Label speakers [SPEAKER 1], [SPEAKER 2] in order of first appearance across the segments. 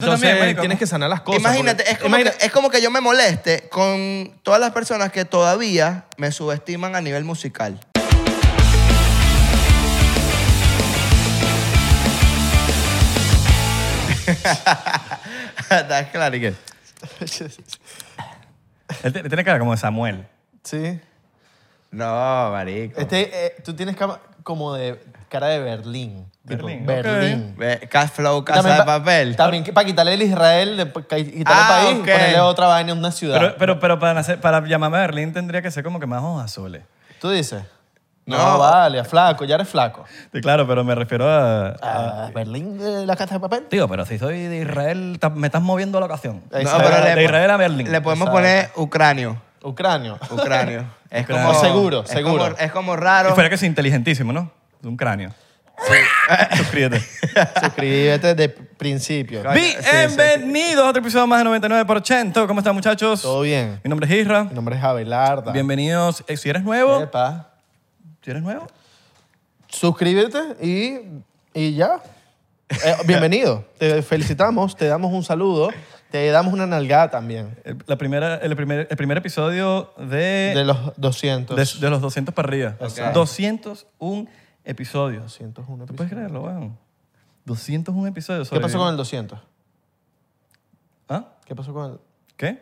[SPEAKER 1] Entonces,
[SPEAKER 2] también, marico.
[SPEAKER 1] tienes que sanar las cosas.
[SPEAKER 3] Imagínate,
[SPEAKER 1] porque-
[SPEAKER 3] es como,
[SPEAKER 1] Imagina-
[SPEAKER 3] que, es como que yo me moleste con todas las personas que todavía me subestiman a nivel musical. ¿Estás claro, Iker?
[SPEAKER 2] Él te- tiene cara como de Samuel.
[SPEAKER 4] Sí.
[SPEAKER 3] No, marico.
[SPEAKER 4] Este, eh, tú tienes cama- como de cara de Berlín. Tipo,
[SPEAKER 2] Berlín, ok.
[SPEAKER 4] Berlín.
[SPEAKER 3] Ve, Cash Flow, Casa
[SPEAKER 4] También
[SPEAKER 3] de
[SPEAKER 4] pa-
[SPEAKER 3] Papel.
[SPEAKER 4] También que- para quitarle el Israel, de- pa- quitarle el
[SPEAKER 3] Ah,
[SPEAKER 4] país,
[SPEAKER 3] ok.
[SPEAKER 4] ponerle otra vaina en una ciudad.
[SPEAKER 2] Pero, pero, pero para, nacer- para llamarme a Berlín tendría que ser como que más ojos azules.
[SPEAKER 4] ¿Tú dices? No,
[SPEAKER 3] No.
[SPEAKER 4] vale, a flaco, ya eres flaco.
[SPEAKER 2] Sí, claro, pero me refiero a... a-
[SPEAKER 4] Ah, Berlín, eh, la casa de papel.
[SPEAKER 2] Tío, pero si soy de Israel, ta- me estás moviendo la ocasión.
[SPEAKER 4] Eh,
[SPEAKER 3] No,
[SPEAKER 4] Exacto.
[SPEAKER 3] pero le,
[SPEAKER 2] De Israel a Berlín.
[SPEAKER 3] le podemos poner Ucranio.
[SPEAKER 4] Ucranio.
[SPEAKER 3] Ucranio. Es
[SPEAKER 2] Ucranio.
[SPEAKER 3] como.
[SPEAKER 4] Seguro,
[SPEAKER 3] es
[SPEAKER 4] seguro.
[SPEAKER 3] como- es como
[SPEAKER 2] Y
[SPEAKER 3] raro.
[SPEAKER 2] fuera que es inteligentísimo, ¿no? Un cráneo. Suscríbete.
[SPEAKER 4] Suscríbete de principio.
[SPEAKER 3] Coño, sí, sí, sí.
[SPEAKER 2] Bienvenidos a otro episodio más de 99%. ¿Cómo están, muchachos?
[SPEAKER 4] Todo bien.
[SPEAKER 2] Mi nombre es Isra.
[SPEAKER 4] Mi nombre es Abelarda.
[SPEAKER 2] Bienvenidos. Eh, si eres nuevo,
[SPEAKER 4] Epa.
[SPEAKER 2] si eres nuevo,
[SPEAKER 4] Suscríbete y, y ya. Eh, bienvenido. Te felicitamos, te damos un saludo, te damos una nalgada también.
[SPEAKER 2] el- eh, la primera, el, primer, el primer episodio de,
[SPEAKER 4] De
[SPEAKER 2] de,
[SPEAKER 4] los 200.
[SPEAKER 2] Eh, de los 200 para arriba.
[SPEAKER 3] Exacto.
[SPEAKER 2] 201 episodios.
[SPEAKER 4] 201
[SPEAKER 2] ¿Tú puedes
[SPEAKER 4] episodios.
[SPEAKER 2] creerlo, weón? 201 episodios.
[SPEAKER 4] ¿Qué pasó con el 200?
[SPEAKER 2] ¿Ah?
[SPEAKER 4] ¿Qué pasó con el...?
[SPEAKER 2] ¿Qué?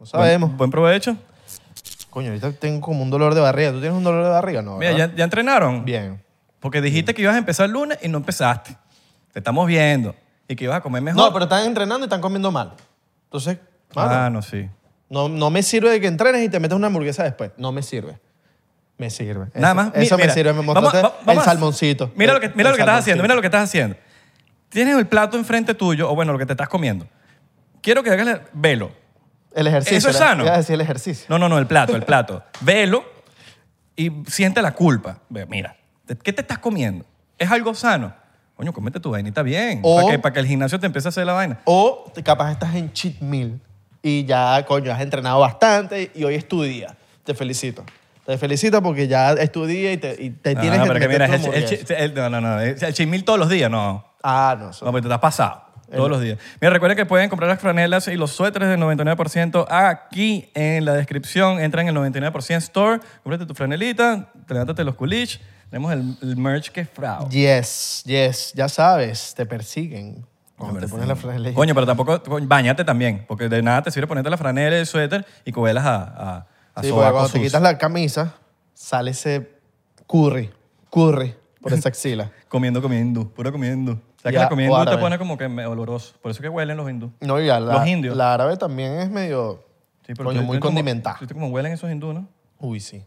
[SPEAKER 4] No sabemos.
[SPEAKER 2] Buen, buen provecho.
[SPEAKER 4] Coño, ahorita tengo como un dolor de barriga. ¿Tú tienes un dolor de barriga? No,
[SPEAKER 2] Mira,
[SPEAKER 4] ¿verdad?
[SPEAKER 2] ¿ya, ya entrenaron?
[SPEAKER 4] Bien.
[SPEAKER 2] Porque dijiste que ibas a empezar el lunes y no empezaste. Te estamos viendo. Y que ibas a comer mejor.
[SPEAKER 4] No, pero están entrenando y están comiendo mal. Entonces, mano,
[SPEAKER 2] Ah, no, sí.
[SPEAKER 4] no, no me sirve de que entrenes y te metas una hamburguesa después. No me sirve. Me sirve.
[SPEAKER 2] Nada
[SPEAKER 4] Eso-
[SPEAKER 2] más. mi-
[SPEAKER 4] Eso
[SPEAKER 2] mira,
[SPEAKER 4] me sirve. Me
[SPEAKER 2] vamos-
[SPEAKER 4] mostraste
[SPEAKER 2] va- vamos
[SPEAKER 4] el
[SPEAKER 2] a-
[SPEAKER 4] salmoncito.
[SPEAKER 2] Mira lo que,
[SPEAKER 4] El-
[SPEAKER 2] mira lo
[SPEAKER 4] el
[SPEAKER 2] que estás
[SPEAKER 4] salmoncito.
[SPEAKER 2] haciendo, mira lo que estás haciendo. Tienes el plato enfrente tuyo, o bueno, lo que te estás comiendo. Quiero que hagas la- velo.
[SPEAKER 4] El ejercicio.
[SPEAKER 2] Eso es
[SPEAKER 4] era-
[SPEAKER 2] sano.
[SPEAKER 4] Iba a decir el ejercicio.
[SPEAKER 2] No, no, no, el plato, el plato. Velo y siente la culpa. Ve, Mira, ¿de- ¿qué te estás comiendo? ¿Es algo sano? Coño, comete tu vainita bien.
[SPEAKER 4] O-
[SPEAKER 2] Para que, para que el gimnasio te empiece a hacer la vaina.
[SPEAKER 4] O te- capaz estás en cheat meal y ya, coño, has entrenado bastante y hoy es tu día. Te felicito. Te felicito porque ya es tu día y te, y te
[SPEAKER 2] No,
[SPEAKER 4] tienes
[SPEAKER 2] no,
[SPEAKER 4] que
[SPEAKER 2] Ah, pero que
[SPEAKER 4] meter
[SPEAKER 2] mira,
[SPEAKER 4] tu
[SPEAKER 2] el chi- el
[SPEAKER 4] hamburguesa.
[SPEAKER 2] chi- el- no, no, no, el chimil todos los días, no.
[SPEAKER 4] Ah, no. eso-
[SPEAKER 2] No, pero te has pasado. Todos los días. Mira, recuerden que pueden comprar las franelas y los suéteres del 99% aquí en la descripción. Entran en el 99% Store, cómprate tu franelita, te levántate los culich. Tenemos el, el merch que es frao.
[SPEAKER 4] Yes, yes, ya sabes, te persiguen cuando te pones la franela.
[SPEAKER 2] Coño, pero tampoco, coño, bañate también, porque de nada te sirve ponerte la franela, el suéter y cobelas a, a, a
[SPEAKER 4] Sí, porque
[SPEAKER 2] sobaco
[SPEAKER 4] cuando te
[SPEAKER 2] sucio.
[SPEAKER 4] quitas la camisa, sale ese curry, curry por esa axila.
[SPEAKER 2] Comiendo comida hindú, pura comida hindú. O sea, que
[SPEAKER 4] Ya,
[SPEAKER 2] la comida
[SPEAKER 4] o
[SPEAKER 2] hindú te
[SPEAKER 4] árabe.
[SPEAKER 2] pone como que me- oloroso. Por eso es que huelen los hindú.
[SPEAKER 4] No, y la, la-
[SPEAKER 2] Los indios.
[SPEAKER 4] la árabe también es medio,
[SPEAKER 2] Sí, pero
[SPEAKER 4] coño,
[SPEAKER 2] tú-
[SPEAKER 4] muy
[SPEAKER 2] tú como-
[SPEAKER 4] condimentada.
[SPEAKER 2] tú- tú como huelen esos hindú, ¿no?
[SPEAKER 4] Uy, sí.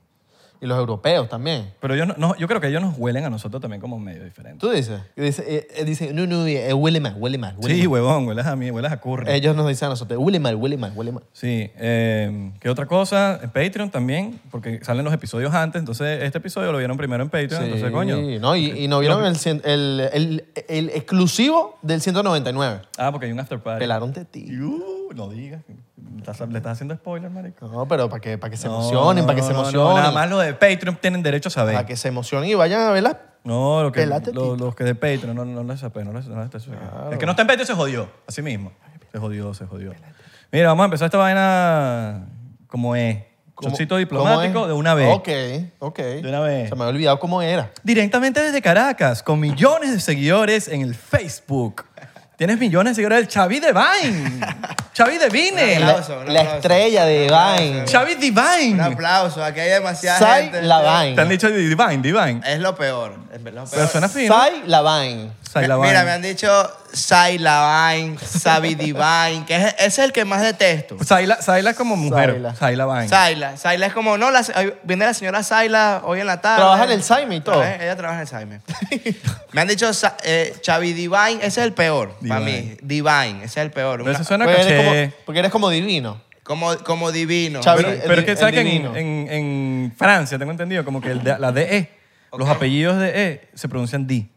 [SPEAKER 4] Y los europeos también.
[SPEAKER 2] Pero ellos no- no- yo creo que ellos nos huelen a nosotros también como medio diferente.
[SPEAKER 4] ¿Tú dices? Y dice, eh, eh, dice, no, no, eh, huele mal, huele mal, huele
[SPEAKER 2] Sí,
[SPEAKER 4] mal.
[SPEAKER 2] huevón, hueles a mí, hueles a curry.
[SPEAKER 4] Ellos nos dicen a nosotros, huele mal, huele mal, huele mal.
[SPEAKER 2] Sí, eh, ¿qué otra cosa? En Patreon también, porque salen los episodios antes, entonces este episodio lo vieron primero en Patreon, entonces coño.
[SPEAKER 4] Sí, ¿no? Y, y no vieron el, cien- el, el, el exclusivo del 199.
[SPEAKER 2] Ah, porque hay un after party.
[SPEAKER 4] Pelaron de ti.
[SPEAKER 2] Y, uh, no digas, Estás- le estás haciendo spoiler, marico.
[SPEAKER 4] No, pero para que, para que se
[SPEAKER 2] No,
[SPEAKER 4] emocionen, para que
[SPEAKER 2] no,
[SPEAKER 4] se
[SPEAKER 2] no, no,
[SPEAKER 4] emocionen.
[SPEAKER 2] nada más los de Patreon tienen derecho a saber.
[SPEAKER 4] Para que se emocionen y vayan a verla.
[SPEAKER 2] No, lo que,
[SPEAKER 4] Pelate,
[SPEAKER 2] lo-
[SPEAKER 4] Tito.
[SPEAKER 2] los que de Patreon, no, no les apena, no les, no les está subiendo. El que no está en Patreon se jodió, así mismo. Se jodió, se jodió. Mira, vamos a empezar esta vaina como es.
[SPEAKER 4] ¿Cómo-
[SPEAKER 2] Chocito
[SPEAKER 4] cómo
[SPEAKER 2] diplomático
[SPEAKER 4] es?
[SPEAKER 2] de una vez.
[SPEAKER 4] Ok, ok.
[SPEAKER 2] De una vez.
[SPEAKER 4] Se me había olvidado cómo era.
[SPEAKER 2] Directamente desde Caracas, con millones de seguidores en el Facebook. Tienes millones de seguidores del Xavi Devine. Xavi
[SPEAKER 3] Un
[SPEAKER 2] Devine.
[SPEAKER 3] aplauso.
[SPEAKER 4] La, la estrella de
[SPEAKER 3] Un
[SPEAKER 4] Vine.
[SPEAKER 3] aplauso.
[SPEAKER 2] Xavi
[SPEAKER 3] Un
[SPEAKER 2] Divine.
[SPEAKER 3] aplauso, aquí hay demasiada
[SPEAKER 4] Sai
[SPEAKER 3] gente.
[SPEAKER 2] Te han
[SPEAKER 4] Lavine.
[SPEAKER 2] dicho Divine, Divine.
[SPEAKER 3] Es lo peor. Es lo peor.
[SPEAKER 2] Pero suena fino.
[SPEAKER 4] Sai Lavine.
[SPEAKER 2] Sai
[SPEAKER 3] Mi-
[SPEAKER 2] Lavine.
[SPEAKER 3] Mira, me han dicho Sai Lavine, Sabi Divine, que es, ese es el que más detesto.
[SPEAKER 2] Saila, Saila es como mujer.
[SPEAKER 4] Saila.
[SPEAKER 2] Saila Vine.
[SPEAKER 3] Saila. Saila es como, no, la, hoy- viene la señora Saila hoy en la tarde.
[SPEAKER 4] Trabaja en el Saime y todo.
[SPEAKER 3] Trabaja- Ella trabaja en el Saime. me han dicho Sa- eh, Xavi Divine, ese es el peor para mí.
[SPEAKER 2] Divine.
[SPEAKER 3] Divine, ese es el peor.
[SPEAKER 2] Pero
[SPEAKER 3] Una-
[SPEAKER 2] eso suena
[SPEAKER 4] Pues eres
[SPEAKER 2] caché.
[SPEAKER 4] como- porque eres como divino.
[SPEAKER 3] como, como divino.
[SPEAKER 4] Xavi-
[SPEAKER 2] Pero,
[SPEAKER 4] El-
[SPEAKER 2] pero es que
[SPEAKER 4] el
[SPEAKER 2] sabes que en,
[SPEAKER 4] divino.
[SPEAKER 2] en- en Francia, tengo entendido, como que el de- la DE, los apellidos de E se pronuncian D.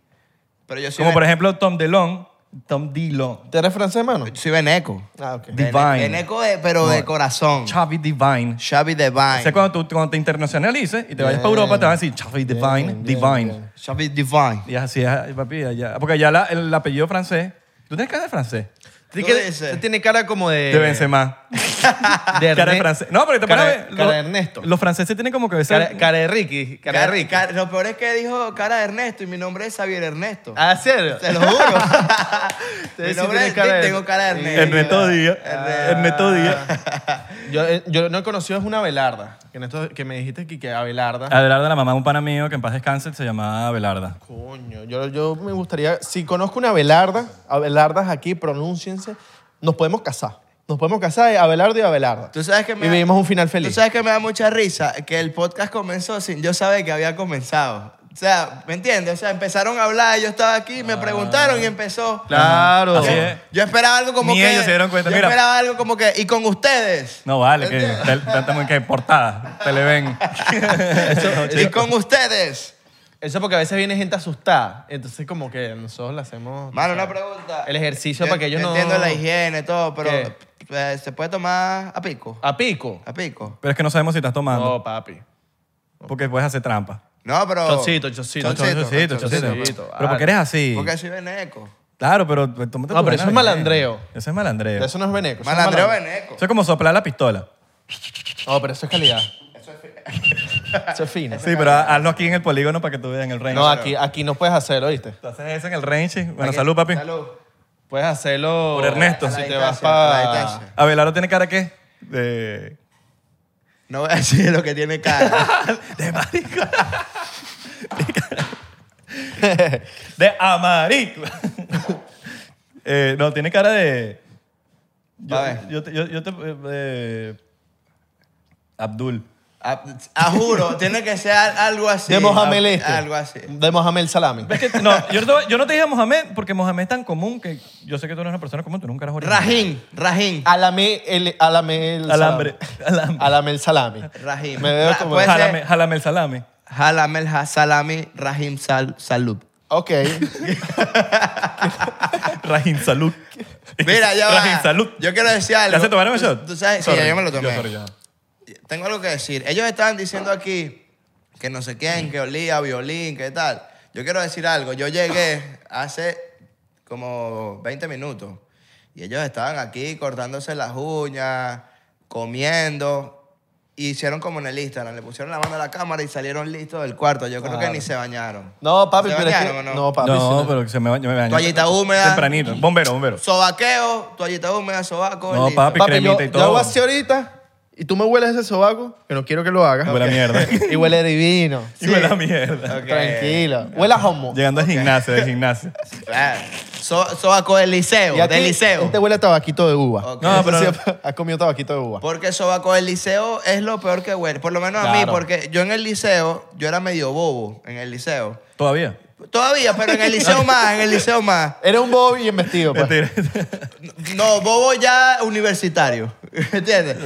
[SPEAKER 3] Pero yo soy
[SPEAKER 2] Como por
[SPEAKER 3] ve-
[SPEAKER 2] ejemplo Tom DeLong Tom Dillon.
[SPEAKER 4] ¿Te eres francés, mano?
[SPEAKER 3] Soy Beneco.
[SPEAKER 4] Ah, ok.
[SPEAKER 2] Di- Divine.
[SPEAKER 3] Beneco, de- pero de corazón.
[SPEAKER 2] Chavi Divine.
[SPEAKER 3] Xavi
[SPEAKER 2] O sea,
[SPEAKER 3] Divine.
[SPEAKER 2] cuando, tú, cuando te internacionalices y te vayas para
[SPEAKER 4] Bien.
[SPEAKER 2] Europa, te van a decir Chavi Divine,
[SPEAKER 4] bien,
[SPEAKER 2] Divine.
[SPEAKER 4] bien.
[SPEAKER 3] Xavi Divine.
[SPEAKER 2] Y es así, es, papi, allá. Porque allá la- el apellido francés. ¿Tú tienes cara de francés?
[SPEAKER 1] Tú
[SPEAKER 3] ¿Tú
[SPEAKER 1] que-
[SPEAKER 3] dices?
[SPEAKER 1] tú tienes cara como de.
[SPEAKER 2] De Benzema.
[SPEAKER 1] de
[SPEAKER 2] Cara de
[SPEAKER 1] Erne-
[SPEAKER 2] francés. No, pero te
[SPEAKER 4] Cara-
[SPEAKER 2] pones a ver,
[SPEAKER 4] cara
[SPEAKER 2] lo-
[SPEAKER 4] de Ernesto.
[SPEAKER 2] Los franceses tienen como que besar.
[SPEAKER 1] Cara, cara de Ricky. Cara de
[SPEAKER 3] Cara-
[SPEAKER 1] Ricky.
[SPEAKER 3] cara- lo peor es que dijo cara de Ernesto y mi nombre es Xavier Ernesto.
[SPEAKER 1] ¿Ah, serio?
[SPEAKER 3] Te lo juro. mi
[SPEAKER 1] sí
[SPEAKER 3] nombre
[SPEAKER 1] tienes
[SPEAKER 3] es,
[SPEAKER 1] cara de-
[SPEAKER 3] tengo cara de Ernesto.
[SPEAKER 2] Ernesto Díaz.
[SPEAKER 4] Ah.
[SPEAKER 3] Ernesto.
[SPEAKER 2] Ernesto Díaz.
[SPEAKER 4] Yo, eh, yo no he conocido, es una Abelarda. Que, en esto- que me dijiste que, que Abelarda.
[SPEAKER 2] Abelarda, la mamá de un pana mío que en paz descanse, se llamaba Abelarda.
[SPEAKER 4] Coño, yo, yo me gustaría, si conozco una Abelarda, Abelardas aquí, pronúnciense, nos podemos casar. Nos podemos casar, Abelardo y Abelarda.
[SPEAKER 3] Tú sabes que me
[SPEAKER 4] y
[SPEAKER 3] da-
[SPEAKER 4] vivimos un final feliz.
[SPEAKER 3] Tú sabes que me da mucha risa que el podcast comenzó sin yo saber que había comenzado. O sea, ¿me entiendes? O sea, empezaron a hablar, yo estaba aquí,
[SPEAKER 4] Ah.
[SPEAKER 3] me preguntaron y empezó.
[SPEAKER 1] Claro.
[SPEAKER 2] Así es.
[SPEAKER 3] Yo esperaba algo como
[SPEAKER 2] Ni
[SPEAKER 3] que.
[SPEAKER 2] ellos se dieron cuenta.
[SPEAKER 3] Yo
[SPEAKER 2] Mira.
[SPEAKER 3] esperaba algo como que. Y con ustedes.
[SPEAKER 2] No vale, que tanta muy que portada. Te le ven.
[SPEAKER 3] Y con ustedes.
[SPEAKER 4] Eso porque a veces viene gente asustada. Entonces, como que nosotros le hacemos.
[SPEAKER 3] Mano, una pregunta.
[SPEAKER 4] El ejercicio
[SPEAKER 3] Yo
[SPEAKER 4] para que ellos no.
[SPEAKER 3] Entiendo la higiene, todo, pero.
[SPEAKER 4] ¿Qué? Ah.
[SPEAKER 3] eh, ¿Se puede tomar a pico?
[SPEAKER 4] A pico.
[SPEAKER 3] A pico.
[SPEAKER 2] Pero es que no sabemos si estás tomando,
[SPEAKER 4] No, papi.
[SPEAKER 2] porque puedes hacer trampa.
[SPEAKER 3] No, pero.
[SPEAKER 4] Chocito, chocito.
[SPEAKER 3] Chocito,
[SPEAKER 2] Chocito,
[SPEAKER 4] chocito.
[SPEAKER 2] chocito. Pero
[SPEAKER 4] vale.
[SPEAKER 2] porque eres así.
[SPEAKER 3] Porque soy veneco.
[SPEAKER 2] Claro, pero tómate
[SPEAKER 4] No, pero eso
[SPEAKER 2] tu vaina
[SPEAKER 4] es
[SPEAKER 2] bien.
[SPEAKER 4] malandreo.
[SPEAKER 2] Eso es malandreo. Eso
[SPEAKER 4] Eso no es veneco. eso es
[SPEAKER 3] Malandreo
[SPEAKER 4] malandro.
[SPEAKER 3] veneco.
[SPEAKER 2] es como soplar la pistola.
[SPEAKER 4] No, pero eso es calidad. Eso es fino.
[SPEAKER 2] Sí, pero ha- hazlo aquí en el polígono para que tú veas en el range.
[SPEAKER 4] No, aquí, aquí no puedes hacerlo, ¿oíste?
[SPEAKER 2] Tú haces eso en el range. Bueno, salud, papi.
[SPEAKER 3] Salud.
[SPEAKER 4] Puedes hacerlo.
[SPEAKER 2] Por Ernesto.
[SPEAKER 4] Si
[SPEAKER 3] A la
[SPEAKER 4] te vas
[SPEAKER 3] distancia, a la
[SPEAKER 4] para.
[SPEAKER 3] distancia.
[SPEAKER 2] Abelardo tiene cara qué? De...
[SPEAKER 3] No voy a decir lo que tiene cara.
[SPEAKER 2] De marico. de amarico. Eh, no, tiene cara de... Yo,
[SPEAKER 3] A ver.
[SPEAKER 2] yo, te- yo, yo te... eh, eh, Abdul.
[SPEAKER 3] A, a juro, tiene que ser al- algo así.
[SPEAKER 4] De Mohamed el
[SPEAKER 3] Al-
[SPEAKER 4] Este.
[SPEAKER 3] Algo asasí.
[SPEAKER 4] De Mohamed el Salami.
[SPEAKER 2] Es que, no, yo, no, te- yo no te dije Mohamed porque Mohamed es tan común que yo sé que tú eres una persona común, tú eres un carajo original.
[SPEAKER 3] Rajín, Rajín.
[SPEAKER 4] Alame el, alame el
[SPEAKER 2] Alambre.
[SPEAKER 4] salami.
[SPEAKER 2] Alambre.
[SPEAKER 4] Alame el salami.
[SPEAKER 3] Rajim.
[SPEAKER 4] Me veo
[SPEAKER 3] Ra-
[SPEAKER 4] como...
[SPEAKER 3] Ah, puede ser-
[SPEAKER 2] Jalame, jalame el salame.
[SPEAKER 3] Jalame el ha- salami, Rajín sal, salud.
[SPEAKER 4] Ok.
[SPEAKER 2] Rajin Salud.
[SPEAKER 3] Mira, ya va.
[SPEAKER 2] Rajin Salud.
[SPEAKER 3] Yo quiero decir algo.
[SPEAKER 2] ¿Ya se tomaron el
[SPEAKER 3] Tú-
[SPEAKER 2] shot?
[SPEAKER 3] Tú sabes, sí,
[SPEAKER 2] Sorry.
[SPEAKER 3] ya yo me lo tomé.
[SPEAKER 2] Yo, sorry, yo.
[SPEAKER 3] Tengo algo que decir. Ellos estaban diciendo aquí que no sé quién, que olía violín, que tal. Yo quiero decir algo. Yo llegué hace como 20 minutos y ellos estaban aquí cortándose las uñas, comiendo. y Hicieron como en el Instagram, le pusieron la mano a la cámara y salieron listos del cuarto. Yo creo que
[SPEAKER 4] Claro.
[SPEAKER 3] ni se bañaron.
[SPEAKER 4] No, papi,
[SPEAKER 3] ¿Se
[SPEAKER 4] pero es que...
[SPEAKER 3] bañaron o no?
[SPEAKER 4] papi. sí,
[SPEAKER 2] No, pero que se me, ba- yo me baño.
[SPEAKER 3] Toallita húmeda.
[SPEAKER 2] Tempranito. Bombero, bombero.
[SPEAKER 3] Sobaqueo, toallita húmeda, sobaco.
[SPEAKER 2] No,
[SPEAKER 3] listo.
[SPEAKER 2] papi.
[SPEAKER 4] Papi, yo,
[SPEAKER 2] cremita y
[SPEAKER 4] yo
[SPEAKER 2] todo.
[SPEAKER 4] hago así ahorita y tú me hueles ese sobaco, que no quiero que lo hagas.
[SPEAKER 2] Huele a mierda.
[SPEAKER 4] y huele divino.
[SPEAKER 2] Hijo de la mierda.
[SPEAKER 3] Ok.
[SPEAKER 4] Tranquilo. Huele a homo.
[SPEAKER 2] Llegando al gimnasio, de gimnasio.
[SPEAKER 3] Claro. So- sobaco del liceo,
[SPEAKER 4] Y aquí,
[SPEAKER 3] del liceo.
[SPEAKER 4] Este huele a tabaquito de uva.
[SPEAKER 3] Ok.
[SPEAKER 2] No, pero-
[SPEAKER 4] Eso sí, Has comido tabaquito de uva.
[SPEAKER 3] Porque sobaco del liceo es lo peor que huele. Por lo menos a mí,
[SPEAKER 4] Claro.
[SPEAKER 3] porque yo en el liceo, yo era medio bobo en el liceo.
[SPEAKER 2] Todavía.
[SPEAKER 3] Todavía, pero en el liceo más, en el liceo más.
[SPEAKER 4] Era un bobo bien vestido, pues.
[SPEAKER 2] Mentira.
[SPEAKER 3] No, bobo ya universitario. ¿Entiendes?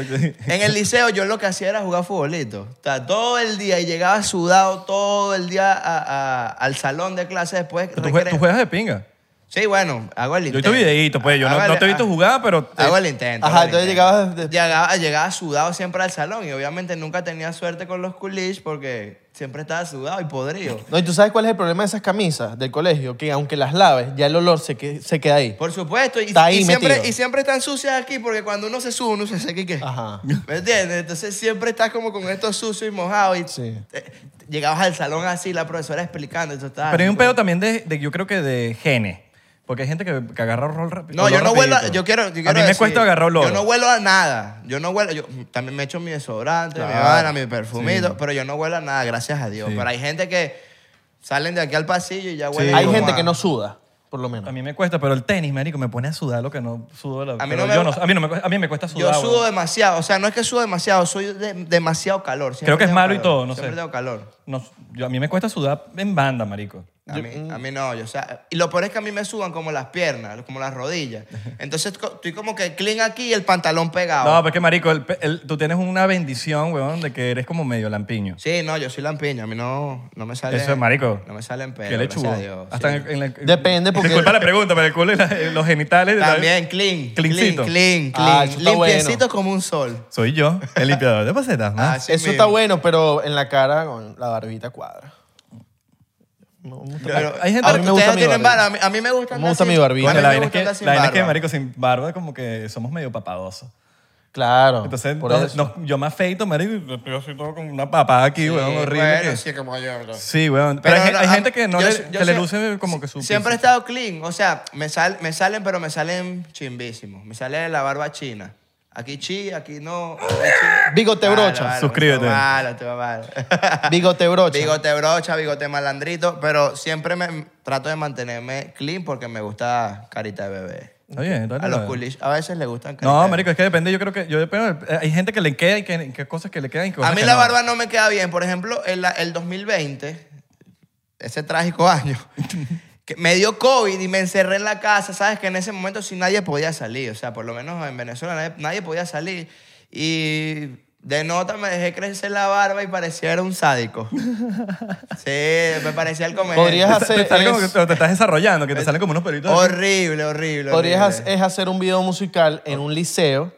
[SPEAKER 3] En el liceo yo lo que hacía era jugar futbolito. O sea, todo el día y llegaba sudado todo el día a- a- al salón de clase después.
[SPEAKER 2] Tú, jue- tú
[SPEAKER 3] recreo.
[SPEAKER 2] juegas de pinga.
[SPEAKER 3] Sí, bueno, hago el
[SPEAKER 2] Yo he
[SPEAKER 3] intento.
[SPEAKER 2] visto videitos, pues. Yo no,
[SPEAKER 3] Hago
[SPEAKER 2] no te he
[SPEAKER 3] el-
[SPEAKER 2] visto jugar, pero... eh, te-
[SPEAKER 3] Hago el Ah, intento.
[SPEAKER 4] Ajá,
[SPEAKER 3] hago el
[SPEAKER 4] entonces
[SPEAKER 3] intento.
[SPEAKER 4] llegabas de-
[SPEAKER 3] Llegaba, llegaba sudado siempre al salón y obviamente nunca tenía suerte con los culiches porque siempre estaba sudado y podrido.
[SPEAKER 4] No, y tú sabes cuál es el problema de esas camisas del colegio, que aunque las laves, ya el olor se, que- se queda ahí.
[SPEAKER 3] Por supuesto, y,
[SPEAKER 4] Está ahí
[SPEAKER 3] y siempre,
[SPEAKER 4] metido.
[SPEAKER 3] y siempre están sucias aquí porque cuando uno se sube, uno se seca y qué.
[SPEAKER 4] Ajá.
[SPEAKER 3] ¿Me entiendes? Entonces siempre estás como con esto sucio y mojado y
[SPEAKER 4] Sí.
[SPEAKER 3] eh, llegabas al salón así, la profesora explicando. Esto estaba
[SPEAKER 2] Pero hay un
[SPEAKER 3] así,
[SPEAKER 2] pedo también de, de- yo creo que de genes. Porque hay gente que, que agarra rol rápido.
[SPEAKER 3] No, yo no huelo. a- Yo quiero. yo quiero
[SPEAKER 2] a mí me
[SPEAKER 3] decir,
[SPEAKER 2] cuesta agarrar olor.
[SPEAKER 3] Yo no huelo a nada. Yo no huelo. Yo también me echo mi desodorante, mi
[SPEAKER 4] Claro.
[SPEAKER 3] vaina, mi perfumito, pero yo no huelo a nada, gracias a Dios.
[SPEAKER 2] Sí.
[SPEAKER 3] Pero hay gente que salen de aquí al pasillo y ya huelen.
[SPEAKER 4] Hay
[SPEAKER 3] como
[SPEAKER 4] gente
[SPEAKER 3] a-
[SPEAKER 4] que no suda, por lo
[SPEAKER 2] A
[SPEAKER 4] menos.
[SPEAKER 2] mí me cuesta, pero el tenis, marico, me pone a sudar lo que no sudo. La,
[SPEAKER 3] A mí
[SPEAKER 2] pero
[SPEAKER 3] no me-
[SPEAKER 2] yo a mí no me cuesta- a mí me cuesta
[SPEAKER 3] Yo
[SPEAKER 2] sudar.
[SPEAKER 3] sudo
[SPEAKER 2] weón.
[SPEAKER 3] demasiado. O sea, no es que sudo demasiado, soy de- demasiado calor. Siempre
[SPEAKER 2] Creo que es
[SPEAKER 3] tengo
[SPEAKER 2] malo y
[SPEAKER 3] calor,
[SPEAKER 2] todo, no
[SPEAKER 3] siempre
[SPEAKER 2] sé.
[SPEAKER 3] tengo calor.
[SPEAKER 2] No, yo- a mí me cuesta sudar en banda, marico.
[SPEAKER 3] A mí, a mí no, yo, o sea, y lo peor es que a mí me suban como las piernas, como las rodillas. Entonces co- estoy como que clean aquí y el pantalón pegado.
[SPEAKER 2] No, pero es que, marico, el pe- el- tú tienes una bendición, weón, de que eres como medio lampiño.
[SPEAKER 3] Sí, no, yo soy lampiño, a mí no, no me sale.
[SPEAKER 2] Eso es marico.
[SPEAKER 3] No me salen pelos.
[SPEAKER 2] Qué lechugo.
[SPEAKER 3] gracias a Dios,
[SPEAKER 2] Hasta
[SPEAKER 3] sí.
[SPEAKER 2] en- en la-
[SPEAKER 4] Depende, porque-
[SPEAKER 2] Disculpa la pregunta, pero el culo y la- eh, los genitales... la-
[SPEAKER 3] También clean.
[SPEAKER 2] Cleancito.
[SPEAKER 3] Clean, clean,
[SPEAKER 4] Ah,
[SPEAKER 3] clean.
[SPEAKER 4] eso está
[SPEAKER 3] Limpiecito
[SPEAKER 4] bueno.
[SPEAKER 3] como un sol.
[SPEAKER 2] Soy yo, el limpiador de pasetas, ¿no?
[SPEAKER 3] Así
[SPEAKER 4] Ah, Eso
[SPEAKER 3] mismo.
[SPEAKER 4] está bueno, pero en la cara con la barbita cuadra. No, me gusta-
[SPEAKER 3] Pero,
[SPEAKER 2] Hay gente-
[SPEAKER 3] ah,
[SPEAKER 2] a mí
[SPEAKER 4] me
[SPEAKER 3] ustedes
[SPEAKER 4] gusta
[SPEAKER 3] no
[SPEAKER 4] mi
[SPEAKER 3] tienen
[SPEAKER 4] barba.
[SPEAKER 3] barba. A mí, a mí me gusta.
[SPEAKER 4] Me
[SPEAKER 3] andar
[SPEAKER 4] gusta
[SPEAKER 3] sin-
[SPEAKER 4] mi barbita.
[SPEAKER 3] a mí
[SPEAKER 2] Bueno,
[SPEAKER 3] me
[SPEAKER 2] la vaina es
[SPEAKER 3] gusta
[SPEAKER 2] que,
[SPEAKER 3] andar sin
[SPEAKER 2] la vaina es que,
[SPEAKER 3] barba. Ah,
[SPEAKER 2] marico, sin barba como que somos medio papadosos.
[SPEAKER 4] Claro.
[SPEAKER 2] Entonces,
[SPEAKER 4] por
[SPEAKER 2] nos-
[SPEAKER 4] eso.
[SPEAKER 2] nos- yo me afeito, marico, y estoy así todo con una papada aquí, weón, horrible.
[SPEAKER 3] Bueno,
[SPEAKER 2] que-
[SPEAKER 3] sí, como yo. ¿no?
[SPEAKER 2] Sí, weón. Pero, hay,
[SPEAKER 3] no,
[SPEAKER 2] hay
[SPEAKER 3] a-
[SPEAKER 2] gente que no
[SPEAKER 3] yo
[SPEAKER 2] le,
[SPEAKER 3] sí- yo
[SPEAKER 2] que le
[SPEAKER 3] sí-
[SPEAKER 2] luce como que su...
[SPEAKER 3] Siempre he
[SPEAKER 2] piso.
[SPEAKER 3] estado clean. O sea, me, sal- me salen, pero me salen chimbísimos. Me sale la barba china. Aquí chi, aquí no. aquí chi.
[SPEAKER 4] Bigote
[SPEAKER 3] Malo,
[SPEAKER 4] brocha.
[SPEAKER 3] malo,
[SPEAKER 2] Suscríbete.
[SPEAKER 3] te va Malo, te va malo.
[SPEAKER 4] Bigote brocha.
[SPEAKER 3] Bigote brocha, bigote malandrito. Pero siempre me trato de mantenerme clean porque me gusta carita de bebé.
[SPEAKER 2] Está bien, está
[SPEAKER 3] A los
[SPEAKER 2] bien.
[SPEAKER 3] coolish a veces les gustan caritas
[SPEAKER 2] No,
[SPEAKER 3] de
[SPEAKER 2] marico, es que depende, yo creo que... Yo depende, hay gente que le queda y que, que cosas que le quedan y cosas
[SPEAKER 3] A mí
[SPEAKER 2] que
[SPEAKER 3] la
[SPEAKER 2] no.
[SPEAKER 3] barba no me queda bien. Por ejemplo, en la- el 2020, ese trágico año, que me dio COVID y me encerré en la casa. Sabes que en ese momento sí nadie podía salir. O sea, por lo menos en Venezuela nadie, nadie podía salir. Y de nota me dejé crecer la barba y parecía era un sádico. Sí, me parecía el comediante.
[SPEAKER 4] Podrías
[SPEAKER 2] Te- te,
[SPEAKER 4] hacer
[SPEAKER 2] sale como
[SPEAKER 4] es-
[SPEAKER 2] que te estás desarrollando, que te salen como unos pelitos. así.
[SPEAKER 3] Horrible, horrible.
[SPEAKER 4] Podrías
[SPEAKER 3] horrible.
[SPEAKER 4] hac- es hacer un video musical en un liceo,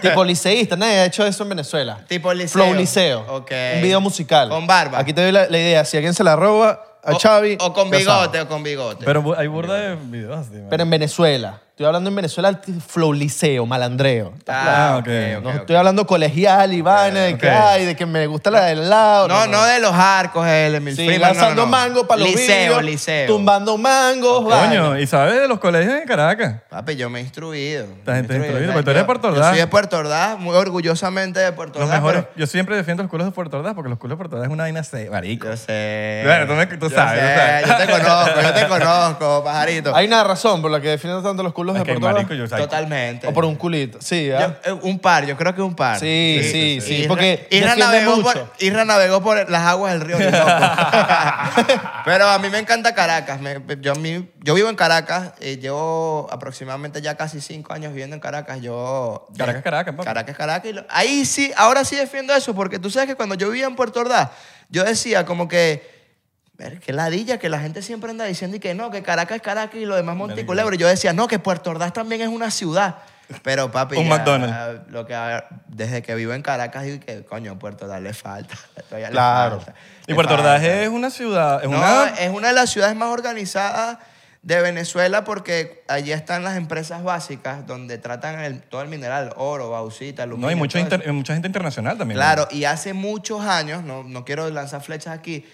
[SPEAKER 4] tipo liceísta. Nadie ha hecho eso en Venezuela.
[SPEAKER 3] Tipo liceo.
[SPEAKER 4] Flow liceo.
[SPEAKER 3] Ok.
[SPEAKER 4] Un video musical.
[SPEAKER 3] Con barba.
[SPEAKER 4] Aquí te doy la, la idea. Si alguien se la roba a
[SPEAKER 3] O-
[SPEAKER 4] Xavi.
[SPEAKER 3] O con
[SPEAKER 4] ya
[SPEAKER 3] bigote,
[SPEAKER 4] sabes.
[SPEAKER 3] o con bigote.
[SPEAKER 2] Pero bu- hay burda de videos así, marico.
[SPEAKER 4] Pero en Venezuela. Estoy hablando en Venezuela, t- flow liceo, malandreo.
[SPEAKER 2] Ah, ok.
[SPEAKER 4] No estoy hablando colegial y vaina de que
[SPEAKER 2] ok.
[SPEAKER 4] hay, de que me gusta la del lado.
[SPEAKER 3] No, no de los arcos, el Emil
[SPEAKER 4] Sí,
[SPEAKER 3] Freeman, no,
[SPEAKER 4] lanzando
[SPEAKER 3] no, no.
[SPEAKER 4] mango para los
[SPEAKER 3] Liceo,
[SPEAKER 4] vidrios,
[SPEAKER 3] liceo.
[SPEAKER 4] Tumbando mangos, vaina.
[SPEAKER 2] Coño, ¿y sabes de los colegios de Caracas?
[SPEAKER 3] Papi, yo me he instruido.
[SPEAKER 2] Estás
[SPEAKER 3] me he
[SPEAKER 2] instruido,
[SPEAKER 3] O sea,
[SPEAKER 2] porque tú eres de Puerto
[SPEAKER 3] Yo
[SPEAKER 2] Ordaz.
[SPEAKER 3] soy de Puerto Ordaz, muy orgullosamente de Puerto
[SPEAKER 2] Los
[SPEAKER 3] Ordaz.
[SPEAKER 2] mejores, yo siempre defiendo los culos de Puerto Ordaz porque los culos de Puerto Ordaz es una vaina se- marico.
[SPEAKER 3] pero- yo sé.
[SPEAKER 2] Bueno, tú me- tú
[SPEAKER 3] Yo
[SPEAKER 2] sabes,
[SPEAKER 3] sé,
[SPEAKER 2] tú sabes.
[SPEAKER 3] Yo te conozco, yo te conozco, pajarito.
[SPEAKER 4] Hay una razón por la que defienden tanto los culos
[SPEAKER 2] Es
[SPEAKER 4] de
[SPEAKER 2] que,
[SPEAKER 4] Puerto Ordaz.
[SPEAKER 2] marico, yo-
[SPEAKER 3] Totalmente.
[SPEAKER 4] O por un culito. Sí,
[SPEAKER 3] Yo-
[SPEAKER 4] ¿ah?
[SPEAKER 3] eh, un par, yo creo que un par.
[SPEAKER 4] Sí, sí, sí.
[SPEAKER 3] Isra-
[SPEAKER 4] porque
[SPEAKER 3] Isra
[SPEAKER 4] defiende
[SPEAKER 3] navegó,
[SPEAKER 4] mucho.
[SPEAKER 3] por, Isra navegó por las aguas del río Orinoco. Pero a mí me encanta Caracas. Me- yo, a mí- yo vivo en Caracas. eh, llevo aproximadamente ya casi cinco años viviendo en Caracas. Yo,
[SPEAKER 2] Caracas, Caracas, papá.
[SPEAKER 3] Caracas, Caracas. y lo- ahí sí, ahora sí defiendo eso, porque tú sabes que cuando yo vivía en Puerto Ordaz, yo decía como que. Ver, qué ladilla, que la gente siempre anda diciendo y que no, que Caracas es Caracas y lo demás Monticulebro. Y yo decía, no, que Puerto Ordaz también es una ciudad. Pero papi,
[SPEAKER 2] Un
[SPEAKER 3] ya,
[SPEAKER 2] McDonald's.
[SPEAKER 3] Lo que, desde que vivo en Caracas, digo que coño, Puerto Ordaz le falta. todavía le
[SPEAKER 4] Claro.
[SPEAKER 3] falta,
[SPEAKER 2] Y
[SPEAKER 3] le
[SPEAKER 2] Puerto
[SPEAKER 3] falta.
[SPEAKER 2] Ordaz es una ciudad, es
[SPEAKER 3] No, eh,
[SPEAKER 2] una...
[SPEAKER 3] es una de las ciudades más organizadas de Venezuela porque allí están las empresas básicas donde tratan el- todo el mineral, oro, bauxita, aluminio.
[SPEAKER 2] no, hay mucho
[SPEAKER 3] todo eso.
[SPEAKER 2] inter- mucha gente internacional también.
[SPEAKER 3] Claro, y hace muchos años, no, no quiero lanzar flechas aquí,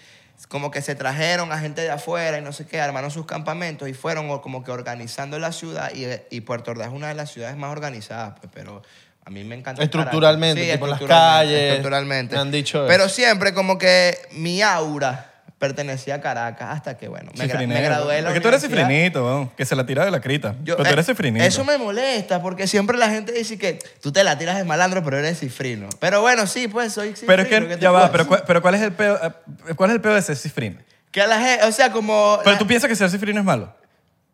[SPEAKER 3] como que se trajeron a gente de afuera y no sé qué, armaron sus campamentos y fueron o- como que organizando la ciudad y, y Puerto Ordaz es una de las ciudades más organizadas, pues, pero a mí me encanta.
[SPEAKER 4] Estructuralmente,
[SPEAKER 3] Caracas.
[SPEAKER 4] tipo en las
[SPEAKER 3] estructuralmente,
[SPEAKER 4] calles,
[SPEAKER 3] Estructuralmente.
[SPEAKER 4] me han dicho eso.
[SPEAKER 3] Pero siempre como que mi aura pertenecía a Caracas hasta que, bueno, me, gra- me
[SPEAKER 2] Cifrinero.
[SPEAKER 3] gradué de la
[SPEAKER 2] Porque tú eres
[SPEAKER 3] universidad.
[SPEAKER 2] cifrinito, weón, que se la tira de la crita.
[SPEAKER 3] Yo-
[SPEAKER 2] pero tú eres
[SPEAKER 3] eh,
[SPEAKER 2] cifrinito.
[SPEAKER 3] Eso me molesta porque siempre la gente dice que tú te la tiras de malandro, pero eres cifrino. Pero bueno, sí, pues soy cifrino.
[SPEAKER 2] pero es que,
[SPEAKER 3] ¿qué te
[SPEAKER 2] ya
[SPEAKER 3] puedo
[SPEAKER 2] va, pero,
[SPEAKER 3] decir?
[SPEAKER 2] cuál- pero ¿cuál es el peo, eh, cuál es el peo de ser cifrino?
[SPEAKER 3] Que la gente, o sea, como...
[SPEAKER 2] Pero
[SPEAKER 3] la-
[SPEAKER 2] tú piensas que ser cifrino es malo.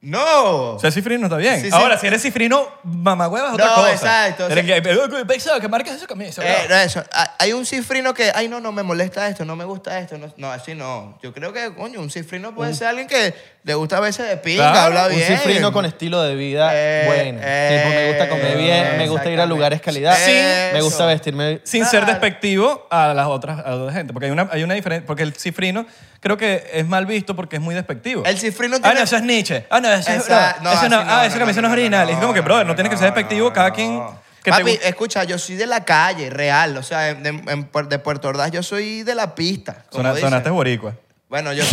[SPEAKER 3] ¡No!
[SPEAKER 2] Ser cifrino está bien.
[SPEAKER 3] Sí, sí.
[SPEAKER 2] Ahora, si eres cifrino, mamagüeva es otra
[SPEAKER 3] No,
[SPEAKER 2] cosa.
[SPEAKER 3] exacto,
[SPEAKER 2] Eres
[SPEAKER 3] sí.
[SPEAKER 2] que, eh, pesado, que marcas eso camisa.
[SPEAKER 3] Eh,
[SPEAKER 2] bravo.
[SPEAKER 3] no, eso. Ah, Hay un cifrino que, ay, no, no, me molesta esto, no me gusta esto. No, no, así no. Yo creo que, coño, un cifrino puede ser alguien que le gusta a veces de pinga,
[SPEAKER 2] Claro,
[SPEAKER 3] habla
[SPEAKER 4] Un
[SPEAKER 3] bien.
[SPEAKER 4] cifrino con estilo de vida
[SPEAKER 3] Eh,
[SPEAKER 4] bueno.
[SPEAKER 3] eh,
[SPEAKER 4] Tipo, me gusta comer bien, me gusta ir a
[SPEAKER 3] exactamente.
[SPEAKER 4] lugares calidad,
[SPEAKER 3] Sí.
[SPEAKER 4] me gusta
[SPEAKER 3] Eso.
[SPEAKER 4] vestirme.
[SPEAKER 2] sin ser despectivo a las otras a la otra gente. Porque hay una, hay una diferencia. Porque el cifrino creo que es mal visto porque es muy despectivo.
[SPEAKER 3] El cifrino
[SPEAKER 2] Ah,
[SPEAKER 3] tiene-
[SPEAKER 2] no, eso es Nietzsche. Ah, no, eso es.
[SPEAKER 3] Esa-
[SPEAKER 2] no, eso
[SPEAKER 3] así
[SPEAKER 2] no, ah, esa camisa no, es original.
[SPEAKER 3] no,
[SPEAKER 2] es como que,
[SPEAKER 3] no,
[SPEAKER 2] brother, no, tienes que ser despectivo.
[SPEAKER 3] no,
[SPEAKER 2] cada
[SPEAKER 3] no.
[SPEAKER 2] quien. Que te
[SPEAKER 3] Papi, eh,
[SPEAKER 2] guste.
[SPEAKER 3] escucha, yo soy de la calle, real. O sea, de, en Puer- de Puerto Ordaz yo soy de la pista. como
[SPEAKER 2] Sona-
[SPEAKER 3] dicen.
[SPEAKER 2] sonaste boricua.
[SPEAKER 3] Bueno, yo,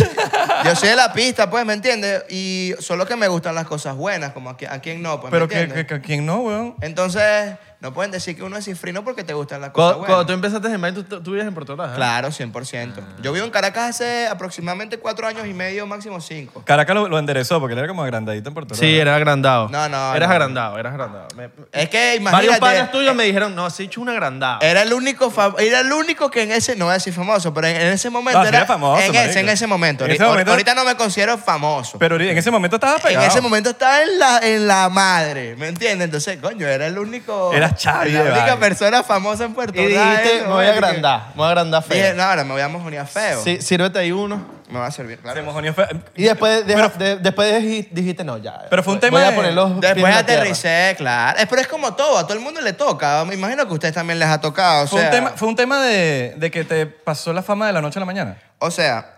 [SPEAKER 3] yo soy de la pista, pues, ¿me entiendes? Y solo que me gustan las cosas buenas, como a, qui- a quién no, pues, ¿me
[SPEAKER 2] Pero que,
[SPEAKER 3] entiendes?
[SPEAKER 2] que- que- ¿quién no, weón?
[SPEAKER 3] Entonces, no pueden decir que uno es cifrino porque te gustan las cosas
[SPEAKER 4] Cuando, cuando
[SPEAKER 3] buenas.
[SPEAKER 4] tú empezaste en Miami, tú, tú vivías en Puerto Ordaz. ¿eh?
[SPEAKER 3] Claro,
[SPEAKER 2] Ah.
[SPEAKER 3] 100%. Yo vivo en Caracas hace aproximadamente cuatro años y medio, máximo cinco.
[SPEAKER 2] Caracas lo, lo enderezó porque él era como agrandadito en Puerto
[SPEAKER 4] Sí,
[SPEAKER 2] Rico.
[SPEAKER 4] era agrandado.
[SPEAKER 3] No, no,
[SPEAKER 4] Eras
[SPEAKER 3] no.
[SPEAKER 4] agrandado, eras agrandado. Me- me-
[SPEAKER 3] Es que
[SPEAKER 4] varios
[SPEAKER 3] imagínate... Eh,
[SPEAKER 4] padres tuyos me dijeron, no, has hecho un agrandado.
[SPEAKER 3] Era el único fam- era el único que en ese no voy a decir famoso, pero en, en ese momento
[SPEAKER 2] No, sí
[SPEAKER 3] era,
[SPEAKER 2] era famoso,
[SPEAKER 3] en
[SPEAKER 2] marico,
[SPEAKER 3] ese en ese momento.
[SPEAKER 2] En ese
[SPEAKER 3] Ahor-
[SPEAKER 2] momento-
[SPEAKER 3] Ahorita no me considero famoso.
[SPEAKER 2] Pero en ese momento estabas
[SPEAKER 3] en
[SPEAKER 2] pegado.
[SPEAKER 3] ese momento estaba en la, en la madre, ¿me entiendes? Entonces, coño, era el único.
[SPEAKER 2] Eras Chavi,
[SPEAKER 3] La única
[SPEAKER 2] vale.
[SPEAKER 3] persona famosa en Puerto
[SPEAKER 4] Y
[SPEAKER 3] Rico.
[SPEAKER 4] dijiste, me voy a agrandar, me voy a agrandar
[SPEAKER 3] eh, Dije,
[SPEAKER 4] feo.
[SPEAKER 3] no, ahora me voy a mojonear feo.
[SPEAKER 4] Sí, sírvete ahí uno.
[SPEAKER 3] Me va a servir, claro.
[SPEAKER 2] Se mojoneó fe-
[SPEAKER 4] Y después, deja- de- después dij- dijiste, no, ya.
[SPEAKER 2] Pero fue un
[SPEAKER 4] voy-
[SPEAKER 2] tema
[SPEAKER 4] voy a
[SPEAKER 2] de-
[SPEAKER 4] poner los pies en
[SPEAKER 3] Después
[SPEAKER 4] la tierra.
[SPEAKER 3] aterricé, claro. Es- Pero es como todo, a todo el mundo le toca. Me imagino que a ustedes también les ha tocado. O
[SPEAKER 2] fue,
[SPEAKER 3] sea,
[SPEAKER 2] un tema, fue un tema de, de que te pasó la fama de la noche a la mañana.
[SPEAKER 3] O sea,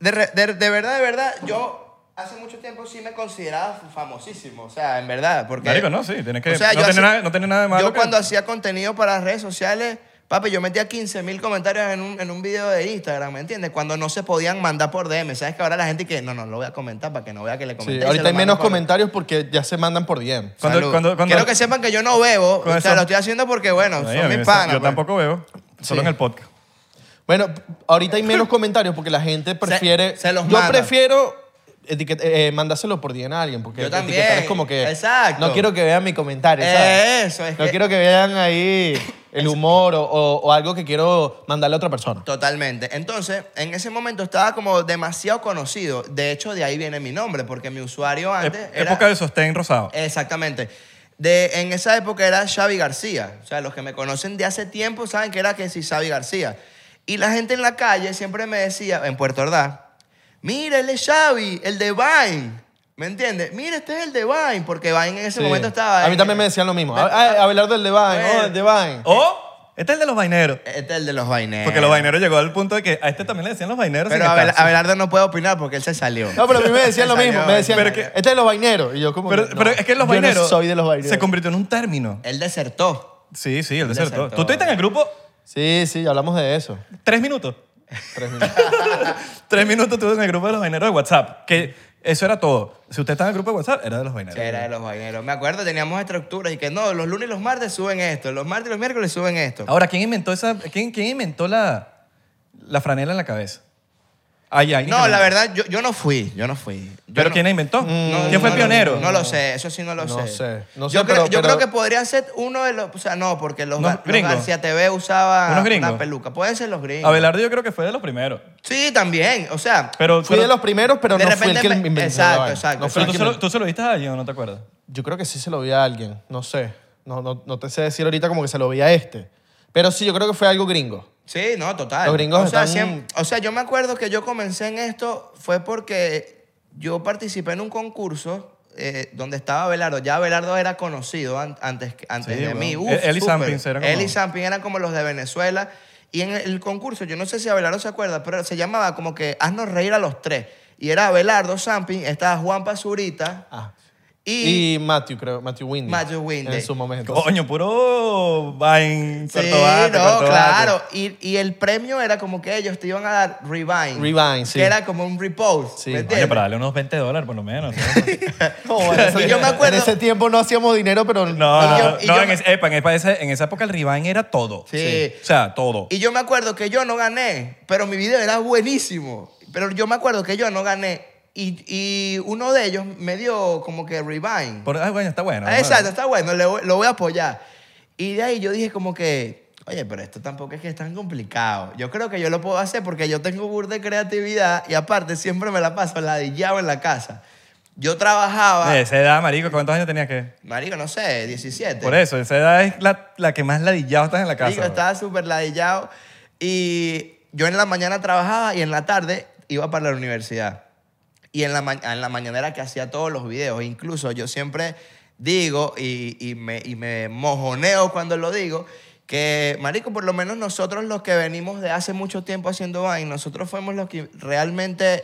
[SPEAKER 3] de, re- de- de verdad, de verdad, yo hace mucho tiempo sí me consideraba famosísimo. O sea, en verdad, porque...
[SPEAKER 2] Marico, no, sí, tienes que-
[SPEAKER 3] O sea,
[SPEAKER 2] no
[SPEAKER 3] yo
[SPEAKER 2] tiene
[SPEAKER 3] hacía-
[SPEAKER 2] nada- no tiene nada de malo
[SPEAKER 3] Yo
[SPEAKER 2] que-
[SPEAKER 3] cuando hacía contenido para redes sociales, papi, yo metía 15 mil comentarios en un, en un video de Instagram, ¿me entiendes? Cuando no se podían mandar por DM. ¿Sabes que ahora la gente que... No, no, lo voy a comentar para que no vea que le
[SPEAKER 4] Sí,
[SPEAKER 3] comenté. y se
[SPEAKER 4] ahorita
[SPEAKER 3] lo
[SPEAKER 4] hay
[SPEAKER 3] mando
[SPEAKER 4] menos
[SPEAKER 3] por-
[SPEAKER 4] comentarios porque ya se mandan por DM.
[SPEAKER 2] Cuando-
[SPEAKER 3] Salud.
[SPEAKER 2] cuando- cuando-
[SPEAKER 3] Quiero que sepan que yo no bebo.
[SPEAKER 2] Con
[SPEAKER 3] O sea,
[SPEAKER 2] eso-
[SPEAKER 3] lo estoy haciendo porque, bueno,
[SPEAKER 2] Ay, a mí
[SPEAKER 3] son mis
[SPEAKER 2] me-
[SPEAKER 3] panas.
[SPEAKER 2] Yo
[SPEAKER 3] pues.
[SPEAKER 2] tampoco veo, solo
[SPEAKER 3] Sí.
[SPEAKER 2] en el podcast.
[SPEAKER 4] Bueno, p- ahorita hay menos comentarios porque la gente prefiere.
[SPEAKER 3] se los
[SPEAKER 4] yo
[SPEAKER 3] manda.
[SPEAKER 4] prefiero etiquet- eh, mandárselo por DM a alguien porque
[SPEAKER 3] Yo también.
[SPEAKER 4] etiquetar es como que.
[SPEAKER 3] Exacto.
[SPEAKER 4] No quiero que vean mi comentario. ¿sabes?
[SPEAKER 3] Eso, es
[SPEAKER 4] No
[SPEAKER 3] que-
[SPEAKER 4] quiero que vean ahí el humor o, o- o algo que quiero mandarle a otra persona.
[SPEAKER 3] Totalmente. Entonces, en ese momento estaba como demasiado conocido. De hecho, de ahí viene mi nombre, porque mi usuario Ah, antes
[SPEAKER 2] Ep-
[SPEAKER 3] era... Eh,
[SPEAKER 2] Época de sostén rosado.
[SPEAKER 3] Exactamente. De, en esa época era Xavi García. O sea, los que me conocen de hace tiempo saben que era que sí, Xavi García. Y la gente en la calle siempre me decía, en Puerto Ordaz, mira, él es Xavi, el de Vine. ¿Me entiendes? Mira, este es el de Vine, porque Vine en ese
[SPEAKER 4] Sí.
[SPEAKER 3] momento estaba... eh,
[SPEAKER 4] A mí también me decían lo mismo. Ah, Abelardo del Devine.
[SPEAKER 3] Bueno.
[SPEAKER 4] Oh, el
[SPEAKER 3] eh.
[SPEAKER 4] Devine.
[SPEAKER 2] O, este es el de los vaineros.
[SPEAKER 3] Este es el de los vaineros.
[SPEAKER 2] Porque los vaineros llegó al punto de que a este también le decían los vaineros.
[SPEAKER 3] Pero
[SPEAKER 2] sin
[SPEAKER 3] Abel-
[SPEAKER 2] estar-
[SPEAKER 3] Abelardo no puede opinar porque él se salió.
[SPEAKER 4] No, pero a mí me decían lo
[SPEAKER 3] Salió,
[SPEAKER 4] mismo. Me decían,
[SPEAKER 2] pero que-
[SPEAKER 4] este es de los vaineros. Y yo como
[SPEAKER 2] pero,
[SPEAKER 4] que, no,
[SPEAKER 2] pero es que los
[SPEAKER 4] yo no
[SPEAKER 2] vaineros,
[SPEAKER 4] soy de los vaineros.
[SPEAKER 2] se convirtió en un término.
[SPEAKER 3] Él desertó.
[SPEAKER 2] Sí, sí, el
[SPEAKER 3] desertó.
[SPEAKER 2] desertó. Tú estuviste en el grupo
[SPEAKER 4] Sí, sí, hablamos de eso.
[SPEAKER 2] tres minutos.
[SPEAKER 4] Tres minutos.
[SPEAKER 2] Tres minutos estuve en el grupo de los vaineros de WhatsApp. Que eso era todo. Si usted estaba en el grupo de WhatsApp, era de los vaineros.
[SPEAKER 3] Era de los vaineros. Me acuerdo, teníamos estructuras y que no, los lunes y los martes suben esto, los martes y los miércoles suben esto.
[SPEAKER 2] Ahora, ¿quién inventó esa? ¿Quién, quién inventó la, la franela en la cabeza? Ay, ay,
[SPEAKER 3] No, la verdad, yo, yo no fui, yo no fui. Yo
[SPEAKER 2] ¿Pero
[SPEAKER 3] no- Mm,
[SPEAKER 2] quién la inventó?
[SPEAKER 3] No,
[SPEAKER 2] ¿Quién fue
[SPEAKER 3] no,
[SPEAKER 2] el pionero?
[SPEAKER 3] No, lo sé, eso sí no lo
[SPEAKER 4] No
[SPEAKER 3] sé.
[SPEAKER 4] sé, no sé,
[SPEAKER 3] yo creo,
[SPEAKER 4] pero-
[SPEAKER 3] yo
[SPEAKER 4] pero-
[SPEAKER 3] creo que podría ser uno de los. O sea, no, porque los,
[SPEAKER 2] Unos
[SPEAKER 3] Gar- los
[SPEAKER 2] gringos.
[SPEAKER 3] García TV usaba
[SPEAKER 2] Unos gringos.
[SPEAKER 3] una peluca. Pueden ser los gringos.
[SPEAKER 2] Abelardo yo creo que fue de los primeros.
[SPEAKER 3] Sí, también. O sea,
[SPEAKER 2] Pero,
[SPEAKER 4] Fui
[SPEAKER 2] pero-
[SPEAKER 4] de los primeros, pero
[SPEAKER 3] De
[SPEAKER 4] no fui el
[SPEAKER 3] repente
[SPEAKER 4] que
[SPEAKER 3] me-
[SPEAKER 4] inventó. la
[SPEAKER 3] exacto,
[SPEAKER 4] vaina.
[SPEAKER 3] exacto,
[SPEAKER 4] No fui
[SPEAKER 2] pero
[SPEAKER 4] el
[SPEAKER 2] tú,
[SPEAKER 4] que
[SPEAKER 2] se lo,
[SPEAKER 4] inventó.
[SPEAKER 2] tú se lo viste a alguien, ¿o ¿no te acuerdas?
[SPEAKER 4] Yo creo que sí se lo vi a alguien, no sé. No, no, no te sé decir ahorita como que se lo vi a este. Pero sí, yo creo que fue algo gringo.
[SPEAKER 3] Sí, no, total.
[SPEAKER 4] Los gringos
[SPEAKER 3] o sea,
[SPEAKER 4] están-
[SPEAKER 3] siem- o sea, yo me acuerdo que yo comencé en esto fue porque yo participé en un concurso eh, donde estaba Belardo. Ya Belardo era conocido an- antes, que- antes
[SPEAKER 2] Sí,
[SPEAKER 3] de
[SPEAKER 2] weón.
[SPEAKER 3] mí. Uf,
[SPEAKER 4] E-,
[SPEAKER 2] Él- él y
[SPEAKER 3] súper.
[SPEAKER 2] Sampins eran como-
[SPEAKER 3] Él y Sampins eran como los de Venezuela. Y en el concurso, yo no sé si Abelardo se acuerda, pero se llamaba como que Haznos reír a los tres. Y era Abelardo, Sampin, estaba Juan Pazurita
[SPEAKER 4] Ah.
[SPEAKER 3] y,
[SPEAKER 4] Y, Matthew, creo, Matthew Windy.
[SPEAKER 3] Matthew Windy.
[SPEAKER 4] En su momento.
[SPEAKER 2] Coño, puro vain,
[SPEAKER 3] Sí,
[SPEAKER 2] cuarto bate,
[SPEAKER 3] no,
[SPEAKER 2] cuarto bate.
[SPEAKER 3] claro. Y, y el premio era como que ellos te iban a dar Rewind.
[SPEAKER 4] Rewind, sí.
[SPEAKER 3] Que era como un repose.
[SPEAKER 4] Sí.
[SPEAKER 3] ¿me entiendes?
[SPEAKER 2] Coño, para darle unos 20 dólares por lo menos.
[SPEAKER 4] No, en ese-
[SPEAKER 3] Y yo me acuerdo-
[SPEAKER 4] En ese tiempo no hacíamos dinero, pero...
[SPEAKER 2] No,
[SPEAKER 3] Y
[SPEAKER 2] no,
[SPEAKER 3] yo-
[SPEAKER 2] no,
[SPEAKER 3] y
[SPEAKER 2] no,
[SPEAKER 3] yo-
[SPEAKER 2] en, ese- epa, en esa- en esa, época el Rivain era todo.
[SPEAKER 3] Sí.
[SPEAKER 2] O sea, todo.
[SPEAKER 3] Y yo me acuerdo que yo no gané, pero mi video era buenísimo. Pero yo me acuerdo que yo no gané. Y, y uno de ellos me dio como que Rewind.
[SPEAKER 2] Por- ah, bueno, está bueno.
[SPEAKER 3] Ah, Exacto, está bueno, le voy- lo voy a apoyar. Y de ahí yo dije como que, oye, pero esto tampoco es que es tan complicado. Yo creo que yo lo puedo hacer porque yo tengo burda de creatividad y aparte siempre me la paso ladillado en la casa. Yo trabajaba,
[SPEAKER 2] De esa edad, marico, ¿cuántos años tenías que...?
[SPEAKER 3] marico, no sé, 17.
[SPEAKER 2] Por eso, esa edad es la, la que más ladillado estás en la casa.
[SPEAKER 3] Marico,
[SPEAKER 2] bro.
[SPEAKER 3] estaba súper ladillado y yo en la mañana trabajaba y en la tarde iba para la universidad. Y en la, ma- en la mañana era que hacía todos los videos. Incluso yo siempre digo y, y me, y me mojoneo cuando lo digo que, marico, por lo menos nosotros los que venimos de hace mucho tiempo haciendo Vine, nosotros fuimos los que realmente...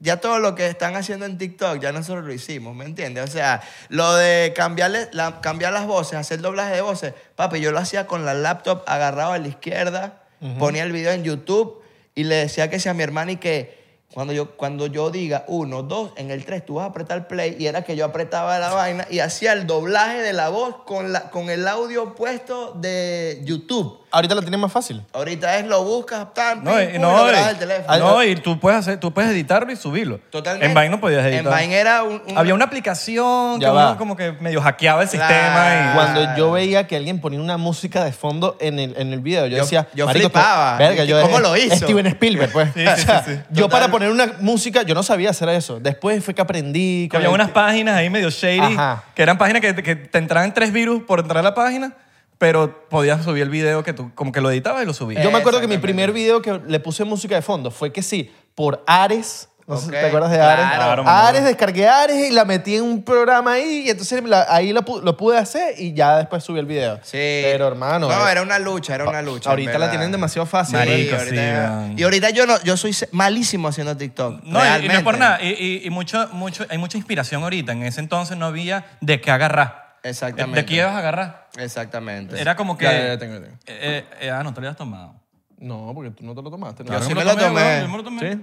[SPEAKER 3] Ya todo lo que están haciendo en TikTok, ya nosotros lo hicimos, ¿me entiendes? O sea, lo de cambiarle, la- cambiar las voces, hacer doblaje de voces, papi, yo lo hacía con la laptop agarrado a la izquierda, ponía el video en YouTube y le decía que sea mi hermana y que cuando yo, cuando yo diga uno, dos, en el tres, tú vas a apretar play y era que yo apretaba la vaina y hacía el doblaje de la voz con, la, con el audio puesto de YouTube.
[SPEAKER 4] ahorita la tienes más fácil.
[SPEAKER 3] Ahorita es lo buscas, tan,
[SPEAKER 2] No,
[SPEAKER 3] pim,
[SPEAKER 2] y,
[SPEAKER 3] pum,
[SPEAKER 2] no,
[SPEAKER 3] y lo
[SPEAKER 2] y-
[SPEAKER 3] grabas del teléfono.
[SPEAKER 2] no, y tú puedes, hacer, tú puedes editarlo y subirlo.
[SPEAKER 3] Totalmente.
[SPEAKER 2] En Vine no podías editar.
[SPEAKER 3] En Vine era un... un-
[SPEAKER 2] Había una aplicación
[SPEAKER 4] Ya
[SPEAKER 2] que
[SPEAKER 4] va.
[SPEAKER 2] uno como que medio hackeaba el
[SPEAKER 3] Claro.
[SPEAKER 2] sistema. Y,
[SPEAKER 4] Cuando yo veía que alguien ponía una música de fondo en el, en el video, yo,
[SPEAKER 3] Yo-
[SPEAKER 4] decía,
[SPEAKER 3] yo
[SPEAKER 4] "Marico, esto-
[SPEAKER 3] flipaba.
[SPEAKER 4] verga, yo-
[SPEAKER 3] ¿Cómo lo
[SPEAKER 4] es-
[SPEAKER 3] hizo?
[SPEAKER 4] es Steven Spielberg, pues.
[SPEAKER 2] Sí, sí, sí,
[SPEAKER 4] O sea,
[SPEAKER 2] sí.
[SPEAKER 4] Yo
[SPEAKER 3] Total.
[SPEAKER 4] para poner una música, yo no sabía hacer eso. Después fue que aprendí.
[SPEAKER 2] que había
[SPEAKER 4] con el-
[SPEAKER 2] unas páginas ahí medio shady,
[SPEAKER 4] Ajá.
[SPEAKER 2] que eran páginas que, que te entraban tres virus por entrar a la página, pero podías subir el video que tú como que lo editabas y lo subías.
[SPEAKER 3] Eh,
[SPEAKER 4] Yo me acuerdo que mi
[SPEAKER 3] Exactamente.
[SPEAKER 4] primer video que le puse música de fondo fue que sí, por Ares. No sé si
[SPEAKER 3] Ok,
[SPEAKER 4] te acuerdas de Ares.
[SPEAKER 3] claro.
[SPEAKER 2] Claro, mamá.
[SPEAKER 4] Ares, descargué Ares y la metí en un programa ahí y entonces la- ahí lo, pu- lo pude hacer y ya después subí el video.
[SPEAKER 3] Sí.
[SPEAKER 4] Pero hermano.
[SPEAKER 3] No,
[SPEAKER 4] eh,
[SPEAKER 3] era una lucha, era una lucha. en
[SPEAKER 4] Ahorita la
[SPEAKER 3] verdad.
[SPEAKER 4] tienen demasiado fácil.
[SPEAKER 2] Marico,
[SPEAKER 3] ahorita-
[SPEAKER 2] sí, man.
[SPEAKER 3] Y ahorita yo no, yo soy se- malísimo haciendo TikTok.
[SPEAKER 2] No, y- y, no es por
[SPEAKER 3] realmente.
[SPEAKER 2] nada. Y, y- y mucho, mucho, hay mucha inspiración ahorita. En ese entonces no había de qué agarrar.
[SPEAKER 3] Exactamente.
[SPEAKER 2] ¿De qué ibas a agarrar?
[SPEAKER 3] Exactamente.
[SPEAKER 2] Era como que...
[SPEAKER 4] Ya, ya, ya, tengo, ya, tengo.
[SPEAKER 2] Eh, eh, ah, no te lo habías tomado.
[SPEAKER 4] No, porque tú no te lo tomaste. ¿no?
[SPEAKER 3] Yo
[SPEAKER 2] Claro
[SPEAKER 3] sí
[SPEAKER 2] que
[SPEAKER 3] me lo tomé.
[SPEAKER 2] weón, yo me lo tomé.
[SPEAKER 4] ¿Sí?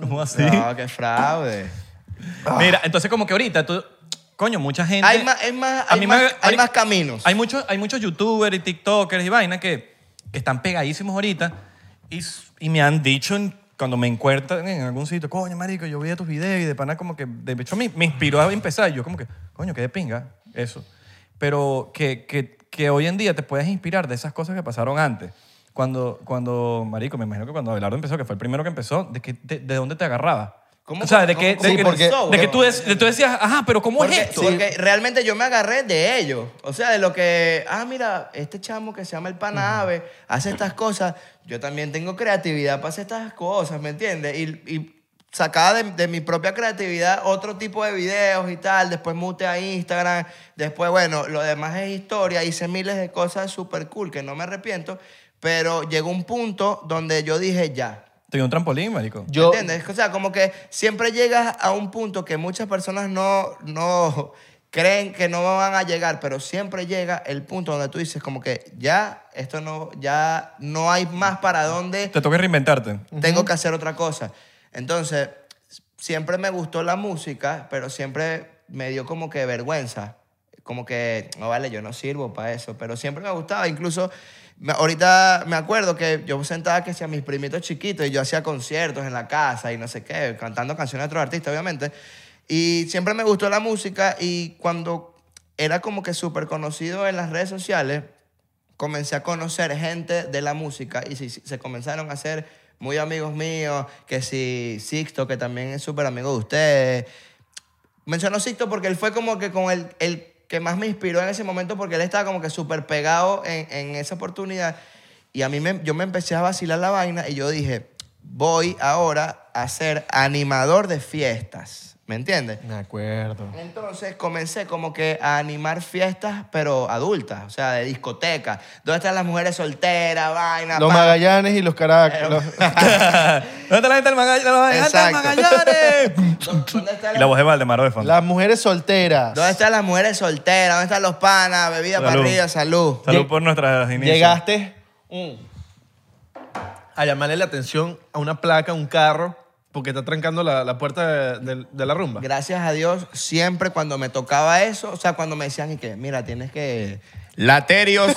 [SPEAKER 2] ¿Cómo así?
[SPEAKER 3] No, qué fraude.
[SPEAKER 2] Mira, entonces como que ahorita tú... Coño, mucha gente...
[SPEAKER 3] Hay más, hay más,
[SPEAKER 2] A
[SPEAKER 3] hay
[SPEAKER 2] mí me-
[SPEAKER 3] más, hay
[SPEAKER 2] ahorita-
[SPEAKER 3] más caminos.
[SPEAKER 2] Hay muchos, hay muchos youtubers y tiktokers y vainas que, que están pegadísimos ahorita y, s- y me han dicho en- cuando me encuentran en algún sitio, coño, marico, yo veía tus videos y de pana como que, de hecho, me, me inspiró a empezar. Y yo como que, coño, qué de pinga eso. Pero que, que, que hoy en día te puedes inspirar de esas cosas que pasaron antes. Cuando, cuando, marico, me imagino que cuando Abelardo empezó, que fue el primero que empezó, ¿de, qué- de, de dónde te agarrabas?
[SPEAKER 3] ¿Cómo-
[SPEAKER 2] o sea, de que,
[SPEAKER 3] cómo-
[SPEAKER 2] de
[SPEAKER 4] sí,
[SPEAKER 2] que-
[SPEAKER 4] porque-
[SPEAKER 2] de que tú, des- de- tú decías, ajá, pero ¿cómo
[SPEAKER 3] Porque,
[SPEAKER 2] es esto?
[SPEAKER 3] porque realmente yo me agarré de ellos. O sea, de lo que, ah, mira, este chamo que se llama el Panave hace estas cosas. Yo también tengo creatividad para hacer estas cosas, ¿me entiendes? Y, y sacaba de, de mi propia creatividad otro tipo de videos y tal. Después mute a Instagram. Después, bueno, lo demás es historia. Hice miles de cosas súper cool que no me arrepiento. Pero llegó un punto donde yo dije, ya,
[SPEAKER 2] Te dio un trampolín, marico.
[SPEAKER 4] Yo,
[SPEAKER 3] ¿Entiendes? O sea, como que siempre llegas a un punto que muchas personas no, no creen que no van a llegar, pero siempre llega el punto donde tú dices como que ya esto no, ya no hay más para dónde,
[SPEAKER 2] Te toca reinventarte.
[SPEAKER 3] tengo que hacer otra cosa. Entonces, siempre me gustó la música, pero siempre me dio como que vergüenza. Como que, no vale, yo no sirvo para eso, pero siempre me gustaba. Incluso me- ahorita me acuerdo que yo sentaba que si a mis primitos chiquitos y yo hacía conciertos en la casa y no sé qué, cantando canciones de otros artistas, obviamente. Y siempre me gustó la música y cuando era como que súper conocido en las redes sociales, comencé a conocer gente de la música y se, se comenzaron a hacer muy amigos míos, que si Sixto, que también es súper amigo de ustedes. Menciono Sixto porque él fue como que con el, el que más me inspiró en ese momento porque él estaba como que súper pegado en, en esa oportunidad y a mí me, yo me empecé a vacilar la vaina y yo dije, voy ahora a ser animador de fiestas, ¿me entiendes?
[SPEAKER 4] me acuerdo.
[SPEAKER 3] Entonces comencé como que a animar fiestas, pero adultas, o sea, de discotecas. ¿Dónde están las mujeres solteras, vaina?
[SPEAKER 4] Los
[SPEAKER 3] pa-
[SPEAKER 4] Magallanes y los Caracas. los-
[SPEAKER 2] ¿Dónde está la gente del Magallanes? ¿Dónde está el
[SPEAKER 3] Exacto.
[SPEAKER 2] Magallanes?
[SPEAKER 3] ¿Dónde están
[SPEAKER 2] y la
[SPEAKER 3] las,
[SPEAKER 2] voz de Valdemar de fondo.
[SPEAKER 4] las mujeres solteras.
[SPEAKER 3] ¿Dónde están las mujeres solteras? ¿Dónde están los panas? Bebida para
[SPEAKER 2] Salud.
[SPEAKER 3] arriba, salud.
[SPEAKER 2] Salud
[SPEAKER 4] Lleg-
[SPEAKER 2] por nuestras inicios.
[SPEAKER 4] Llegaste mm, a llamarle la atención a una placa, a un carro, porque está trancando la, la puerta de, de- de la rumba.
[SPEAKER 3] Gracias a Dios, siempre cuando me tocaba eso, o sea, cuando me decían y que, mira, tienes que... Laterios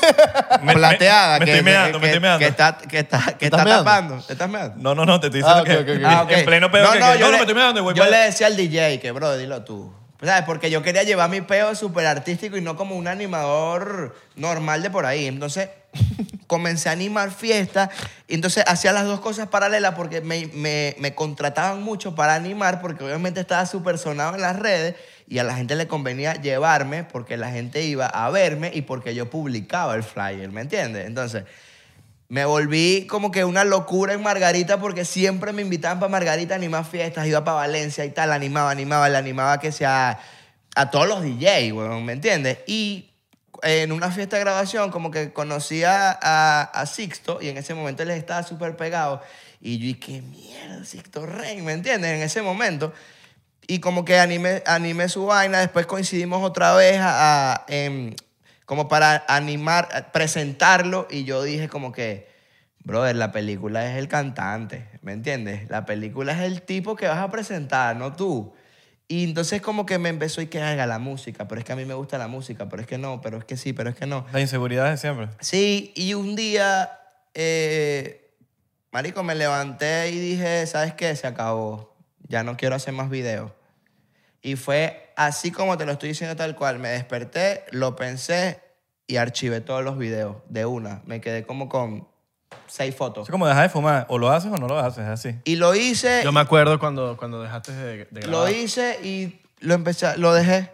[SPEAKER 2] Me-
[SPEAKER 3] plateada.
[SPEAKER 2] me- me
[SPEAKER 3] que,
[SPEAKER 2] estoy meando, me
[SPEAKER 3] que-
[SPEAKER 2] estoy meando.
[SPEAKER 3] Que está, que está, que
[SPEAKER 4] estás
[SPEAKER 3] está
[SPEAKER 4] meando?
[SPEAKER 3] tapando. ¿Te estás meando?
[SPEAKER 2] No, no, no, te estoy diciendo
[SPEAKER 4] Ah, ok,
[SPEAKER 2] que,
[SPEAKER 4] ok, ok.
[SPEAKER 3] Ah, ok.
[SPEAKER 2] en pleno pedo.
[SPEAKER 3] No,
[SPEAKER 2] que,
[SPEAKER 3] no,
[SPEAKER 2] que-
[SPEAKER 3] yo,
[SPEAKER 2] no, no,
[SPEAKER 3] le,
[SPEAKER 2] me estoy mirando, güey.
[SPEAKER 3] yo
[SPEAKER 2] voy-
[SPEAKER 3] le decía al DJ que, bro, dilo tú. ¿Sabes? Porque yo quería llevar mi peo súper artístico y no como un animador normal de por ahí. Entonces comencé a animar fiestas y entonces hacía las dos cosas paralelas porque me, me- me contrataban mucho para animar porque obviamente estaba súper sonado en las redes y a la gente le convenía llevarme porque la gente iba a verme y porque yo publicaba el flyer, ¿me entiendes? Entonces me volví como que una locura en Margarita porque siempre me invitaban para Margarita a animar fiestas, iba para Valencia y tal, animaba, animaba, le animaba que sea a todos los DJs, weón, ¿me entiendes? Y en una fiesta de grabación como que conocí a, a- a Sixto y en ese momento él estaba súper pegado y yo, y qué mierda, Sixto Rey, ¿me entiendes? En ese momento. Y como que animé, animé su vaina, después coincidimos otra vez a, a- en- como para animar, a presentarlo y yo dije como que, brother, la película es el cantante, ¿me entiendes? La película es el tipo que vas a presentar, no tú. Y entonces como que me empezó y que haga la música, pero es que a mí me gusta la música, pero es que no, pero es que sí, pero es que no.
[SPEAKER 2] Las inseguridades de siempre.
[SPEAKER 3] Sí, y un día, eh, marico, me levanté y dije, ¿sabes qué? Se acabó. Ya no quiero hacer más videos. Y fue así como te lo estoy diciendo tal cual. Me desperté, lo pensé y archivé todos los videos de una. Me quedé como con seis fotos.
[SPEAKER 2] Es como dejar de fumar. O lo haces o no lo haces, es así.
[SPEAKER 3] Y lo hice,
[SPEAKER 5] Yo me acuerdo cuando, cuando dejaste de, de
[SPEAKER 3] lo
[SPEAKER 5] grabar.
[SPEAKER 3] hice y lo empecé, a- lo dejé.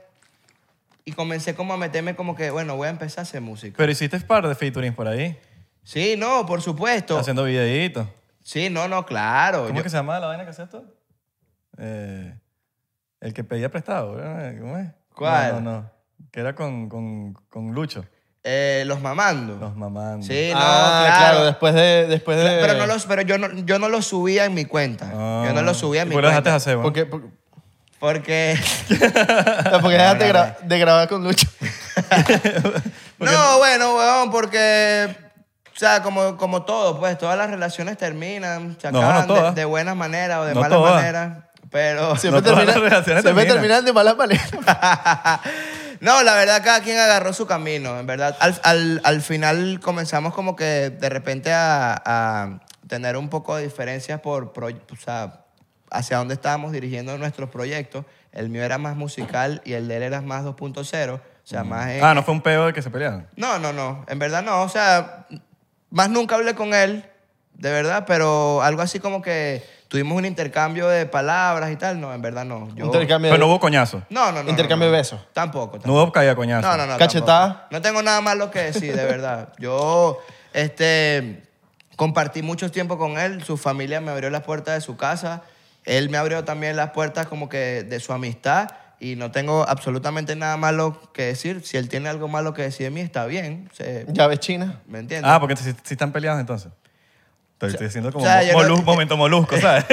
[SPEAKER 3] Y comencé como a meterme como que, bueno, voy a empezar a hacer música.
[SPEAKER 2] Pero hiciste par de featuring por ahí.
[SPEAKER 3] Sí, no, por supuesto.
[SPEAKER 2] Haciendo videitos.
[SPEAKER 3] Sí, no, no, claro.
[SPEAKER 2] ¿Cómo
[SPEAKER 3] Yo-
[SPEAKER 2] es que se llama la vaina que hacías tú? Eh, el que pedía prestado, ¿verdad? ¿cómo es?
[SPEAKER 3] ¿Cuál?
[SPEAKER 2] No, no, no. Que era con, con, con Lucho.
[SPEAKER 3] Eh, los mamando.
[SPEAKER 2] Los mamando.
[SPEAKER 3] Sí,
[SPEAKER 4] Ah,
[SPEAKER 3] no, claro.
[SPEAKER 4] después de... Después de
[SPEAKER 3] Pero, no los, pero yo, no, yo no los subía en mi cuenta.
[SPEAKER 2] eh. Ah.
[SPEAKER 3] Yo no los subía en
[SPEAKER 2] ¿Y
[SPEAKER 3] mi
[SPEAKER 2] por qué lo dejaste
[SPEAKER 3] cuenta.
[SPEAKER 2] de hacer, weón?
[SPEAKER 4] Porque, porque,
[SPEAKER 3] Porque.
[SPEAKER 4] porque dejaste de, gra- de grabar con Lucho.
[SPEAKER 3] no, bueno, weón, porque. O sea, como, como todo, pues todas las relaciones terminan, se
[SPEAKER 2] No,
[SPEAKER 3] acaban
[SPEAKER 2] no
[SPEAKER 3] de-
[SPEAKER 2] todas.
[SPEAKER 3] de, buenas maneras o de
[SPEAKER 2] No
[SPEAKER 3] malas
[SPEAKER 2] todas.
[SPEAKER 3] maneras. Pero.
[SPEAKER 4] Siempre,
[SPEAKER 2] No, todas las
[SPEAKER 4] termina-
[SPEAKER 2] relaciones
[SPEAKER 4] siempre
[SPEAKER 2] terminan.
[SPEAKER 4] terminan de malas maneras.
[SPEAKER 3] no, la verdad, cada quien agarró su camino, en verdad. Al, al- al final comenzamos como que de repente a, a tener un poco de diferencias por, pro- o sea, hacia dónde estábamos dirigiendo nuestros proyectos. El mío era más musical y el de él era más 2.0, o sea, más... en-
[SPEAKER 2] Ah, no fue un peo de que se pelearon.
[SPEAKER 3] no, no, no. En verdad no. O sea, más nunca hablé con él, de verdad, pero algo así como que tuvimos un intercambio de palabras y tal. No, en verdad no. Yo-
[SPEAKER 4] Intercambio,
[SPEAKER 2] Pero no hubo coñazo.
[SPEAKER 3] No, no, no, no.
[SPEAKER 4] intercambio
[SPEAKER 3] no.
[SPEAKER 4] de besos.
[SPEAKER 3] Tampoco, tampoco.
[SPEAKER 2] No hubo caída coñazo.
[SPEAKER 3] No, no, no.
[SPEAKER 4] Cachetada.
[SPEAKER 3] tampoco. No tengo nada malo que decir, de verdad. Yo, este, compartí mucho tiempo con él. Su familia me abrió las puertas de su casa. Él me abrió también las puertas como que de su amistad. Y no tengo absolutamente nada malo que decir. Si él tiene algo malo que decir de mí, está bien. Se-
[SPEAKER 4] Llaves chinas.
[SPEAKER 3] ¿Me entiendes?
[SPEAKER 2] Ah, porque si, si están peleados entonces. Estoy, estoy haciendo como
[SPEAKER 3] o sea,
[SPEAKER 2] mo-
[SPEAKER 3] yo no-
[SPEAKER 2] molusco, momento molusco, ¿sabes?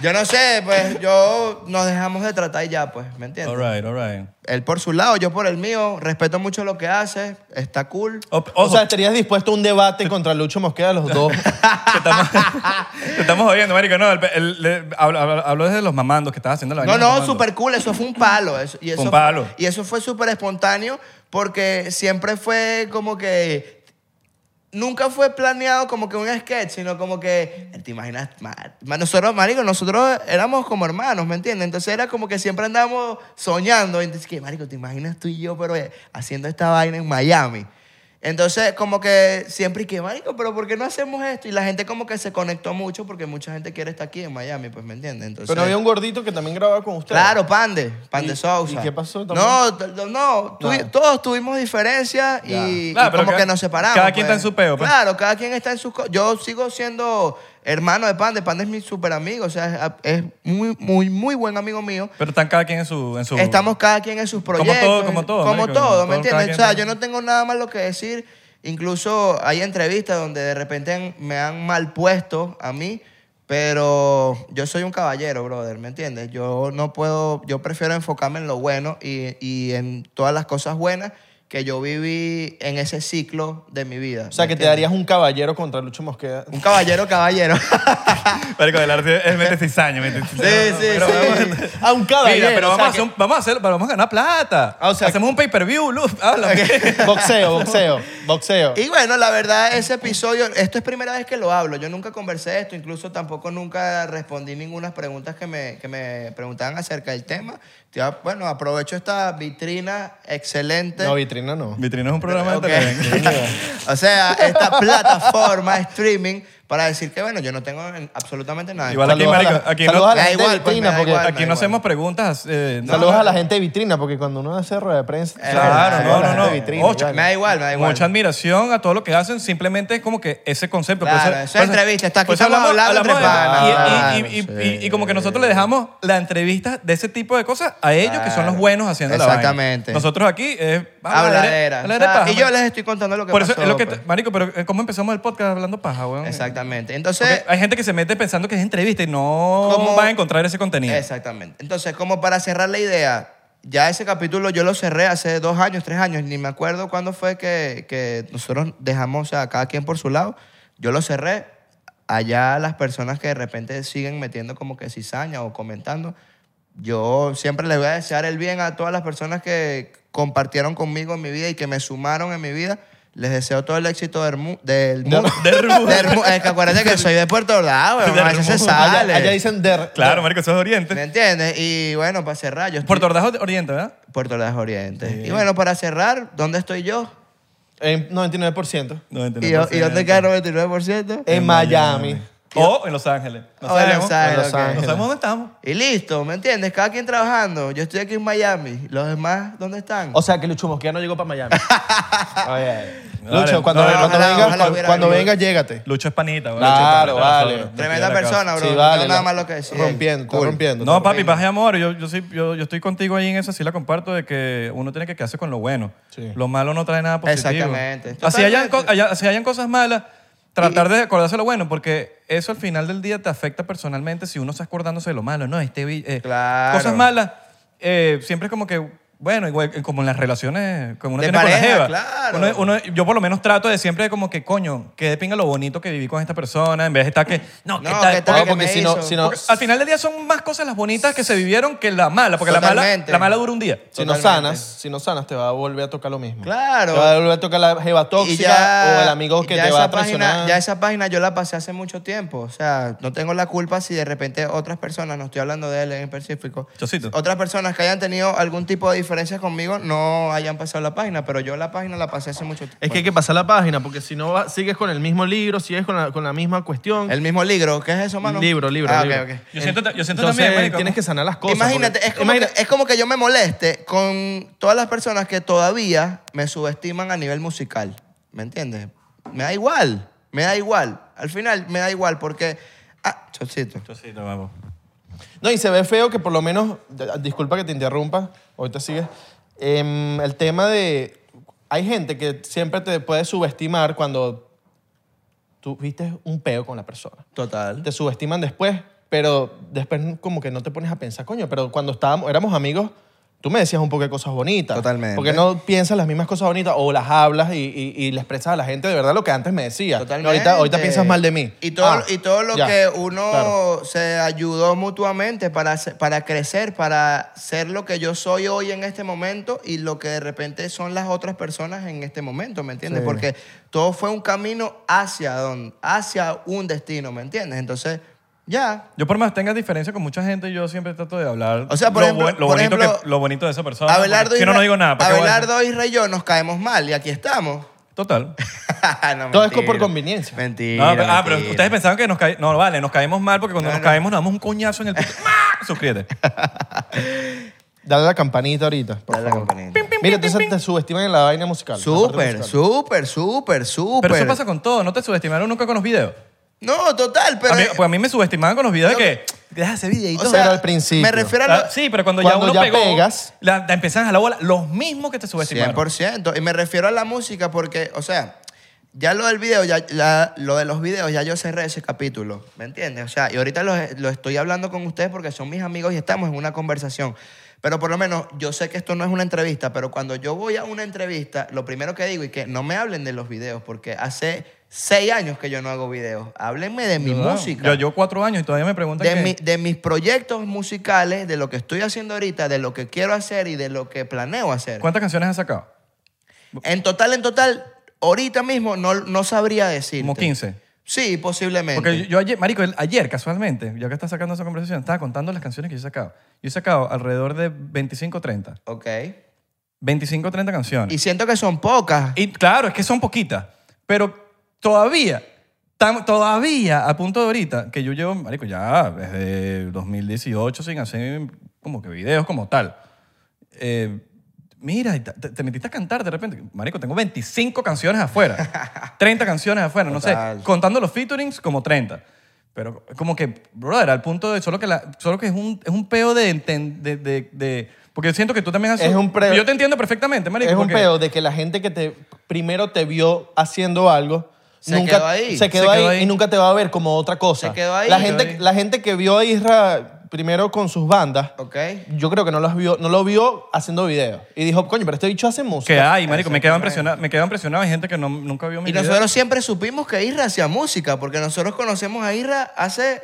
[SPEAKER 3] Yo no sé, pues yo nos dejamos de tratar y ya, pues, ¿me entiendes?
[SPEAKER 2] all right, all right.
[SPEAKER 3] Él por su lado, yo por el mío. Respeto mucho lo que hace. Está cool.
[SPEAKER 2] O- ojo,
[SPEAKER 4] O sea, ¿estarías dispuesto a un debate contra Lucho Mosqueda los dos?
[SPEAKER 2] te estamos, te estamos jodiendo, marico. No, el, el- le- habló, habló- habló desde los mamandos que estabas haciendo la
[SPEAKER 3] No,
[SPEAKER 2] vaina de los
[SPEAKER 3] no,
[SPEAKER 2] mamandos.
[SPEAKER 3] súper cool. Eso fue un palo. Eso, y eso
[SPEAKER 2] Fue un palo.
[SPEAKER 3] Y eso fue súper espontáneo porque siempre fue como que... Nunca fue planeado como que un sketch, sino como que, te imaginas, ma- ma- nosotros, marico, nosotros éramos como hermanos, ¿me entiendes? Entonces era como que siempre andábamos soñando. Entonces, que, marico, te imaginas tú y yo, pero eh, haciendo esta vaina en Miami. Entonces, como que siempre, y que, marico, pero ¿por qué no hacemos esto? Y la gente como que se conectó mucho porque mucha gente quiere estar aquí en Miami, pues, ¿me entiendes? Entonces,
[SPEAKER 4] Pero no había un gordito que también grababa con ustedes.
[SPEAKER 3] Claro, Pande, Pande
[SPEAKER 4] ¿Y-
[SPEAKER 3] Sousa.
[SPEAKER 4] y qué pasó también?
[SPEAKER 3] No, t- no, no, tuvi-
[SPEAKER 4] Nada.
[SPEAKER 3] todos tuvimos diferencias y,
[SPEAKER 4] Ya.
[SPEAKER 3] y
[SPEAKER 2] Claro, pero
[SPEAKER 3] como
[SPEAKER 2] cada-
[SPEAKER 3] que nos separamos.
[SPEAKER 2] cada quien está en su peo, pues.
[SPEAKER 3] Claro, cada quien está en su... Yo sigo siendo hermano de Pande, Pande es mi súper amigo, o sea, es, es muy, muy, muy buen amigo mío.
[SPEAKER 2] Pero están cada quien en su. En su
[SPEAKER 3] Estamos cada quien en sus
[SPEAKER 2] todo,
[SPEAKER 3] proyectos.
[SPEAKER 2] como todo,
[SPEAKER 3] Como
[SPEAKER 2] marico,
[SPEAKER 3] todo,
[SPEAKER 2] como todo, cada
[SPEAKER 3] ¿me entiendes? O
[SPEAKER 2] quien
[SPEAKER 3] sea,
[SPEAKER 2] está-
[SPEAKER 3] yo no tengo nada malo que decir. Incluso hay entrevistas donde de repente han- me han mal puesto a mí, pero yo soy un caballero, brother, ¿me entiendes? Yo no puedo, yo prefiero enfocarme en lo bueno y, y en todas las cosas buenas que yo viví en ese ciclo de mi vida.
[SPEAKER 4] O sea, que
[SPEAKER 3] ¿me
[SPEAKER 4] te
[SPEAKER 3] entiendes?
[SPEAKER 4] darías un caballero contra Lucho Mosqueda.
[SPEAKER 3] Un caballero, caballero.
[SPEAKER 2] Marico, del arte es 26 años.
[SPEAKER 3] Sí, sí, sí.
[SPEAKER 4] A Ah, un caballero.
[SPEAKER 2] Mira, pero
[SPEAKER 4] o sea,
[SPEAKER 2] vamos, a hacer, un- vamos a hacer- pero vamos a ganar plata.
[SPEAKER 4] Ah, o sea-
[SPEAKER 2] Hacemos un pay-per-view, Luz. Háblame.
[SPEAKER 4] que- Boxeo, boxeo, boxeo.
[SPEAKER 3] Y bueno, la verdad, ese episodio, esto es primera vez que lo hablo. Yo nunca conversé esto, incluso tampoco nunca respondí ninguna preguntas que me, que me preguntaban acerca del tema. Ya, Bueno, aprovecho esta vitrina excelente.
[SPEAKER 4] No, vitrina no.
[SPEAKER 2] Vitrina es un programa
[SPEAKER 3] Ok.
[SPEAKER 2] de televisión.
[SPEAKER 3] o sea, esta plataforma de streaming para decir que, bueno, yo no tengo en- absolutamente nada. en
[SPEAKER 2] Igual aquí,
[SPEAKER 4] Saludos a la-
[SPEAKER 2] marico, aquí
[SPEAKER 4] saludos
[SPEAKER 2] no-
[SPEAKER 4] a la
[SPEAKER 3] Da
[SPEAKER 4] gente
[SPEAKER 3] igual,
[SPEAKER 4] de
[SPEAKER 3] pues, me
[SPEAKER 4] vitrina,
[SPEAKER 3] da
[SPEAKER 4] porque
[SPEAKER 3] igual.
[SPEAKER 2] Aquí no hacemos preguntas. eh, no.
[SPEAKER 4] Saludos a la gente de vitrina, porque cuando uno hace rueda de prensa...
[SPEAKER 3] Eh,
[SPEAKER 4] saludos a
[SPEAKER 2] Claro,
[SPEAKER 4] la
[SPEAKER 2] no, no,
[SPEAKER 4] gente de
[SPEAKER 2] no.
[SPEAKER 4] vitrina,
[SPEAKER 2] Ocho,
[SPEAKER 4] claro.
[SPEAKER 3] Me da igual, me da igual.
[SPEAKER 2] Mucha admiración a todo lo que hacen, simplemente es como que ese concepto.
[SPEAKER 3] Claro,
[SPEAKER 2] por
[SPEAKER 3] eso es
[SPEAKER 2] por
[SPEAKER 3] entrevista, está aquí
[SPEAKER 2] por eso
[SPEAKER 3] estamos hablando
[SPEAKER 2] de-
[SPEAKER 3] entre
[SPEAKER 2] y- y-
[SPEAKER 3] panas.
[SPEAKER 2] y- y- y- Y como que nosotros le dejamos la entrevista de ese tipo de cosas a ellos, que son los
[SPEAKER 3] Claro.
[SPEAKER 2] buenos haciendo la vaina.
[SPEAKER 3] Exactamente.
[SPEAKER 2] Nosotros aquí es...
[SPEAKER 3] Habladera.
[SPEAKER 2] habladera
[SPEAKER 3] o sea,
[SPEAKER 2] paja,
[SPEAKER 3] y yo
[SPEAKER 2] marico.
[SPEAKER 3] les estoy contando lo que
[SPEAKER 2] Por eso
[SPEAKER 3] pasó.
[SPEAKER 2] es lo que...
[SPEAKER 3] pues.
[SPEAKER 2] Marico, pero eh, ¿cómo empezamos el podcast hablando paja, weón?
[SPEAKER 3] Exactamente.
[SPEAKER 2] Porque
[SPEAKER 3] Entonces,
[SPEAKER 2] hay gente que se mete pensando que es entrevista y no
[SPEAKER 3] Como-
[SPEAKER 2] va a encontrar ese contenido.
[SPEAKER 3] Exactamente. Entonces, como para cerrar la idea, ya ese capítulo yo lo cerré hace dos años, tres años, ni me acuerdo cuándo fue que, que nosotros dejamos a cada quien por su lado. Yo lo cerré. Allá las personas que de repente siguen metiendo como que cizaña o comentando, yo siempre les voy a desear el bien a todas las personas que compartieron conmigo en mi vida y que me sumaron en mi vida. Les deseo todo el éxito del, mu- del mundo. Del mu- es que acuérdate que soy de Puerto Ordaz, weón,
[SPEAKER 2] Del
[SPEAKER 3] a veces se
[SPEAKER 2] mundo.
[SPEAKER 4] Allá,
[SPEAKER 3] sale.
[SPEAKER 4] allá dicen der.
[SPEAKER 2] Claro, marico, eso es Oriente.
[SPEAKER 3] ¿Me entiendes? Y bueno, para cerrar, yo estoy-
[SPEAKER 2] Puerto Ordaz Oriente, ¿verdad?
[SPEAKER 3] Puerto Ordaz Oriente. Y bueno, para cerrar, ¿dónde estoy yo?
[SPEAKER 4] En 99%.
[SPEAKER 3] ¿Y, yo- y dónde queda el 99%?
[SPEAKER 4] En, Miami.
[SPEAKER 2] O en Los Ángeles. No
[SPEAKER 3] O Oh, en
[SPEAKER 2] sabemos.
[SPEAKER 3] Los Ángeles,
[SPEAKER 4] Los
[SPEAKER 3] ok.
[SPEAKER 2] No
[SPEAKER 4] Ángeles.
[SPEAKER 2] sabemos dónde estamos.
[SPEAKER 3] Y listo, ¿me entiendes? Cada quien trabajando. Yo estoy aquí en Miami. ¿Los demás dónde están?
[SPEAKER 4] O sea que Lucho Mosquera no llegó para Miami. Oye.
[SPEAKER 2] Vale.
[SPEAKER 4] Lucho, cuando,
[SPEAKER 2] No,
[SPEAKER 4] cuando
[SPEAKER 3] ojalá,
[SPEAKER 4] vengas,
[SPEAKER 3] ojalá
[SPEAKER 4] cu-
[SPEAKER 3] hubiera
[SPEAKER 4] cuando
[SPEAKER 3] algo.
[SPEAKER 4] vengas, llégate.
[SPEAKER 2] Lucho es panita, güey.
[SPEAKER 4] Claro,
[SPEAKER 2] Lucho es panita,
[SPEAKER 4] vale.
[SPEAKER 2] cabrón.
[SPEAKER 3] Tremenda
[SPEAKER 2] Te quiero acá.
[SPEAKER 3] persona, bro.
[SPEAKER 4] Sí,
[SPEAKER 3] no
[SPEAKER 4] vale,
[SPEAKER 3] tengo nada
[SPEAKER 4] la-
[SPEAKER 3] más lo que decir.
[SPEAKER 4] Rompiendo, está rompiendo.
[SPEAKER 2] No,
[SPEAKER 4] está
[SPEAKER 2] papi, paz y amor. Yo, yo, sí- yo, yo estoy contigo ahí en eso, sí la comparto, de que uno tiene que quedarse con lo bueno.
[SPEAKER 4] Sí.
[SPEAKER 2] Lo malo no trae nada positivo.
[SPEAKER 3] Exactamente.
[SPEAKER 2] Así hayan, co-
[SPEAKER 3] Totalmente.
[SPEAKER 2] haya- así hayan cosas malas, tratar de acordarse lo bueno, porque eso al final del día te afecta personalmente si uno está acordándose de lo malo, ¿no? Este, vi- eh,
[SPEAKER 3] Claro.
[SPEAKER 2] Cosas malas, eh, siempre es como que, bueno, igual, eh, como en las relaciones, como uno
[SPEAKER 3] De
[SPEAKER 2] tiene con la
[SPEAKER 3] pareja,
[SPEAKER 2] jeva.
[SPEAKER 3] claro.
[SPEAKER 2] Uno- uno- yo por lo menos trato de siempre como que, coño, que de pinga lo bonito que viví con esta persona, en vez de estar que, no, ¿qué
[SPEAKER 3] No,
[SPEAKER 2] tal?
[SPEAKER 3] ¿qué
[SPEAKER 4] No,
[SPEAKER 3] tal? que
[SPEAKER 4] porque
[SPEAKER 3] me
[SPEAKER 4] si no,
[SPEAKER 3] hizo.
[SPEAKER 4] si no,
[SPEAKER 2] Porque al final del día son más cosas las bonitas que se vivieron que las malas, porque la mala,
[SPEAKER 3] Totalmente.
[SPEAKER 2] la mala dura un día.
[SPEAKER 4] si no
[SPEAKER 3] Totalmente.
[SPEAKER 4] sanas, si no sanas, te va a volver a tocar lo mismo.
[SPEAKER 3] Claro.
[SPEAKER 4] Te va a volver a tocar la jeva
[SPEAKER 3] Y
[SPEAKER 4] tóxica o el amigo que
[SPEAKER 3] ya
[SPEAKER 4] te va
[SPEAKER 3] esa
[SPEAKER 4] a traicionar.
[SPEAKER 3] Página, ya esa página yo la pasé hace mucho tiempo. O sea, no tengo la culpa si de repente otras personas, no estoy hablando de él en específico,
[SPEAKER 2] Chocito.
[SPEAKER 3] otras personas que hayan tenido algún tipo de diferencias conmigo no hayan pasado la página, pero yo la página la pasé hace mucho tiempo.
[SPEAKER 5] Es que hay que pasar la página, porque si no va- sigues con el mismo libro, sigues con la, con la misma cuestión.
[SPEAKER 3] El mismo libro, ¿qué es eso, mano?
[SPEAKER 5] Libro, libro,
[SPEAKER 3] Ah, ok,
[SPEAKER 5] libro.
[SPEAKER 3] ok.
[SPEAKER 2] Yo siento, ta- yo siento
[SPEAKER 5] Entonces,
[SPEAKER 2] también, marico,
[SPEAKER 5] tienes que sanar las cosas.
[SPEAKER 3] Imagínate,
[SPEAKER 5] porque-
[SPEAKER 3] es como, Que, es como que yo me moleste con todas las personas que todavía me subestiman a nivel musical. ¿Me entiendes? Me da igual, me da igual. Al final me da igual porque... Ah, chocito.
[SPEAKER 2] Chocito, vamos.
[SPEAKER 3] eh,
[SPEAKER 4] No, y se ve feo que por lo menos, d- disculpa que te interrumpa, ahorita sigues, Em, el tema de, hay gente que siempre te puede subestimar cuando tú viste un peo con la persona.
[SPEAKER 3] Total.
[SPEAKER 4] Te subestiman después, pero después como que no te pones a pensar, coño, pero cuando estábamos, éramos amigos, tú me decías un poco de cosas bonitas.
[SPEAKER 3] Totalmente.
[SPEAKER 4] Porque no piensas las mismas cosas bonitas o las hablas y, y- y le expresas a la gente de verdad lo que antes me decías.
[SPEAKER 3] Totalmente.
[SPEAKER 4] Ahorita, ahorita piensas mal de mí.
[SPEAKER 3] Y todo,
[SPEAKER 4] Ah,
[SPEAKER 3] y todo lo
[SPEAKER 4] ya,
[SPEAKER 3] que uno
[SPEAKER 4] claro.
[SPEAKER 3] se ayudó mutuamente para, se- para crecer, para ser lo que yo soy hoy en este momento y lo que de repente son las otras personas en este momento, ¿me entiendes?
[SPEAKER 4] Sí.
[SPEAKER 3] Porque todo fue un camino hacia, don, hacia un destino, ¿me entiendes? Entonces, ya.
[SPEAKER 2] Yo por más tenga diferencia con mucha gente, yo siempre trato de hablar
[SPEAKER 3] O sea, por
[SPEAKER 2] lo,
[SPEAKER 3] ejemplo-
[SPEAKER 2] buen- lo
[SPEAKER 3] por
[SPEAKER 2] bonito
[SPEAKER 3] ejemplo,
[SPEAKER 2] que, lo bonito de esa persona.
[SPEAKER 3] Abelardo,
[SPEAKER 2] porque
[SPEAKER 3] y
[SPEAKER 2] si no,
[SPEAKER 3] Ra-
[SPEAKER 2] no digo nada. ¿para qué voy a decir?
[SPEAKER 3] Abelardo Isra y yo nos caemos mal y aquí estamos.
[SPEAKER 2] Total.
[SPEAKER 3] No,
[SPEAKER 4] Todo es co- por
[SPEAKER 3] mentira.
[SPEAKER 4] conveniencia.
[SPEAKER 3] Mentira.
[SPEAKER 2] No, pero- ah, pero
[SPEAKER 3] mentira.
[SPEAKER 2] ustedes pensaban que nos caímos. No, vale, nos caímos mal porque cuando nos caemos nos damos un coñazo en el piso. ¡Má! Suscríbete.
[SPEAKER 4] Dale la campanita ahorita, por
[SPEAKER 3] Dale la
[SPEAKER 4] favor.
[SPEAKER 3] campanita.
[SPEAKER 4] Mira, entonces te subestiman en la vaina musical.
[SPEAKER 3] Súper, súper, súper, súper.
[SPEAKER 2] Pero eso pasa con todo. No te subestimaron nunca con los videos.
[SPEAKER 3] No, total, pero.
[SPEAKER 2] A mí- pues a mí me subestimaban con los videos de
[SPEAKER 3] Pero-
[SPEAKER 2] que. Deja ese videito.
[SPEAKER 4] Pero al principio.
[SPEAKER 3] Me refiero a.
[SPEAKER 2] Ah,
[SPEAKER 3] lo-
[SPEAKER 2] sí, pero cuando,
[SPEAKER 4] Cuando
[SPEAKER 2] ya uno
[SPEAKER 4] ya
[SPEAKER 2] pegó,
[SPEAKER 4] pegas-
[SPEAKER 2] la, la empiezan a la bola, los mismos que te subestimaron.
[SPEAKER 3] 100%. Y me refiero a la música porque, o sea, ya lo del video, ya la- lo de los videos, ya yo cerré ese capítulo. ¿Me entiendes? O sea, y ahorita lo, lo estoy hablando con ustedes porque son mis amigos y estamos en una conversación. Pero por lo menos yo sé que esto no es una entrevista, pero cuando yo voy a una entrevista, lo primero que digo es que no me hablen de los videos porque hace seis años que yo no hago videos. Háblenme de mi
[SPEAKER 2] Claro.
[SPEAKER 3] música.
[SPEAKER 2] Yo, yo cuatro años y todavía me preguntan
[SPEAKER 3] de,
[SPEAKER 2] que-
[SPEAKER 3] mi- de mis proyectos musicales, de lo que estoy haciendo ahorita, de lo que quiero hacer y de lo que planeo hacer.
[SPEAKER 2] cuántas canciones has sacado.
[SPEAKER 3] En total, en total, ahorita mismo no, no sabría decir.
[SPEAKER 2] Como 15.
[SPEAKER 3] Sí, posiblemente.
[SPEAKER 2] Porque yo, yo ayer, marico, el- ayer casualmente, ya que estás sacando esa conversación, estaba contando las canciones que yo he sacado. Yo he sacado alrededor de 25 o 30.
[SPEAKER 3] Ok.
[SPEAKER 2] 25 o 30 canciones.
[SPEAKER 3] Y siento que son pocas.
[SPEAKER 2] Y claro, es que son poquitas, pero todavía, tam- todavía a punto de ahorita, que yo llevo, marico, ya desde 2018 sin hacer como que videos como tal. Eh, mira, y ta- te, te metiste a cantar de repente. Marico, tengo 25 canciones afuera, 30 canciones afuera, no sé,
[SPEAKER 3] Total.
[SPEAKER 2] contando los featurings como 30. Pero como que, brother, al punto de solo que, la, solo que es, un, es un peo de, enten- de, de- de- Porque yo siento que tú también has...
[SPEAKER 4] Es un pre-
[SPEAKER 2] Yo te entiendo perfectamente, marico.
[SPEAKER 4] Es un
[SPEAKER 2] porque-
[SPEAKER 4] peo de que la gente que te primero te vio haciendo algo
[SPEAKER 3] Se
[SPEAKER 4] nunca
[SPEAKER 3] quedó ahí.
[SPEAKER 4] se quedó
[SPEAKER 2] Se quedó
[SPEAKER 4] ahí,
[SPEAKER 2] ahí.
[SPEAKER 4] y nunca te va a ver como otra cosa.
[SPEAKER 3] Se quedó ahí.
[SPEAKER 4] La
[SPEAKER 3] Se
[SPEAKER 4] gente,
[SPEAKER 3] quedó ahí.
[SPEAKER 4] la gente que vio a Isra primero con sus bandas,
[SPEAKER 3] Ok.
[SPEAKER 4] yo creo que no los vio, no lo vio haciendo videos y dijo, coño, pero este bicho hace música.
[SPEAKER 2] Que hay, marico, me quedo impresionado. Me quedo impresionado. Hay gente que no- nunca vio mi
[SPEAKER 3] Y
[SPEAKER 2] video.
[SPEAKER 3] nosotros siempre supimos que Isra hacía música, porque nosotros conocemos a Isra hace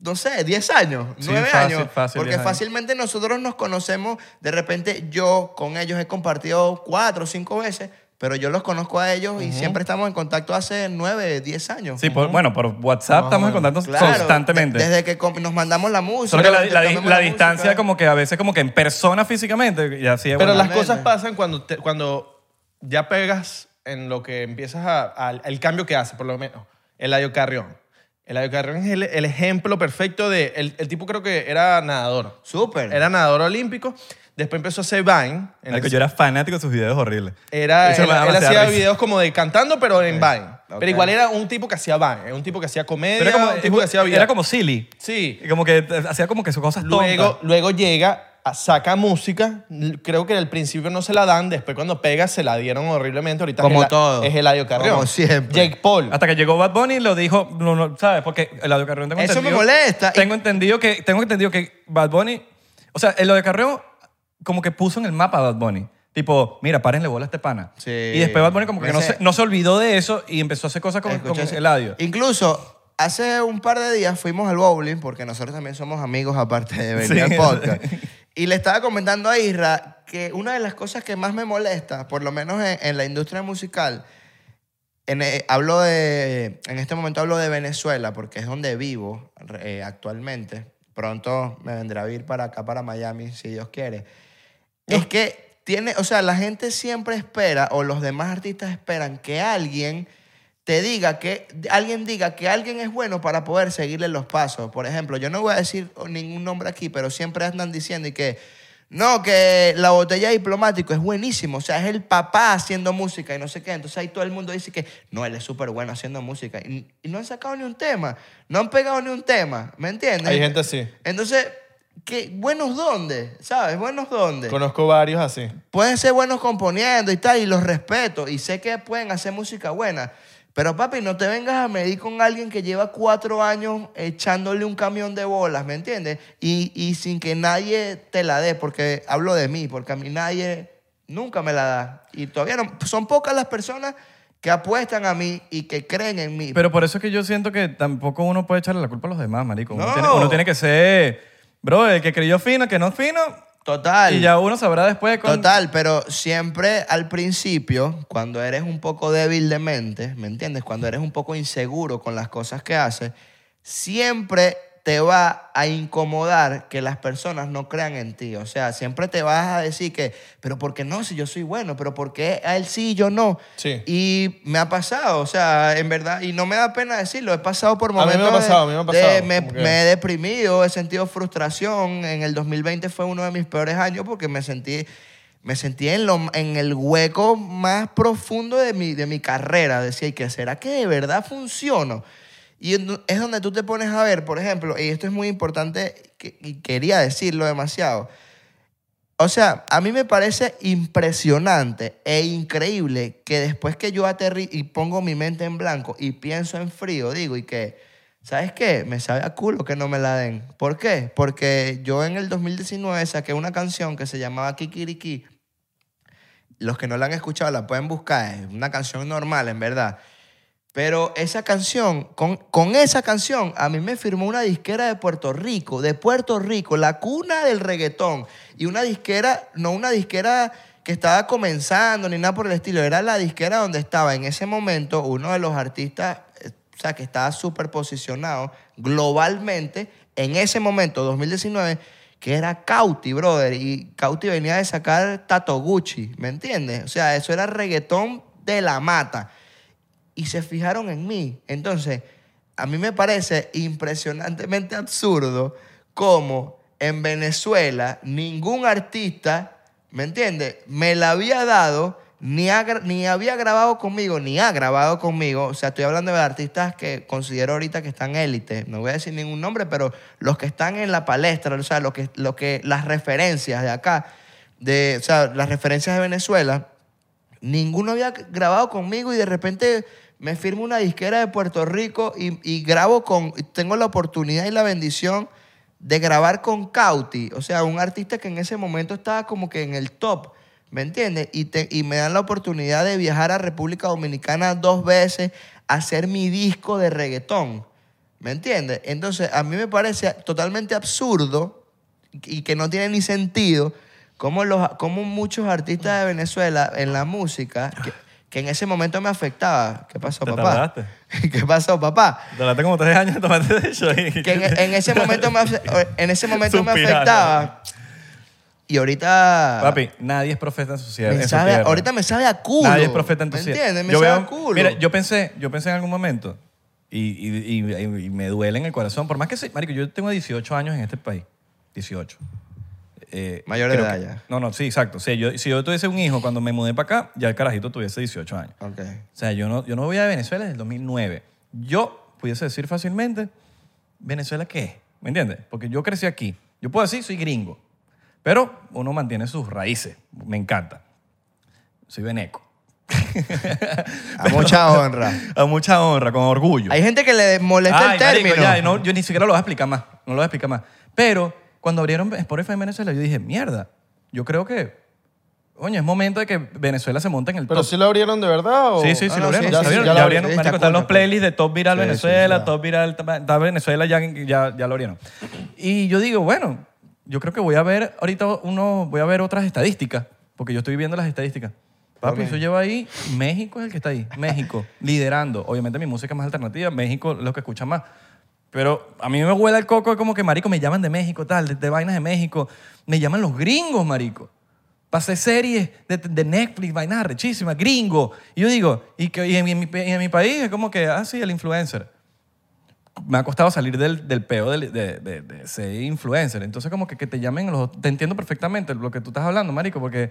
[SPEAKER 3] no sé, 10 años,
[SPEAKER 2] Sí,
[SPEAKER 3] 9
[SPEAKER 2] fácil,
[SPEAKER 3] años.
[SPEAKER 2] fácil,
[SPEAKER 3] porque
[SPEAKER 2] 10 años.
[SPEAKER 3] fácilmente nosotros nos conocemos, de repente yo con ellos he compartido 4 o 5 veces, pero yo los conozco a ellos y siempre estamos en contacto hace 9, 10 años.
[SPEAKER 2] Sí, por- bueno, por WhatsApp estamos en contacto
[SPEAKER 3] Claro,
[SPEAKER 2] constantemente.
[SPEAKER 3] de- Desde que com- nos mandamos la música.
[SPEAKER 2] Solo que la,
[SPEAKER 3] nos
[SPEAKER 2] la-
[SPEAKER 3] intercambiamos
[SPEAKER 2] la
[SPEAKER 3] la
[SPEAKER 2] distancia
[SPEAKER 3] música.
[SPEAKER 2] como que a veces como que en persona físicamente y así es
[SPEAKER 4] Pero
[SPEAKER 2] bueno.
[SPEAKER 4] las
[SPEAKER 3] Obviamente.
[SPEAKER 4] cosas pasan cuando, te- cuando ya pegas en lo que empiezas a, al el cambio que hace, por lo menos. Eladio Carrión. Eladio Carrión es el, el ejemplo perfecto de... El, el tipo creo que era nadador.
[SPEAKER 3] Súper.
[SPEAKER 4] Era nadador olímpico. Después empezó a hacer Vine. En
[SPEAKER 2] Marico,
[SPEAKER 4] el-
[SPEAKER 2] yo era fanático de sus videos horribles.
[SPEAKER 4] era,
[SPEAKER 2] Eso
[SPEAKER 4] él,
[SPEAKER 2] me daba
[SPEAKER 4] él
[SPEAKER 2] demasiada
[SPEAKER 4] hacía
[SPEAKER 2] risa.
[SPEAKER 4] videos como de cantando, pero en Vine.
[SPEAKER 3] ok.
[SPEAKER 4] Pero igual era un tipo que hacía Vine. Era un tipo que hacía comedia,
[SPEAKER 2] Pero era como,
[SPEAKER 4] un tipo que hacía vida.
[SPEAKER 2] era como silly.
[SPEAKER 4] Sí.
[SPEAKER 2] Y Como que eh, hacía como que sus cosas
[SPEAKER 4] Luego,
[SPEAKER 2] tontas.
[SPEAKER 4] luego llega, a- saca música. L- Creo que al principio no se la dan, después cuando pega se la dieron horriblemente. Ahorita
[SPEAKER 3] Como
[SPEAKER 4] es Ela-
[SPEAKER 3] todo.
[SPEAKER 4] Es Eladio Carrión.
[SPEAKER 3] Como siempre.
[SPEAKER 4] Jake Paul.
[SPEAKER 2] Hasta que llegó Bad Bunny y lo dijo, no, no, ¿sabes? Porque el audio Carrión tengo
[SPEAKER 3] Eso me
[SPEAKER 2] entendido-
[SPEAKER 3] molesta.
[SPEAKER 2] Tengo entendido que tengo entendido que Bad Bunny, o sea, el audio Carrión como que puso en el mapa a Bad Bunny. Tipo, mira, párenle bola a este pana.
[SPEAKER 3] Sí.
[SPEAKER 2] Y después Bad Bunny como que no
[SPEAKER 3] Ese-
[SPEAKER 2] se, no se olvidó de eso y empezó a hacer cosas con,
[SPEAKER 3] Escuché
[SPEAKER 2] con
[SPEAKER 3] ese-
[SPEAKER 2] el audio.
[SPEAKER 3] Incluso hace un par de días fuimos al bowling, porque nosotros también somos amigos aparte de venir
[SPEAKER 2] Sí.
[SPEAKER 3] al podcast. Y le estaba comentando a Isra que una de las cosas que más me molesta, por lo menos en, en la industria musical, en, eh, hablo de, en este momento hablo de Venezuela, porque es donde vivo eh, actualmente. Pronto me vendrá a vivir para acá, para Miami, si Dios quiere. Es que tiene, o sea, la gente siempre espera, o los demás artistas esperan que alguien te diga que alguien diga que alguien es bueno para poder seguirle los pasos. Por ejemplo, yo no voy a decir ningún nombre aquí, pero siempre andan diciendo y que no, que la botella de diplomático es buenísimo, o sea, es el papá haciendo música y no sé qué. Entonces ahí todo el mundo dice que no, él es súper bueno haciendo música. Y, y no han sacado ni un tema, no han pegado ni un tema, ¿me entiendes?
[SPEAKER 4] Hay gente así.
[SPEAKER 3] Entonces, ¿qué? ¿buenos dónde? ¿Sabes? ¿Buenos dónde?
[SPEAKER 4] Conozco varios así.
[SPEAKER 3] pueden ser buenos componiendo y tal, y los respeto, y sé que pueden hacer música buena. Pero papi, no te vengas a medir con alguien que lleva cuatro años echándole un camión de bolas, ¿me entiendes? Y, y sin que nadie te la dé, porque hablo de mí, porque a mí nadie nunca me la da. Y todavía no, son pocas las personas que apuestan a mí y que creen en mí.
[SPEAKER 2] Pero por eso es que yo siento que tampoco uno puede echarle la culpa a los demás, marico. Uno,
[SPEAKER 3] No.
[SPEAKER 2] tiene, uno tiene que ser, bro, el que creyó fino, el que no fino,
[SPEAKER 3] Total.
[SPEAKER 2] y ya uno sabrá después. cuán-
[SPEAKER 3] Total, pero siempre al principio, cuando eres un poco débil de mente, ¿me entiendes? Cuando eres un poco inseguro con las cosas que haces, siempre te va a incomodar que las personas no crean en ti. O sea, siempre te vas a decir que, pero ¿por qué no? Si yo soy bueno, pero ¿por qué a él sí y yo no?
[SPEAKER 4] Sí.
[SPEAKER 3] Y me ha pasado, o sea, en verdad, y no me da pena decirlo, he pasado por
[SPEAKER 4] mí me ha
[SPEAKER 3] momentos de-
[SPEAKER 4] pasado, a mí me ha
[SPEAKER 3] de-
[SPEAKER 4] pasado,
[SPEAKER 3] me-
[SPEAKER 4] como que-
[SPEAKER 3] me he deprimido, he sentido frustración. En el 2020 fue uno de mis peores años porque me sentí, me sentí en, lo, en el hueco más profundo de mi, de mi carrera. Decía, ¿y qué será que de verdad funciono? Y en- es donde tú te pones a ver, por ejemplo, y esto es muy importante que- y quería decirlo demasiado. O sea, a mí me parece impresionante e increíble que después que yo aterri y pongo mi mente en blanco y pienso en frío, digo, y que, ¿sabes qué? Me sabe a culo que no me la den. ¿Por qué? Porque yo en el 2019 saqué una canción que se llamaba Kikiriki. Los que no la han escuchado la pueden buscar, es una canción normal, en verdad. Pero esa canción, con, con esa canción, a mí me firmó una disquera de Puerto Rico, de Puerto Rico, la cuna del reggaetón. Y una disquera, no una disquera que estaba comenzando ni nada por el estilo, era la disquera donde estaba en ese momento uno de los artistas, eh, o sea, que estaba súper posicionado globalmente en ese momento, 2019, que era Cauti, brother. Y Cauti venía de sacar Tato Gucci, ¿me entiendes? O sea, eso era reggaetón de la mata y se fijaron en mí. Entonces, a mí me parece impresionantemente absurdo cómo en Venezuela ningún artista, ¿me entiendes? Me la había dado, ni, ha gra- ni había grabado conmigo, ni ha grabado conmigo. O sea, estoy hablando de artistas que considero ahorita que están élite. No voy a decir ningún nombre, pero los que están en la palestra, o sea, lo que, lo que, las referencias de acá, de, o sea, las referencias de Venezuela, ninguno había grabado conmigo y de repente me firmo una disquera de Puerto Rico y, y grabo con, y tengo la oportunidad y la bendición de grabar con Cauti, o sea, un artista que en ese momento estaba como que en el top, ¿me entiendes? Y, te- y me dan la oportunidad de viajar a República Dominicana dos veces, hacer mi disco de reggaetón. ¿Me entiendes? Entonces, a mí me parece totalmente absurdo y que no tiene ni sentido cómo, los, cómo muchos artistas de Venezuela en la música, que, que en ese momento me afectaba. ¿Qué pasó,
[SPEAKER 2] Te
[SPEAKER 3] papá?
[SPEAKER 2] tardaste.
[SPEAKER 3] ¿Qué pasó, papá?
[SPEAKER 2] Tardaste como tres años en tomarte de hecho. y-
[SPEAKER 3] que en, en ese momento me, afe- en ese momento me
[SPEAKER 2] Suspirar.
[SPEAKER 3] afectaba. Y ahorita.
[SPEAKER 2] Papi, nadie es profeta en su cier- en
[SPEAKER 3] me
[SPEAKER 2] su
[SPEAKER 3] sabe-
[SPEAKER 2] tierra.
[SPEAKER 3] Ah. ahorita me sabe a culo.
[SPEAKER 2] Nadie es profeta en tu
[SPEAKER 3] ¿Me
[SPEAKER 2] cielo.
[SPEAKER 3] entiendes? Me
[SPEAKER 2] Yo
[SPEAKER 3] sabe
[SPEAKER 2] veo-
[SPEAKER 3] a culo.
[SPEAKER 2] Mira, yo pensé, yo pensé en algún momento y, y- y- y- y me duele en el corazón. Por más que sí, marico, yo tengo 18 años en este país. 18. Eh,
[SPEAKER 3] Mayor de
[SPEAKER 2] creo
[SPEAKER 3] edad
[SPEAKER 2] que-
[SPEAKER 3] ya.
[SPEAKER 2] No, no, sí, exacto. O sea, yo- si yo tuviese un hijo cuando me mudé para acá, ya el carajito tuviese 18 años.
[SPEAKER 3] Ok.
[SPEAKER 2] O sea, yo no, yo no voy a Venezuela desde el 2009. Yo pudiese decir fácilmente, ¿Venezuela qué es? ¿Me entiendes? Porque yo crecí aquí. Yo puedo decir, soy gringo. Pero uno mantiene sus raíces. Me encanta. Soy veneco.
[SPEAKER 3] A mucha honra.
[SPEAKER 2] A mucha honra, con orgullo.
[SPEAKER 3] Hay gente que le molesta
[SPEAKER 2] Ay,
[SPEAKER 3] el
[SPEAKER 2] marico,
[SPEAKER 3] término.
[SPEAKER 2] ya, no, yo ni siquiera lo voy a explicar más. No lo voy a explicar más. Pero cuando abrieron Spotify en Venezuela, yo dije, mierda, yo creo que, coño, es momento de que Venezuela se monte en el
[SPEAKER 4] ¿Pero
[SPEAKER 2] top.
[SPEAKER 4] sí lo abrieron de verdad o...?
[SPEAKER 2] Sí, sí,
[SPEAKER 3] Ah,
[SPEAKER 2] sí,
[SPEAKER 3] no,
[SPEAKER 2] lo abrieron.
[SPEAKER 3] sí,
[SPEAKER 2] Ya
[SPEAKER 3] sí,
[SPEAKER 2] abrieron,
[SPEAKER 3] sí, ya
[SPEAKER 2] ya
[SPEAKER 3] lo
[SPEAKER 2] abrieron,
[SPEAKER 3] abrí,
[SPEAKER 2] marico,
[SPEAKER 3] está
[SPEAKER 2] están los
[SPEAKER 3] cool,
[SPEAKER 2] playlists de Top Viral
[SPEAKER 3] Sí, sí,
[SPEAKER 2] Venezuela,
[SPEAKER 3] ya.
[SPEAKER 2] Top Viral, está Venezuela, ya, ya, ya lo abrieron. Y yo digo, bueno, yo creo que voy a ver ahorita uno, voy a ver otras estadísticas, porque yo estoy viendo las estadísticas. Papi, eso lleva ahí, México es el que está ahí, México, liderando. Obviamente mi música es más alternativa, México es lo que escucha más. Pero a mí me huele el coco, es como que, marico, me llaman de México, tal, de, de vainas de México. Me llaman los gringos, marico. Pasé series de, de Netflix, vainas rechísimas, gringo. Y yo digo, y, que, y en, mi, y en mi país es como que, ah, sí, el influencer. Me ha costado salir del, del peo del- de, de- de ser influencer. Entonces, como que, que te llamen los... Te entiendo perfectamente lo que tú estás hablando, marico, porque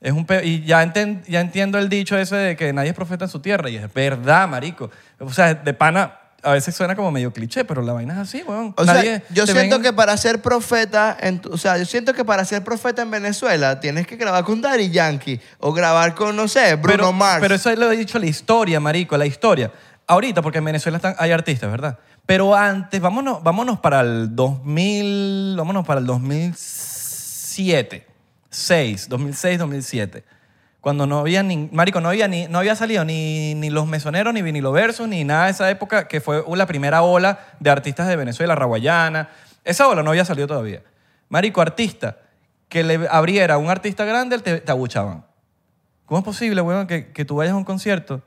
[SPEAKER 2] es un peo... Y ya, enten- ya entiendo el dicho ese de que nadie es profeta en su tierra. Y es verdad, marico. O sea, de pana... A veces suena como medio cliché, pero la vaina es así, weón.
[SPEAKER 3] O sea,
[SPEAKER 2] Nadie
[SPEAKER 3] yo
[SPEAKER 2] te
[SPEAKER 3] siento
[SPEAKER 2] ven-
[SPEAKER 3] que para ser profeta, en tu- o sea, yo siento que para ser profeta en Venezuela tienes que grabar con Daddy Yankee o grabar con, no sé, Bruno
[SPEAKER 2] pero,
[SPEAKER 3] Mars.
[SPEAKER 2] Pero eso lo he dicho la historia, marico, la historia. Ahorita, porque en Venezuela están, hay artistas, ¿verdad? Pero antes, vámonos, vámonos para el 2000, vámonos para el 2007, 6, 2006, 2007. Cuando no había ni, marico, no había ni, no había salido ni, ni Los Mesoneros, ni Vinilo Versus, ni nada de esa época que fue la primera ola de artistas de Venezuela, Raguayana. Esa ola no había salido todavía. Marico, artista que le abriera a un artista grande, te, te abuchaban. ¿Cómo es posible, huevón, que, que tú vayas a un concierto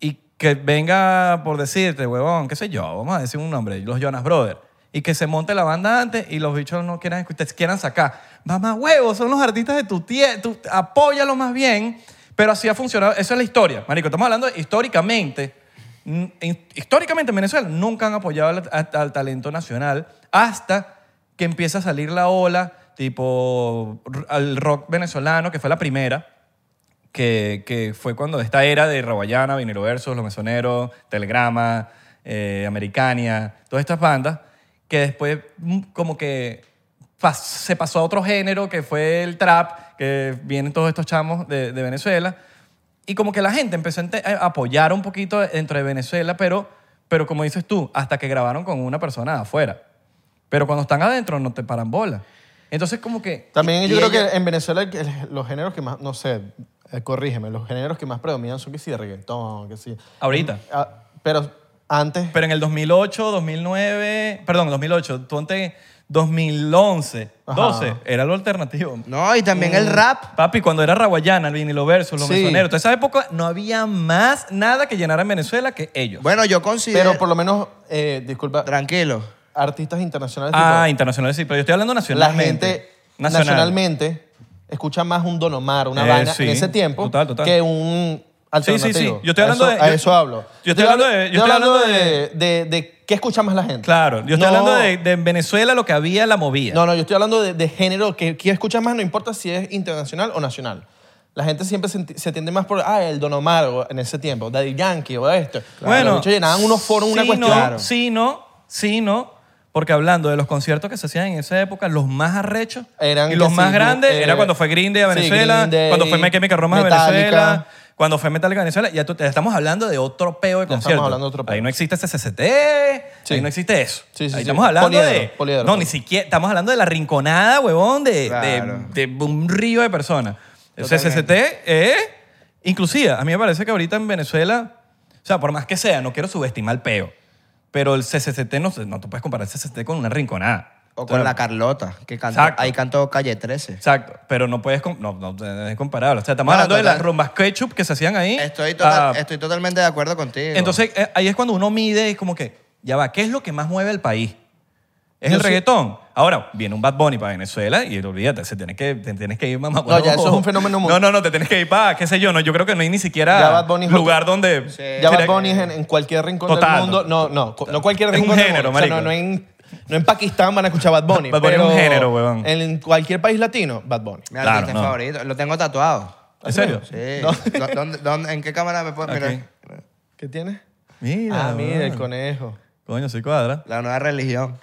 [SPEAKER 2] y que venga, por decirte, huevón, qué sé yo, vamos a decir un nombre, los Jonas Brothers, y que se monte la banda antes y los bichos no quieran escuchar, quieran sacar? Mamá, huevos, son los artistas de tu tía, tú apóyalos más bien, pero así ha funcionado. Eso es la historia, marico. Estamos hablando históricamente. mm, hi- Históricamente en Venezuela nunca han apoyado al, al- al talento nacional hasta que empieza a salir la ola tipo r- al rock venezolano, que fue la primera, que, que fue cuando esta era de Raguayana, Vinilo Versus, Los Mesoneros, Telegrama, eh, Americania, todas estas bandas, que después mm, como que pas- se pasó a otro género que fue el trap, que vienen todos estos chamos de, de Venezuela, y como que la gente empezó a ente- a apoyar un poquito dentro de Venezuela, pero, pero como dices tú, hasta que grabaron con una persona de afuera. Pero cuando están adentro no te paran bola. Entonces como que...
[SPEAKER 4] También
[SPEAKER 3] Y-
[SPEAKER 4] yo
[SPEAKER 3] y
[SPEAKER 4] creo
[SPEAKER 3] ella-
[SPEAKER 4] que en Venezuela el- los géneros que más, no sé, eh, corrígeme, los géneros que más predominan son que sí de reggaetón, que sí.
[SPEAKER 2] Ahorita.
[SPEAKER 4] Ah, pero antes,
[SPEAKER 2] Pero en el 2008, 2009, perdón, 2008, ponte 2011,
[SPEAKER 4] Ajá.
[SPEAKER 2] 12, era lo alternativo.
[SPEAKER 3] no, y también
[SPEAKER 2] Mm.
[SPEAKER 3] el rap.
[SPEAKER 2] Papi, cuando era Raguayana, el vinilo versus, los
[SPEAKER 4] Sí.
[SPEAKER 2] mesoneros, toda esa época no había más nada que llenar en Venezuela que ellos.
[SPEAKER 3] Bueno, yo considero.
[SPEAKER 4] pero por lo menos, eh, disculpa,
[SPEAKER 3] Tranquilo.
[SPEAKER 4] artistas internacionales.
[SPEAKER 2] ah,
[SPEAKER 4] tipo,
[SPEAKER 2] internacionales sí, pero yo estoy hablando
[SPEAKER 4] la
[SPEAKER 2] nacionalmente.
[SPEAKER 4] gente
[SPEAKER 2] Nacional.
[SPEAKER 4] nacionalmente escucha más un Don Omar, una
[SPEAKER 2] Eh,
[SPEAKER 4] vaina
[SPEAKER 2] sí.
[SPEAKER 4] en ese tiempo
[SPEAKER 2] Total, total.
[SPEAKER 4] que un
[SPEAKER 2] Sí,
[SPEAKER 4] alternativo.
[SPEAKER 2] sí, sí. Yo estoy hablando
[SPEAKER 4] a eso,
[SPEAKER 2] de-
[SPEAKER 4] a
[SPEAKER 2] yo-
[SPEAKER 4] eso hablo.
[SPEAKER 2] yo estoy hablando de- yo estoy hablando
[SPEAKER 4] de, de- de qué escucha más la gente.
[SPEAKER 2] Claro, yo estoy
[SPEAKER 4] No-
[SPEAKER 2] hablando de, de en Venezuela lo que había la movía.
[SPEAKER 4] No, no, yo estoy hablando de, de género que quien escucha más, no importa si es internacional o nacional. La gente siempre se, enti- se atiende más por, ah, el Don Omar o en ese tiempo, Daddy Yankee o esto.
[SPEAKER 2] Bueno,
[SPEAKER 4] Los bichos llenaban unos foros, una
[SPEAKER 2] sí,
[SPEAKER 4] cuestión.
[SPEAKER 2] No, Sí, no, sí, no. Porque hablando de los conciertos que se hacían en esa época, los más arrechos
[SPEAKER 4] Eran
[SPEAKER 2] y los
[SPEAKER 4] que
[SPEAKER 2] más
[SPEAKER 4] sí,
[SPEAKER 2] grandes
[SPEAKER 4] eh,
[SPEAKER 2] era cuando fue Green Day a
[SPEAKER 4] sí,
[SPEAKER 2] Venezuela,
[SPEAKER 4] Green Day,
[SPEAKER 2] cuando fue My Chemical Romance a
[SPEAKER 4] Metallica.
[SPEAKER 2] Venezuela, cuando fue Metallica a Venezuela. Ya tú- te- estamos hablando de otro peo de
[SPEAKER 4] estamos
[SPEAKER 2] concierto.
[SPEAKER 4] hablando de otro peo.
[SPEAKER 2] Ahí no existe CCCT,
[SPEAKER 4] Sí.
[SPEAKER 2] ahí no existe eso.
[SPEAKER 4] Sí, sí,
[SPEAKER 2] ahí
[SPEAKER 4] sí.
[SPEAKER 2] estamos hablando
[SPEAKER 4] Poliedro,
[SPEAKER 2] de...
[SPEAKER 4] poliedro,
[SPEAKER 2] no,
[SPEAKER 4] poliedro.
[SPEAKER 2] ni siquiera... Estamos hablando de la rinconada, huevón, de, de-
[SPEAKER 3] Claro.
[SPEAKER 2] de un río de personas. El
[SPEAKER 3] Totalmente.
[SPEAKER 2] CCCT es... Inclusive, a mí me parece que ahorita en Venezuela, o sea, por más que sea, no quiero subestimar el peo. Pero el CCCT no, se- no tú puedes comparar el CCCT con una rinconada.
[SPEAKER 3] O
[SPEAKER 2] Entonces,
[SPEAKER 3] con la Carlota, que cantó,
[SPEAKER 2] Exacto.
[SPEAKER 3] ahí cantó Calle 13.
[SPEAKER 2] Exacto, pero no puedes com- no, no, es comparable. O sea, estamos
[SPEAKER 3] No,
[SPEAKER 2] hablando de
[SPEAKER 3] total.
[SPEAKER 2] las rumbas ketchup que se hacían ahí.
[SPEAKER 3] Estoy, total-
[SPEAKER 2] Ah,
[SPEAKER 3] estoy totalmente de acuerdo contigo.
[SPEAKER 2] Entonces, eh, ahí es cuando uno mide, es como que, ya va, ¿qué es lo que más mueve al país? ¿Es
[SPEAKER 4] Yo
[SPEAKER 2] el
[SPEAKER 4] sí-
[SPEAKER 2] reggaetón? Ahora, viene un Bad Bunny para Venezuela y olvídate, se tiene que, te tienes que ir mamá. huevo.
[SPEAKER 4] ya, eso es un fenómeno
[SPEAKER 2] No,
[SPEAKER 4] mundial.
[SPEAKER 2] no, no, te tienes que ir para, qué sé yo, no, yo creo que no hay ni
[SPEAKER 4] Ya
[SPEAKER 2] siquiera
[SPEAKER 4] Bad Bunny es
[SPEAKER 2] lugar donde...
[SPEAKER 4] Ya Bad
[SPEAKER 2] Mira,
[SPEAKER 4] Bunny es en, en cualquier rincón
[SPEAKER 2] Total.
[SPEAKER 4] del mundo. No, no, co- no cualquier
[SPEAKER 2] Es un
[SPEAKER 4] rincón del
[SPEAKER 2] género,
[SPEAKER 4] mundo. O sea, no,
[SPEAKER 2] marico.
[SPEAKER 4] no en, no en Pakistán van a escuchar Bad Bunny.
[SPEAKER 2] Bad Bunny es un
[SPEAKER 4] pero
[SPEAKER 2] género, huevón.
[SPEAKER 4] En cualquier país latino, Bad Bunny.
[SPEAKER 3] mi
[SPEAKER 2] Claro,
[SPEAKER 3] artista
[SPEAKER 2] no.
[SPEAKER 3] favorito. Lo tengo tatuado.
[SPEAKER 2] ¿En serio?
[SPEAKER 3] Sí. ¿Dó- dónde- dónde- en qué cámara me puedo
[SPEAKER 2] Aquí.
[SPEAKER 3] mirar?
[SPEAKER 4] ¿Qué tienes?
[SPEAKER 2] Mira,
[SPEAKER 4] ah, mira, el
[SPEAKER 2] huevón.
[SPEAKER 4] conejo.
[SPEAKER 2] Coño, soy cuadra.
[SPEAKER 3] La nueva religión.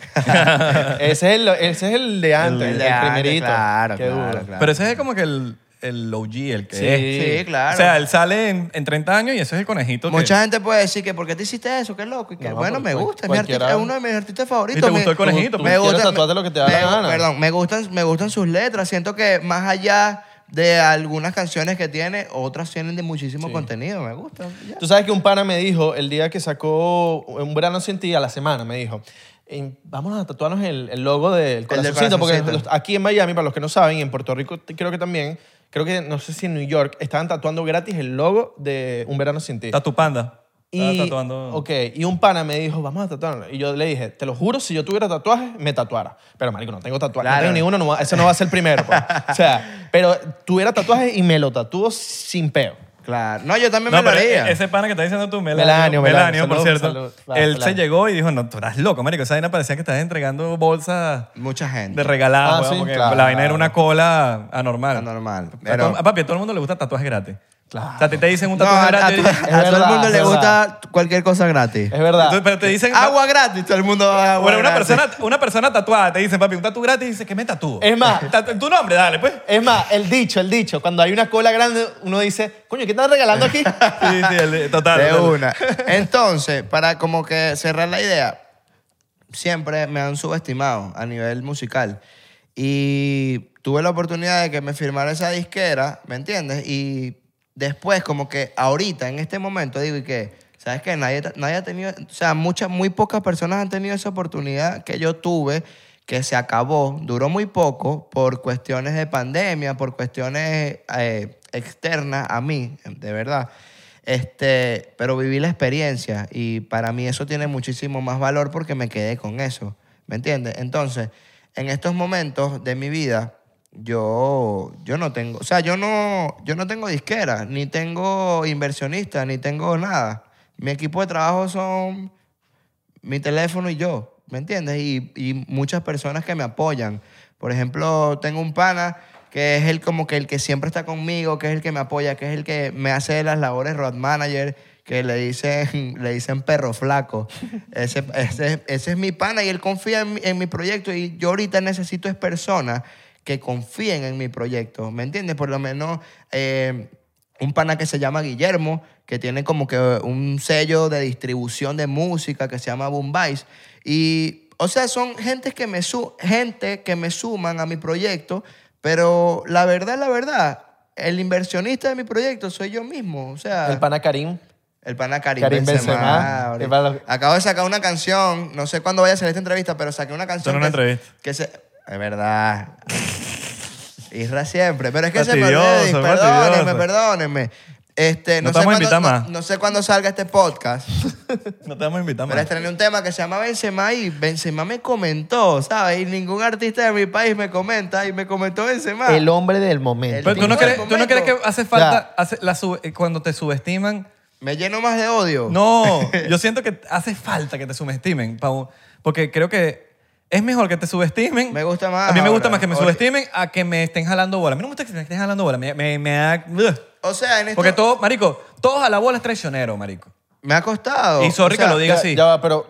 [SPEAKER 4] ese, es el, ese es el de antes, el,
[SPEAKER 3] El de
[SPEAKER 4] del
[SPEAKER 3] antes,
[SPEAKER 4] primerito.
[SPEAKER 3] claro,
[SPEAKER 4] Qué
[SPEAKER 3] claro,
[SPEAKER 4] duro.
[SPEAKER 3] claro.
[SPEAKER 2] Pero ese es como que el, el OG, el que
[SPEAKER 4] Sí.
[SPEAKER 2] es.
[SPEAKER 3] Sí, claro.
[SPEAKER 2] O sea, él sale en, en 30 años y ese es el conejito que-
[SPEAKER 3] Mucha gente puede decir que ¿por qué te hiciste eso? Qué loco. Y que
[SPEAKER 4] No,
[SPEAKER 3] bueno,
[SPEAKER 4] pues,
[SPEAKER 3] me
[SPEAKER 4] cual-
[SPEAKER 3] gusta. Es, mi
[SPEAKER 4] cualquiera-
[SPEAKER 3] artista- es uno de mis artistas favoritos.
[SPEAKER 2] ¿Y te gustó
[SPEAKER 3] Me-
[SPEAKER 2] el conejito? pues.
[SPEAKER 4] Tú- tú- quieres tatuarte lo que te da la
[SPEAKER 3] me-
[SPEAKER 4] gana.
[SPEAKER 3] Perdón, me gustan, me gustan sus letras. Siento que más allá de algunas canciones que tiene, otras tienen de muchísimo contenido. Me gusta. ya.
[SPEAKER 4] Tú sabes que un pana me dijo el día que sacó Un verano sin ti a la semana, me dijo, "Eh, vamos a tatuarnos el, el logo del
[SPEAKER 3] del
[SPEAKER 4] corazoncito, porque
[SPEAKER 3] corazoncito.
[SPEAKER 4] los- aquí en Miami, para los que no saben, y en Puerto Rico t- creo que también, creo que no sé si en New York, estaban tatuando gratis el logo de Un verano sin ti.
[SPEAKER 2] Tatu Panda.
[SPEAKER 4] Y,
[SPEAKER 2] Estaba tatuando.
[SPEAKER 4] Ok, y un pana me dijo, vamos a tatuarnos. Y yo le dije, te lo juro, si yo tuviera tatuajes, me tatuara. Pero, marico, no tengo tatuajes.
[SPEAKER 3] Claro.
[SPEAKER 4] No tengo ninguno, no va- ese no va a ser el primero. pues. o sea, pero tuviera tatuajes y me lo tatúo sin peo.
[SPEAKER 3] Claro. No, yo también
[SPEAKER 2] No,
[SPEAKER 3] me lo
[SPEAKER 2] pero
[SPEAKER 3] haría.
[SPEAKER 2] e- ese pana que está diciendo tú, Melanio. Melanio,
[SPEAKER 4] Melanio, Melanio,
[SPEAKER 2] por
[SPEAKER 4] salud,
[SPEAKER 2] cierto.
[SPEAKER 4] salud. Va,
[SPEAKER 2] él se
[SPEAKER 4] Melanio.
[SPEAKER 2] llegó y dijo, no, tú eras loco, marico. Esa vaina parecía que estabas entregando bolsas
[SPEAKER 3] Mucha gente.
[SPEAKER 2] de regaladas,
[SPEAKER 4] Ah,
[SPEAKER 2] weón,
[SPEAKER 4] sí,
[SPEAKER 2] porque
[SPEAKER 4] claro.
[SPEAKER 2] la vaina era una cola anormal.
[SPEAKER 3] Anormal,
[SPEAKER 2] A
[SPEAKER 3] pero-
[SPEAKER 2] todo- a papi, a todo el mundo le gusta tatuajes gratis. O sea, a ti te dicen un
[SPEAKER 3] No, a,
[SPEAKER 2] tatuaje
[SPEAKER 3] a- a-
[SPEAKER 2] gratis.
[SPEAKER 3] a todo el
[SPEAKER 4] verdad,
[SPEAKER 3] mundo
[SPEAKER 4] es
[SPEAKER 3] le
[SPEAKER 4] verdad.
[SPEAKER 3] gusta cualquier cosa gratis.
[SPEAKER 4] Es verdad.
[SPEAKER 2] Entonces, pero te dicen...
[SPEAKER 3] Agua gratis, todo el mundo va a agua
[SPEAKER 2] Bueno, una
[SPEAKER 3] gratis.
[SPEAKER 2] persona, una persona tatuada te dice, papi, un tatu gratis, y dice, ¿qué me tatúo?
[SPEAKER 4] Es más-
[SPEAKER 2] Tatu- tu nombre, dale, pues.
[SPEAKER 4] Es más, el dicho, el dicho, cuando hay una cola grande, uno dice, coño, ¿qué están regalando aquí?
[SPEAKER 2] Sí, sí, el- total.
[SPEAKER 3] De
[SPEAKER 2] total.
[SPEAKER 3] una. Entonces, para como que cerrar la idea, siempre me han subestimado a nivel musical. Y tuve la oportunidad de que me firmara esa disquera, ¿me entiendes? Y después, como que ahorita, en este momento, digo, y que, ¿sabes qué? Nadie, ta- nadie ha tenido, o sea, muchas, muy pocas personas han tenido esa oportunidad que yo tuve, que se acabó, duró muy poco por cuestiones de pandemia, por cuestiones eh, externas a mí, de verdad. Este, pero viví la experiencia y para mí eso tiene muchísimo más valor porque me quedé con eso, ¿me entiendes? Entonces, en estos momentos de mi vida, yo, yo no tengo, o sea, yo no, yo no tengo disquera, ni tengo inversionista, ni tengo nada. Mi equipo de trabajo son mi teléfono y yo, ¿me entiendes? Y, y muchas personas que me apoyan. Por ejemplo, tengo un pana que es el como que el que siempre está conmigo, que es el que me apoya, que es el que me hace las labores road manager, que le dicen, le dicen perro flaco. Ese, ese, ese es mi pana y él confía en, mi- en mi proyecto y yo ahorita necesito es personas que confíen en mi proyecto, ¿me entiendes? Por lo menos... eh, un pana que se llama Guillermo, que tiene como que un sello de distribución de música que se llama Boombice. Y, o sea, son gente que, me su gente que me suman a mi proyecto, pero la verdad, la verdad, el inversionista de mi proyecto soy yo mismo. O sea,
[SPEAKER 4] El pana Karim.
[SPEAKER 3] el pana Karim,
[SPEAKER 4] Karim
[SPEAKER 3] Benzema.
[SPEAKER 4] Benzema.
[SPEAKER 3] ahorita.
[SPEAKER 4] El pana-
[SPEAKER 3] Acabo de sacar una canción, no sé cuándo vaya a salir esta entrevista, pero saqué una canción.
[SPEAKER 2] Esto no es
[SPEAKER 3] que-
[SPEAKER 2] una entrevista.
[SPEAKER 3] Que se, es verdad. Isra siempre. Pero es que se
[SPEAKER 2] Fastidioso,
[SPEAKER 3] me olvida, Perdónenme,
[SPEAKER 2] fastidioso.
[SPEAKER 3] perdónenme. Este,
[SPEAKER 2] No
[SPEAKER 3] no,
[SPEAKER 2] te vamos
[SPEAKER 3] sé
[SPEAKER 2] a
[SPEAKER 3] cuándo,
[SPEAKER 2] invitar
[SPEAKER 3] no-
[SPEAKER 2] más.
[SPEAKER 3] no sé cuándo salga este podcast,
[SPEAKER 2] No te vamos a invitar
[SPEAKER 3] pero este
[SPEAKER 2] más.
[SPEAKER 3] estrené un tema que se llama Benzema y Benzema me comentó, ¿sabes? Y ningún artista de mi país me comenta y me comentó Benzema.
[SPEAKER 4] El hombre del momento.
[SPEAKER 2] Pero tú no,
[SPEAKER 3] tipo de
[SPEAKER 2] crees, tú no crees que
[SPEAKER 3] momento.
[SPEAKER 2] hace falta, hace- la sub- eh, cuando te subestiman.
[SPEAKER 3] Me lleno más de odio.
[SPEAKER 2] No, yo siento que hace falta que te subestimen, Pau, porque creo que es mejor que te subestimen.
[SPEAKER 3] Me gusta más
[SPEAKER 2] A mí me gusta
[SPEAKER 3] ahora.
[SPEAKER 2] más que me
[SPEAKER 3] Ahora-
[SPEAKER 2] subestimen a que me estén jalando bola. A mí no me gusta que me estén jalando bola. Me, me, me da. ugh.
[SPEAKER 3] O sea, en esto
[SPEAKER 2] Porque todo, marico, todos a la bola es traicionero, marico.
[SPEAKER 3] me ha costado.
[SPEAKER 2] Y sorry
[SPEAKER 3] O sea,
[SPEAKER 2] que lo diga
[SPEAKER 4] Ya-
[SPEAKER 2] así.
[SPEAKER 4] Ya va, pero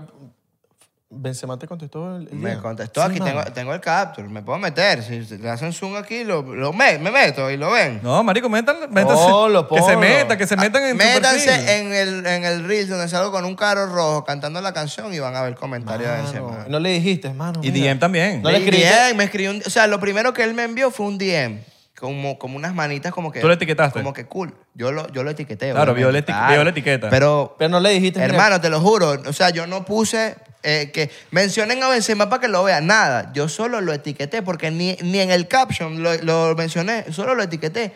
[SPEAKER 4] Benzema te contestó el, el
[SPEAKER 3] Me
[SPEAKER 4] día.
[SPEAKER 3] contestó
[SPEAKER 4] Sí,
[SPEAKER 3] aquí,
[SPEAKER 4] mano.
[SPEAKER 3] tengo, tengo el capture, me puedo meter. Si si le hacen zoom aquí, lo, lo me, me meto y lo ven.
[SPEAKER 2] No, marico, métanle, métanse.
[SPEAKER 3] Oh,
[SPEAKER 4] Polo,
[SPEAKER 2] Que se
[SPEAKER 4] polo.
[SPEAKER 2] meta, que se metan en tu perfil.
[SPEAKER 3] Ah, Métanse en el, en el reel donde salgo con un carro rojo cantando la canción y van a ver comentarios de ese
[SPEAKER 4] Mano, no le dijiste, hermano.
[SPEAKER 2] Y
[SPEAKER 4] mira.
[SPEAKER 2] DM también.
[SPEAKER 4] No le escribiste.
[SPEAKER 3] me escribió un- o sea, lo primero que él me envió fue un DM. como, como unas manitas como que...
[SPEAKER 2] ¿Tú lo etiquetaste?
[SPEAKER 3] Como que cool. Yo lo, yo lo etiqueté.
[SPEAKER 2] Claro,
[SPEAKER 3] obviamente.
[SPEAKER 2] vio la eti- vio la etiqueta.
[SPEAKER 3] Pero,
[SPEAKER 4] Pero no le dijiste. mira,
[SPEAKER 3] hermano, te lo juro. O sea, yo no puse eh, que mencionen a Benzema para que lo vean. Nada. Yo solo lo etiqueté porque ni, ni en el caption lo, lo mencioné. Solo lo etiqueté.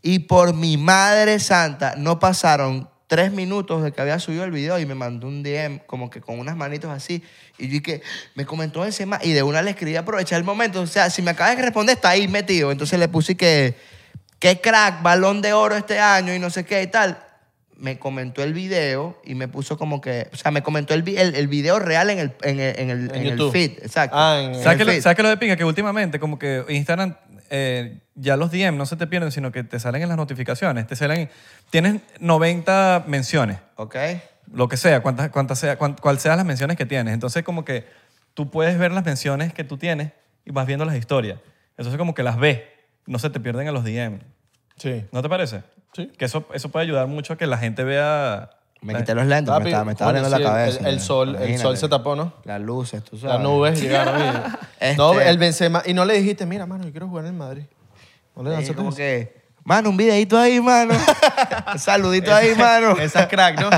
[SPEAKER 3] Y por mi madre santa, no pasaron tres minutos de que había subido el video y me mandó un DM como que con unas manitos así. Y yo dije, me comentó Benzema y de una le escribí aprovechar el momento. O sea, si me acabas de responder, está ahí metido. Entonces le puse que qué crack, balón de oro este año y no sé qué y tal. Me comentó el video y me puso como que, o sea, me comentó el, vi- el, el video real en el, en el, en el-
[SPEAKER 4] En
[SPEAKER 3] en el
[SPEAKER 4] YouTube.
[SPEAKER 3] feed, exacto.
[SPEAKER 4] Ah, en-
[SPEAKER 3] el
[SPEAKER 2] ¿Sabes qué lo-
[SPEAKER 3] feed.
[SPEAKER 2] ¿Sabes qué lo de pinga? Que últimamente como que Instagram eh, ya los DM no se te pierden, sino que te salen en las notificaciones. Te salen... Tienes 90 menciones,
[SPEAKER 3] Ok.
[SPEAKER 2] lo que sea, cuántas, cuántas sea, cuán- cuál sean las menciones que tienes. Entonces como que tú puedes ver las menciones que tú tienes y vas viendo las historias. Entonces como que las ves, no se te pierden en los DM.
[SPEAKER 4] Sí.
[SPEAKER 2] ¿No te parece?
[SPEAKER 4] Sí.
[SPEAKER 2] Que eso, eso puede ayudar mucho a que la gente vea...
[SPEAKER 3] Me quité los lentes,
[SPEAKER 4] Papi,
[SPEAKER 3] me estaba, me estaba
[SPEAKER 4] coño,
[SPEAKER 3] doliendo
[SPEAKER 4] sí,
[SPEAKER 3] la
[SPEAKER 4] el-
[SPEAKER 3] cabeza.
[SPEAKER 4] el- el
[SPEAKER 3] man.
[SPEAKER 4] sol- el
[SPEAKER 3] Imagínate.
[SPEAKER 4] sol se tapó, ¿no?
[SPEAKER 3] Las luces, tú sabes.
[SPEAKER 4] Las nubes llegaron. y-
[SPEAKER 3] Este-
[SPEAKER 4] No, el Benzema. Y no le dijiste, mira, mano, yo quiero jugar en el Madrid. No le
[SPEAKER 3] Le dije
[SPEAKER 4] lanzaste
[SPEAKER 3] como
[SPEAKER 4] eso.
[SPEAKER 3] que, mano, un videito ahí, mano. Un Saludito ahí, mano.
[SPEAKER 1] Esa es crack, ¿no?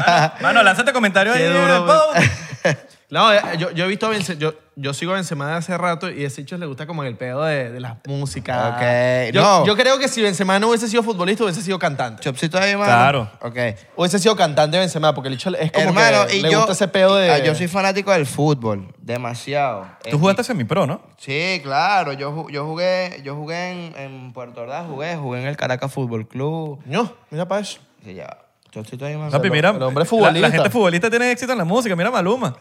[SPEAKER 2] Mano, lánzate comentarios ahí.
[SPEAKER 5] Qué duro,
[SPEAKER 2] en el
[SPEAKER 5] bro.
[SPEAKER 2] post.
[SPEAKER 5] No, eh, yo, yo he visto a Benzema, yo, yo sigo a Benzema de hace rato y ese chico le gusta como el pedo de, de las músicas.
[SPEAKER 3] Ok,
[SPEAKER 5] yo,
[SPEAKER 3] no.
[SPEAKER 5] yo creo que si Benzema no hubiese sido futbolista, hubiese sido cantante.
[SPEAKER 3] Chopsito ahí, mano.
[SPEAKER 2] Claro.
[SPEAKER 3] Ok.
[SPEAKER 4] Hubiese sido cantante de Benzema, porque el hecho es como
[SPEAKER 3] Hermano,
[SPEAKER 4] que
[SPEAKER 3] y
[SPEAKER 4] le
[SPEAKER 3] yo,
[SPEAKER 4] gusta ese pedo de...
[SPEAKER 3] Ah, yo soy fanático del fútbol, demasiado. Eh,
[SPEAKER 2] Tú jugaste semi-pro, ¿no?
[SPEAKER 3] Sí, claro. Yo, ju- yo jugué, yo jugué en, en Puerto Ordaz, jugué, jugué en el Caracas Fútbol Club.
[SPEAKER 4] No, mira para eso.
[SPEAKER 3] Sí, ya. Yo estoy todavía más-
[SPEAKER 2] Papi, mira,
[SPEAKER 4] el hombre es
[SPEAKER 2] la- La,
[SPEAKER 4] futbolista.
[SPEAKER 2] gente futbolista tiene éxito en la música. Mira a Maluma.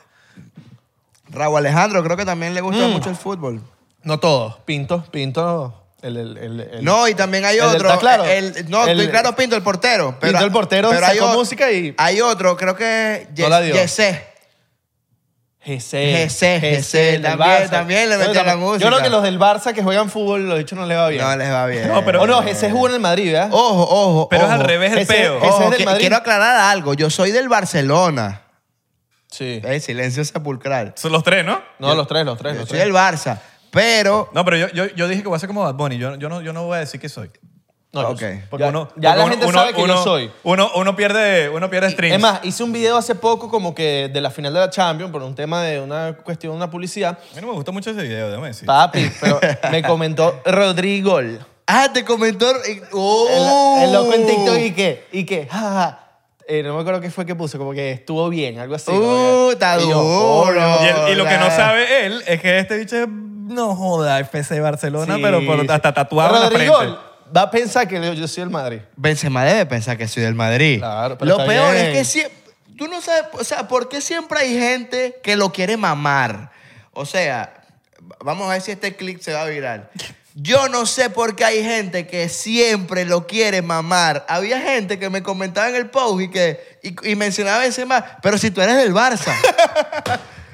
[SPEAKER 3] Raúl Alejandro, creo que también le
[SPEAKER 4] Mm.
[SPEAKER 3] gusta mucho el fútbol.
[SPEAKER 4] No todos. Pinto, Pinto... El, el, el, el-
[SPEAKER 3] No, y también hay
[SPEAKER 4] el del-
[SPEAKER 3] otro.
[SPEAKER 4] ¿Está claro?
[SPEAKER 3] el- no,
[SPEAKER 4] El-
[SPEAKER 3] estoy claro, Pinto el portero. Pero,
[SPEAKER 4] Pinto el portero sacó
[SPEAKER 3] o-
[SPEAKER 4] música y-
[SPEAKER 3] Hay otro, creo que.
[SPEAKER 4] No la dio.
[SPEAKER 3] Yesé.
[SPEAKER 4] Jesse.
[SPEAKER 3] Jesse, Jesse,
[SPEAKER 4] del
[SPEAKER 3] también-
[SPEAKER 4] Barça.
[SPEAKER 3] también le
[SPEAKER 4] Yo
[SPEAKER 3] metió la
[SPEAKER 4] también-
[SPEAKER 3] música.
[SPEAKER 4] Yo creo que los del Barça que juegan fútbol, los hechos no les va bien.
[SPEAKER 3] No Oh, les va bien.
[SPEAKER 2] No, pero-
[SPEAKER 4] O no, Jesse jugó en el Madrid, ¿verdad?
[SPEAKER 3] Ojo, ojo.
[SPEAKER 2] Pero es
[SPEAKER 3] ojo.
[SPEAKER 2] al revés el
[SPEAKER 4] Ese-
[SPEAKER 2] peo.
[SPEAKER 4] ese-
[SPEAKER 3] Ojo,
[SPEAKER 4] es del
[SPEAKER 3] Oh, que-
[SPEAKER 4] Madrid.
[SPEAKER 3] quiero aclarar algo. Yo soy del Barcelona.
[SPEAKER 4] Sí.
[SPEAKER 3] El silencio sepulcral.
[SPEAKER 2] Son los tres, ¿no?
[SPEAKER 4] No, los tres, los tres,
[SPEAKER 3] Eh, Yo
[SPEAKER 4] los
[SPEAKER 3] soy
[SPEAKER 4] tres.
[SPEAKER 3] del Barça. Pero.
[SPEAKER 2] No, pero yo, yo, yo dije que voy a ser como Bad Bunny. Yo, yo, no, yo no voy a decir que soy.
[SPEAKER 4] No, yo
[SPEAKER 3] Ah, Ok.
[SPEAKER 4] soy.
[SPEAKER 2] Porque
[SPEAKER 4] Ya,
[SPEAKER 2] uno,
[SPEAKER 4] ya
[SPEAKER 2] porque
[SPEAKER 4] la
[SPEAKER 2] uno-
[SPEAKER 4] gente
[SPEAKER 2] uno-
[SPEAKER 4] sabe que
[SPEAKER 2] uno-
[SPEAKER 4] yo soy.
[SPEAKER 2] Uno, uno pierde, uno pierde streams.
[SPEAKER 4] Es más, hice un video hace poco como que de la final de la Champions por un tema de una cuestión, una publicidad.
[SPEAKER 2] a mí no me gustó mucho ese video, déjame decir.
[SPEAKER 4] Papi, pero me comentó Rodrigo. El,
[SPEAKER 3] Ah, te comentó. eh, ¡Oh!
[SPEAKER 4] el loco en TikTok y que, y que, ja, ja, ja. Eh, no me acuerdo qué fue que puso, como que estuvo bien, algo así. como
[SPEAKER 3] ¡Uh!
[SPEAKER 4] que-
[SPEAKER 3] Está
[SPEAKER 4] y
[SPEAKER 3] duro.
[SPEAKER 4] yo, oh,
[SPEAKER 2] y, el- y lo que no sabe él es que este bicho es, no joda, FC Barcelona,
[SPEAKER 4] sí,
[SPEAKER 2] pero por-
[SPEAKER 4] sí.
[SPEAKER 2] hasta tatuado en la
[SPEAKER 4] Rodrigo
[SPEAKER 2] frente.
[SPEAKER 4] va a pensar que yo soy el Madrid.
[SPEAKER 3] Benzema debe pensar que soy del Madrid.
[SPEAKER 4] Claro, pero
[SPEAKER 3] Lo
[SPEAKER 4] está
[SPEAKER 3] peor
[SPEAKER 4] bien.
[SPEAKER 3] es que siempre. Tú no sabes. O sea, ¿por qué siempre hay gente que lo quiere mamar? O sea, v- vamos a ver si este clip se va a viral. Yo no sé por qué hay gente que siempre lo quiere mamar. Había gente que me comentaba en el post y que y, y mencionaba a Benzema, pero si tú eres del Barça.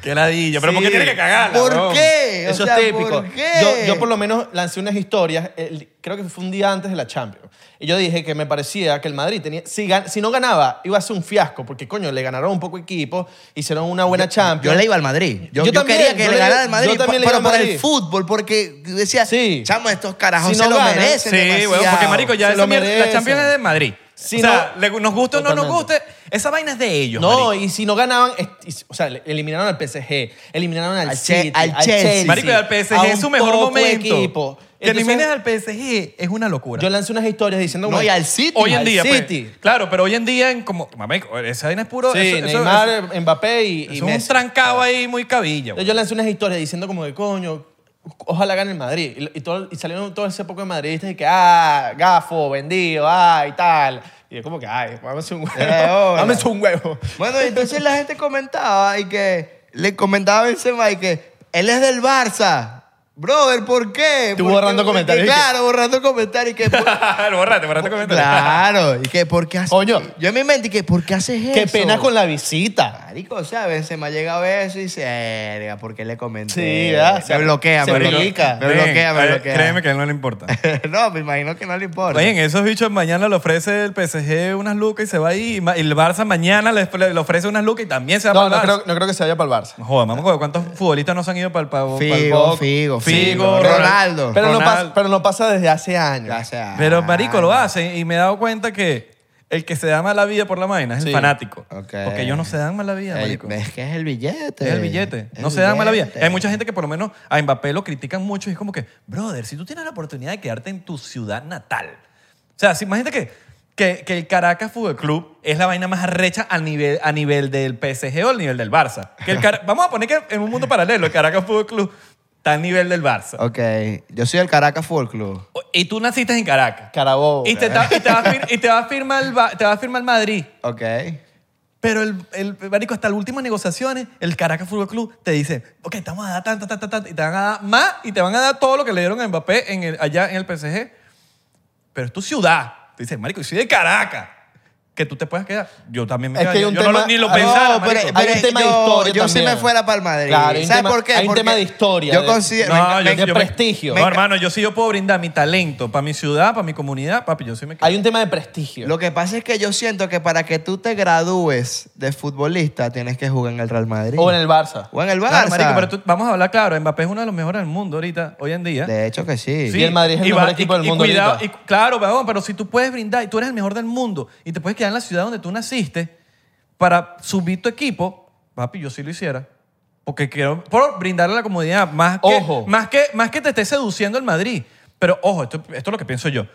[SPEAKER 2] Qué ladilla. Pero ¿por qué
[SPEAKER 4] Sí.
[SPEAKER 2] tiene que cagar?
[SPEAKER 3] ¿Por qué? O
[SPEAKER 4] Eso
[SPEAKER 3] sea,
[SPEAKER 4] es típico.
[SPEAKER 3] ¿por qué?
[SPEAKER 4] Yo, yo por lo menos lancé unas historias, el- creo que fue un día antes de la Champions. Y yo dije que me parecía que el Madrid tenía, si, gan- si no ganaba, iba a ser un fiasco, porque coño, le ganaron un poco equipo, hicieron una buena Champions.
[SPEAKER 3] Yo le iba al Madrid. Yo,
[SPEAKER 4] Yo
[SPEAKER 3] yo
[SPEAKER 4] también,
[SPEAKER 3] quería que
[SPEAKER 4] yo
[SPEAKER 3] le
[SPEAKER 4] le-
[SPEAKER 3] ganara al Madrid,
[SPEAKER 4] yo también le
[SPEAKER 3] pero
[SPEAKER 4] iba al
[SPEAKER 3] por el
[SPEAKER 4] Madrid.
[SPEAKER 3] fútbol, porque decía,
[SPEAKER 4] Sí.
[SPEAKER 3] chamo, estos carajos
[SPEAKER 4] Si
[SPEAKER 3] se
[SPEAKER 4] no
[SPEAKER 3] lo
[SPEAKER 4] ganan,
[SPEAKER 3] merecen
[SPEAKER 2] Sí, weón,
[SPEAKER 3] demasiado".
[SPEAKER 2] porque marico, ya
[SPEAKER 4] Se
[SPEAKER 2] esa
[SPEAKER 4] lo
[SPEAKER 2] mierda- la
[SPEAKER 4] merecen.
[SPEAKER 2] Champions es de Madrid.
[SPEAKER 4] Sí,
[SPEAKER 2] o sea,
[SPEAKER 4] no,
[SPEAKER 2] le- nos guste o no nos
[SPEAKER 4] totalmente.
[SPEAKER 2] guste, esa vaina es de ellos,
[SPEAKER 4] no,
[SPEAKER 2] marico.
[SPEAKER 4] y si no ganaban, es- y- o sea, le- eliminaron al PSG, eliminaron al,
[SPEAKER 3] Al Che-
[SPEAKER 4] City,
[SPEAKER 3] al Chelsea.
[SPEAKER 2] Marico, y al PSG
[SPEAKER 4] a
[SPEAKER 2] es
[SPEAKER 4] un
[SPEAKER 2] su mejor
[SPEAKER 4] poco
[SPEAKER 2] momento.
[SPEAKER 4] equipo.
[SPEAKER 2] que
[SPEAKER 4] Entonces,
[SPEAKER 2] elimines al PSG es una locura.
[SPEAKER 4] Yo lancé unas historias diciendo...
[SPEAKER 3] No,
[SPEAKER 4] como-
[SPEAKER 3] y al City.
[SPEAKER 2] hoy en
[SPEAKER 4] al
[SPEAKER 2] día, pues,
[SPEAKER 4] City.
[SPEAKER 2] claro, pero hoy en día en como marico, esa vaina es puro
[SPEAKER 4] Sí,
[SPEAKER 2] eso- eso-
[SPEAKER 4] Neymar,
[SPEAKER 2] eso-
[SPEAKER 4] Mbappé y, y
[SPEAKER 2] eso es un
[SPEAKER 4] Messi.
[SPEAKER 2] trancado ahí muy cabilla. güey.
[SPEAKER 4] Yo lancé unas historias diciendo como de coño, ojalá gane el Madrid. Y, lo- y todo- y salieron todo ese poco de madridistas y que, ah, gafo, vendido, ah, y tal. Y yo como que, ay, vámonos un huevo.
[SPEAKER 3] Eh, hola.
[SPEAKER 4] vámonos un huevo.
[SPEAKER 3] Bueno, y entonces la gente comentaba y que le comentaba a Benzema y que él es del Barça. Brother, ¿por qué?
[SPEAKER 4] Tú
[SPEAKER 3] ¿Por qué?
[SPEAKER 4] borrando
[SPEAKER 3] Porque,
[SPEAKER 4] comentarios, ¿y qué?
[SPEAKER 3] Claro, borrando comentarios. Y que, por-
[SPEAKER 2] borrate, borrate comentario.
[SPEAKER 3] claro, y que, ¿por qué haces
[SPEAKER 4] Coño.
[SPEAKER 3] Yo en mi mente, y que, ¿por qué haces eso?
[SPEAKER 4] Qué pena con la visita.
[SPEAKER 3] Marico, o sea, Benzema llega a ver eso y dice, verga, ¿por qué le comenté?
[SPEAKER 4] Sí, ¿verdad?
[SPEAKER 3] Se bloquea,
[SPEAKER 4] Se
[SPEAKER 3] me bloquea,
[SPEAKER 4] pica.
[SPEAKER 3] Me
[SPEAKER 2] Ven,
[SPEAKER 3] bloquea, me
[SPEAKER 2] eh,
[SPEAKER 3] bloquea.
[SPEAKER 2] Créeme que a él no le importa.
[SPEAKER 3] no, me imagino que no le importa.
[SPEAKER 2] Oye, en esos bichos mañana le ofrece el PSG unas lucas y se va ahí. Y ma- y el Barça mañana le, le ofrece unas lucas y también se va
[SPEAKER 4] No,
[SPEAKER 2] para
[SPEAKER 4] no
[SPEAKER 2] el Barça.
[SPEAKER 4] creo, no creo que se vaya para el Barça.
[SPEAKER 2] Joder, mamá, ¿cuántos futbolistas no se han ido para el pavo?
[SPEAKER 3] Figo,
[SPEAKER 4] Falcao,
[SPEAKER 3] Figo, Figo,
[SPEAKER 2] Figo,
[SPEAKER 3] Ronaldo.
[SPEAKER 4] Pero no,
[SPEAKER 2] Ronaldo.
[SPEAKER 4] pasa, pero no pasa desde hace años.
[SPEAKER 3] Gracias.
[SPEAKER 2] Pero marico lo hacen y me he dado cuenta que el que se da mala vida por la vaina es el
[SPEAKER 4] Sí.
[SPEAKER 2] fanático.
[SPEAKER 3] Ok.
[SPEAKER 2] Porque ellos no se dan mala vida,
[SPEAKER 3] El-
[SPEAKER 2] marico.
[SPEAKER 3] Es que es el billete.
[SPEAKER 2] Es el billete.
[SPEAKER 3] Este, Es
[SPEAKER 2] No
[SPEAKER 3] el
[SPEAKER 2] se dan mala vida.
[SPEAKER 3] billete.
[SPEAKER 2] Hay mucha gente que por lo menos a Mbappé lo critican mucho y es como que, brother, si tú tienes la oportunidad de quedarte en tu ciudad natal. O sea, si, imagínate que, que, que el Caracas Fútbol Club es la vaina más arrecha a nivel, a nivel del PSG o al nivel del Barça. Que el Cara- Vamos a poner que en un mundo paralelo el Caracas Fútbol Club está al nivel del Barça.
[SPEAKER 3] Ok, yo soy el Caracas Fútbol Club.
[SPEAKER 2] O- Y tú naciste en Caracas.
[SPEAKER 4] Carabobo.
[SPEAKER 2] Y te, ta- y te va, a fir- y te va a firmar el, Ba- te va a firmar el Madrid.
[SPEAKER 3] Ok.
[SPEAKER 2] Pero el, el marico, hasta las últimas negociaciones, el Caracas Fútbol Club te dice, ok, te vamos a dar tanto, tanto, tanto, y te van a dar más, y te van a dar todo lo que le dieron a Mbappé en el- allá en el PSG. Pero es tu ciudad. Te dice, marico, yo soy de Caracas. Que tú te puedas quedar. Yo también me
[SPEAKER 4] Es
[SPEAKER 2] quedo.
[SPEAKER 4] que hay
[SPEAKER 2] Yo
[SPEAKER 4] un
[SPEAKER 2] no lo-
[SPEAKER 4] tema-
[SPEAKER 2] ni lo
[SPEAKER 4] Ah, no,
[SPEAKER 2] pensaba,
[SPEAKER 3] No, pero,
[SPEAKER 2] marico.
[SPEAKER 4] Hay un
[SPEAKER 3] pero
[SPEAKER 4] tema de
[SPEAKER 3] yo,
[SPEAKER 4] historia
[SPEAKER 3] yo sí
[SPEAKER 4] también.
[SPEAKER 3] me fuera para el Madrid.
[SPEAKER 4] Claro, hay un
[SPEAKER 3] ¿Sabes
[SPEAKER 4] tema-
[SPEAKER 3] por qué?
[SPEAKER 4] hay un
[SPEAKER 3] Porque
[SPEAKER 4] tema de historia,
[SPEAKER 3] Yo
[SPEAKER 4] de-
[SPEAKER 3] considero...
[SPEAKER 2] No,
[SPEAKER 3] me-
[SPEAKER 2] yo,
[SPEAKER 3] me-
[SPEAKER 4] de
[SPEAKER 2] yo me-
[SPEAKER 4] eh, prestigio.
[SPEAKER 2] no, hermano, yo sí yo puedo brindar mi talento para mi ciudad, para mi comunidad, papi, yo sí me quedo.
[SPEAKER 4] Hay un tema de prestigio.
[SPEAKER 3] Lo que pasa es que yo siento que para que tú te gradúes de futbolista tienes que jugar en el Real Madrid.
[SPEAKER 4] O en el Barça.
[SPEAKER 3] O en el Barça.
[SPEAKER 2] Claro, marico, pero tú- vamos a hablar claro, Mbappé es uno de los mejores del mundo ahorita, hoy en día.
[SPEAKER 3] De hecho que sí.
[SPEAKER 4] Sí. Y el Madrid es el mejor equipo del mundo
[SPEAKER 2] cuidado,
[SPEAKER 4] ahorita.
[SPEAKER 2] y cu- claro, weón, pero si tú puedes brindar y tú eres el mejor del mundo y te puedes quedar en la ciudad donde tú naciste para subir tu equipo, papi, yo sí lo hiciera. Porque quiero por brindarle a la comodidad. Más que,
[SPEAKER 4] Ojo.
[SPEAKER 2] Más que, más que te esté seduciendo el Madrid. Pero ojo, esto, esto es lo que pienso yo.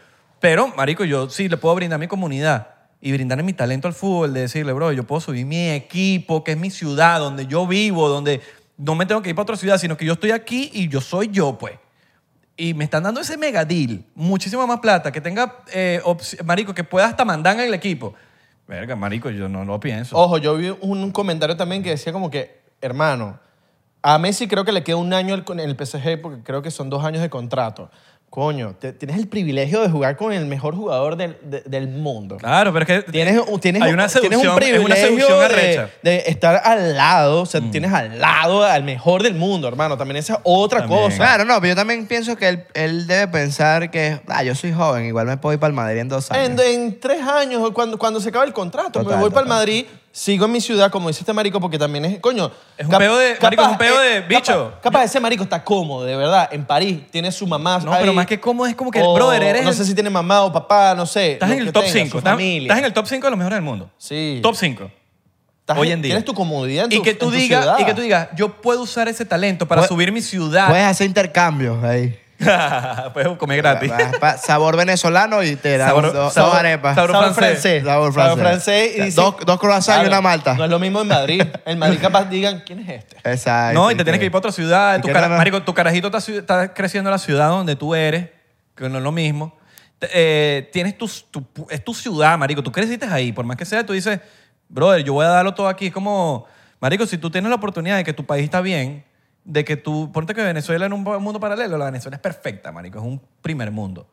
[SPEAKER 2] Pero, marico, yo sí le puedo brindar a mi comunidad y brindarle mi talento al fútbol, de decirle, bro, yo puedo subir mi equipo, que es mi ciudad, donde yo vivo, donde no me tengo que ir para otra ciudad, sino que yo estoy aquí y yo soy yo, pues y me están dando ese mega deal, muchísima más plata, que tenga, eh, opci- marico, que pueda hasta mandar en el equipo. Verga, marico, yo no lo pienso.
[SPEAKER 4] Ojo, yo vi un, un comentario también que decía como que, hermano, a Messi creo que le queda un año el- con el PSG porque creo que son dos años de contrato. Coño, te- tienes el privilegio de jugar con el mejor jugador del, de- del mundo.
[SPEAKER 2] Claro, pero es que
[SPEAKER 4] Tienes, un- tienes,
[SPEAKER 2] hay
[SPEAKER 4] un-
[SPEAKER 2] una
[SPEAKER 4] tienes
[SPEAKER 2] seducción,
[SPEAKER 4] un privilegio
[SPEAKER 2] es una seducción
[SPEAKER 4] de,
[SPEAKER 2] arrecha. Mm.
[SPEAKER 4] de estar al lado, o sea, tienes al lado al mejor del mundo, hermano. También esa es otra
[SPEAKER 2] También.
[SPEAKER 4] cosa.
[SPEAKER 3] Claro, no, pero yo también pienso que él, él debe pensar que, ah, yo soy joven, igual me puedo ir para el Madrid en dos
[SPEAKER 4] En,
[SPEAKER 3] años.
[SPEAKER 4] en tres años, cuando, cuando se acaba el contrato,
[SPEAKER 3] Total,
[SPEAKER 4] me voy para el
[SPEAKER 3] total.
[SPEAKER 4] Madrid, sigo en mi ciudad, como dice este marico, porque también es, coño. eh,
[SPEAKER 2] Es un peo de- marico, es un peo de bicho.
[SPEAKER 4] Capaz, capaz ese marico está cómodo, de verdad, en París, tiene su mamá.
[SPEAKER 2] No, pero más que cómodo es como que, brother, eres
[SPEAKER 4] No
[SPEAKER 2] el-
[SPEAKER 4] sé si tiene mamá o papá, no sé.
[SPEAKER 2] estás
[SPEAKER 4] lo
[SPEAKER 2] en el
[SPEAKER 4] que
[SPEAKER 2] top
[SPEAKER 4] tenga, su
[SPEAKER 2] 5. Estás,
[SPEAKER 4] familia.
[SPEAKER 2] estás en el top 5 de los mejores del mundo.
[SPEAKER 4] Sí.
[SPEAKER 2] Top 5.
[SPEAKER 4] Estás
[SPEAKER 2] hoy
[SPEAKER 4] en-
[SPEAKER 2] en día.
[SPEAKER 4] Tienes tu comodidad en
[SPEAKER 2] Y
[SPEAKER 4] tu-
[SPEAKER 2] que tú
[SPEAKER 4] en tu
[SPEAKER 2] digas,
[SPEAKER 4] ciudad.
[SPEAKER 2] y que tú digas, yo puedo usar ese talento para
[SPEAKER 3] Puedes-
[SPEAKER 2] subir mi ciudad.
[SPEAKER 3] Puedes hacer intercambios ahí.
[SPEAKER 2] Puedes comer gratis.
[SPEAKER 3] Pa- pa- sabor venezolano y te dan
[SPEAKER 2] Sabor-
[SPEAKER 3] dos, dos
[SPEAKER 2] sabor-
[SPEAKER 3] arepas.
[SPEAKER 2] sabor
[SPEAKER 4] Sabor
[SPEAKER 2] francés.
[SPEAKER 4] francés.
[SPEAKER 3] Sabor francés.
[SPEAKER 4] francés y dice-
[SPEAKER 3] Dos- dos croissants y una malta.
[SPEAKER 4] No es lo mismo en Madrid. En Madrid capaz digan, ¿quién es este?
[SPEAKER 3] Exacto.
[SPEAKER 2] No, y te tienes que ir para otra ciudad.
[SPEAKER 3] ¿Y
[SPEAKER 2] Tu
[SPEAKER 3] qué
[SPEAKER 2] cara-
[SPEAKER 3] raro?
[SPEAKER 2] marico, tu carajito está, ciu- está creciendo en la ciudad donde tú eres, que no es lo mismo. Te- eh, tienes tus- tu, pu- es tu ciudad, marico. Tú creciste ahí. Por más que sea, tú dices, brother, yo voy a darlo todo aquí. Es como, marico, si tú tienes la oportunidad de que tu país está bien, de que tú, ponte que Venezuela en un pa- mundo paralelo, la Venezuela es perfecta, marico. Es un primer mundo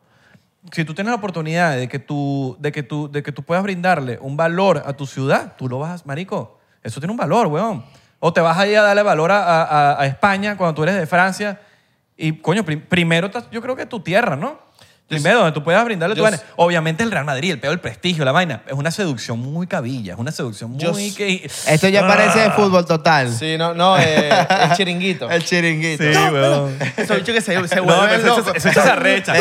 [SPEAKER 2] si tú tienes la oportunidad de que tú, de que tú, de que tú puedas brindarle un valor a tu ciudad, tú lo vas, marico. Eso tiene un valor, weón. O te vas ahí a darle valor a, a- a- a España cuando tú eres de Francia. Y, coño, prim- primero estás- yo creo que tu tierra, ¿no? Primero, donde tú puedas brindarle tu
[SPEAKER 4] yo
[SPEAKER 2] vaina.
[SPEAKER 4] s-
[SPEAKER 2] Obviamente el Real Madrid, el peor, el prestigio, la vaina. Es una seducción muy cabilla, es una seducción muy...
[SPEAKER 4] Yo s-
[SPEAKER 2] que- Ah.
[SPEAKER 3] Esto
[SPEAKER 5] Ah.
[SPEAKER 3] ya parece de fútbol total.
[SPEAKER 4] Sí, no, no, eh, el chiringuito.
[SPEAKER 3] El chiringuito.
[SPEAKER 2] Sí, weón.
[SPEAKER 5] Eso bicho que se, se
[SPEAKER 2] No,
[SPEAKER 5] vuelve
[SPEAKER 2] pero eso,
[SPEAKER 5] loco.
[SPEAKER 2] eso- eso se arrecha.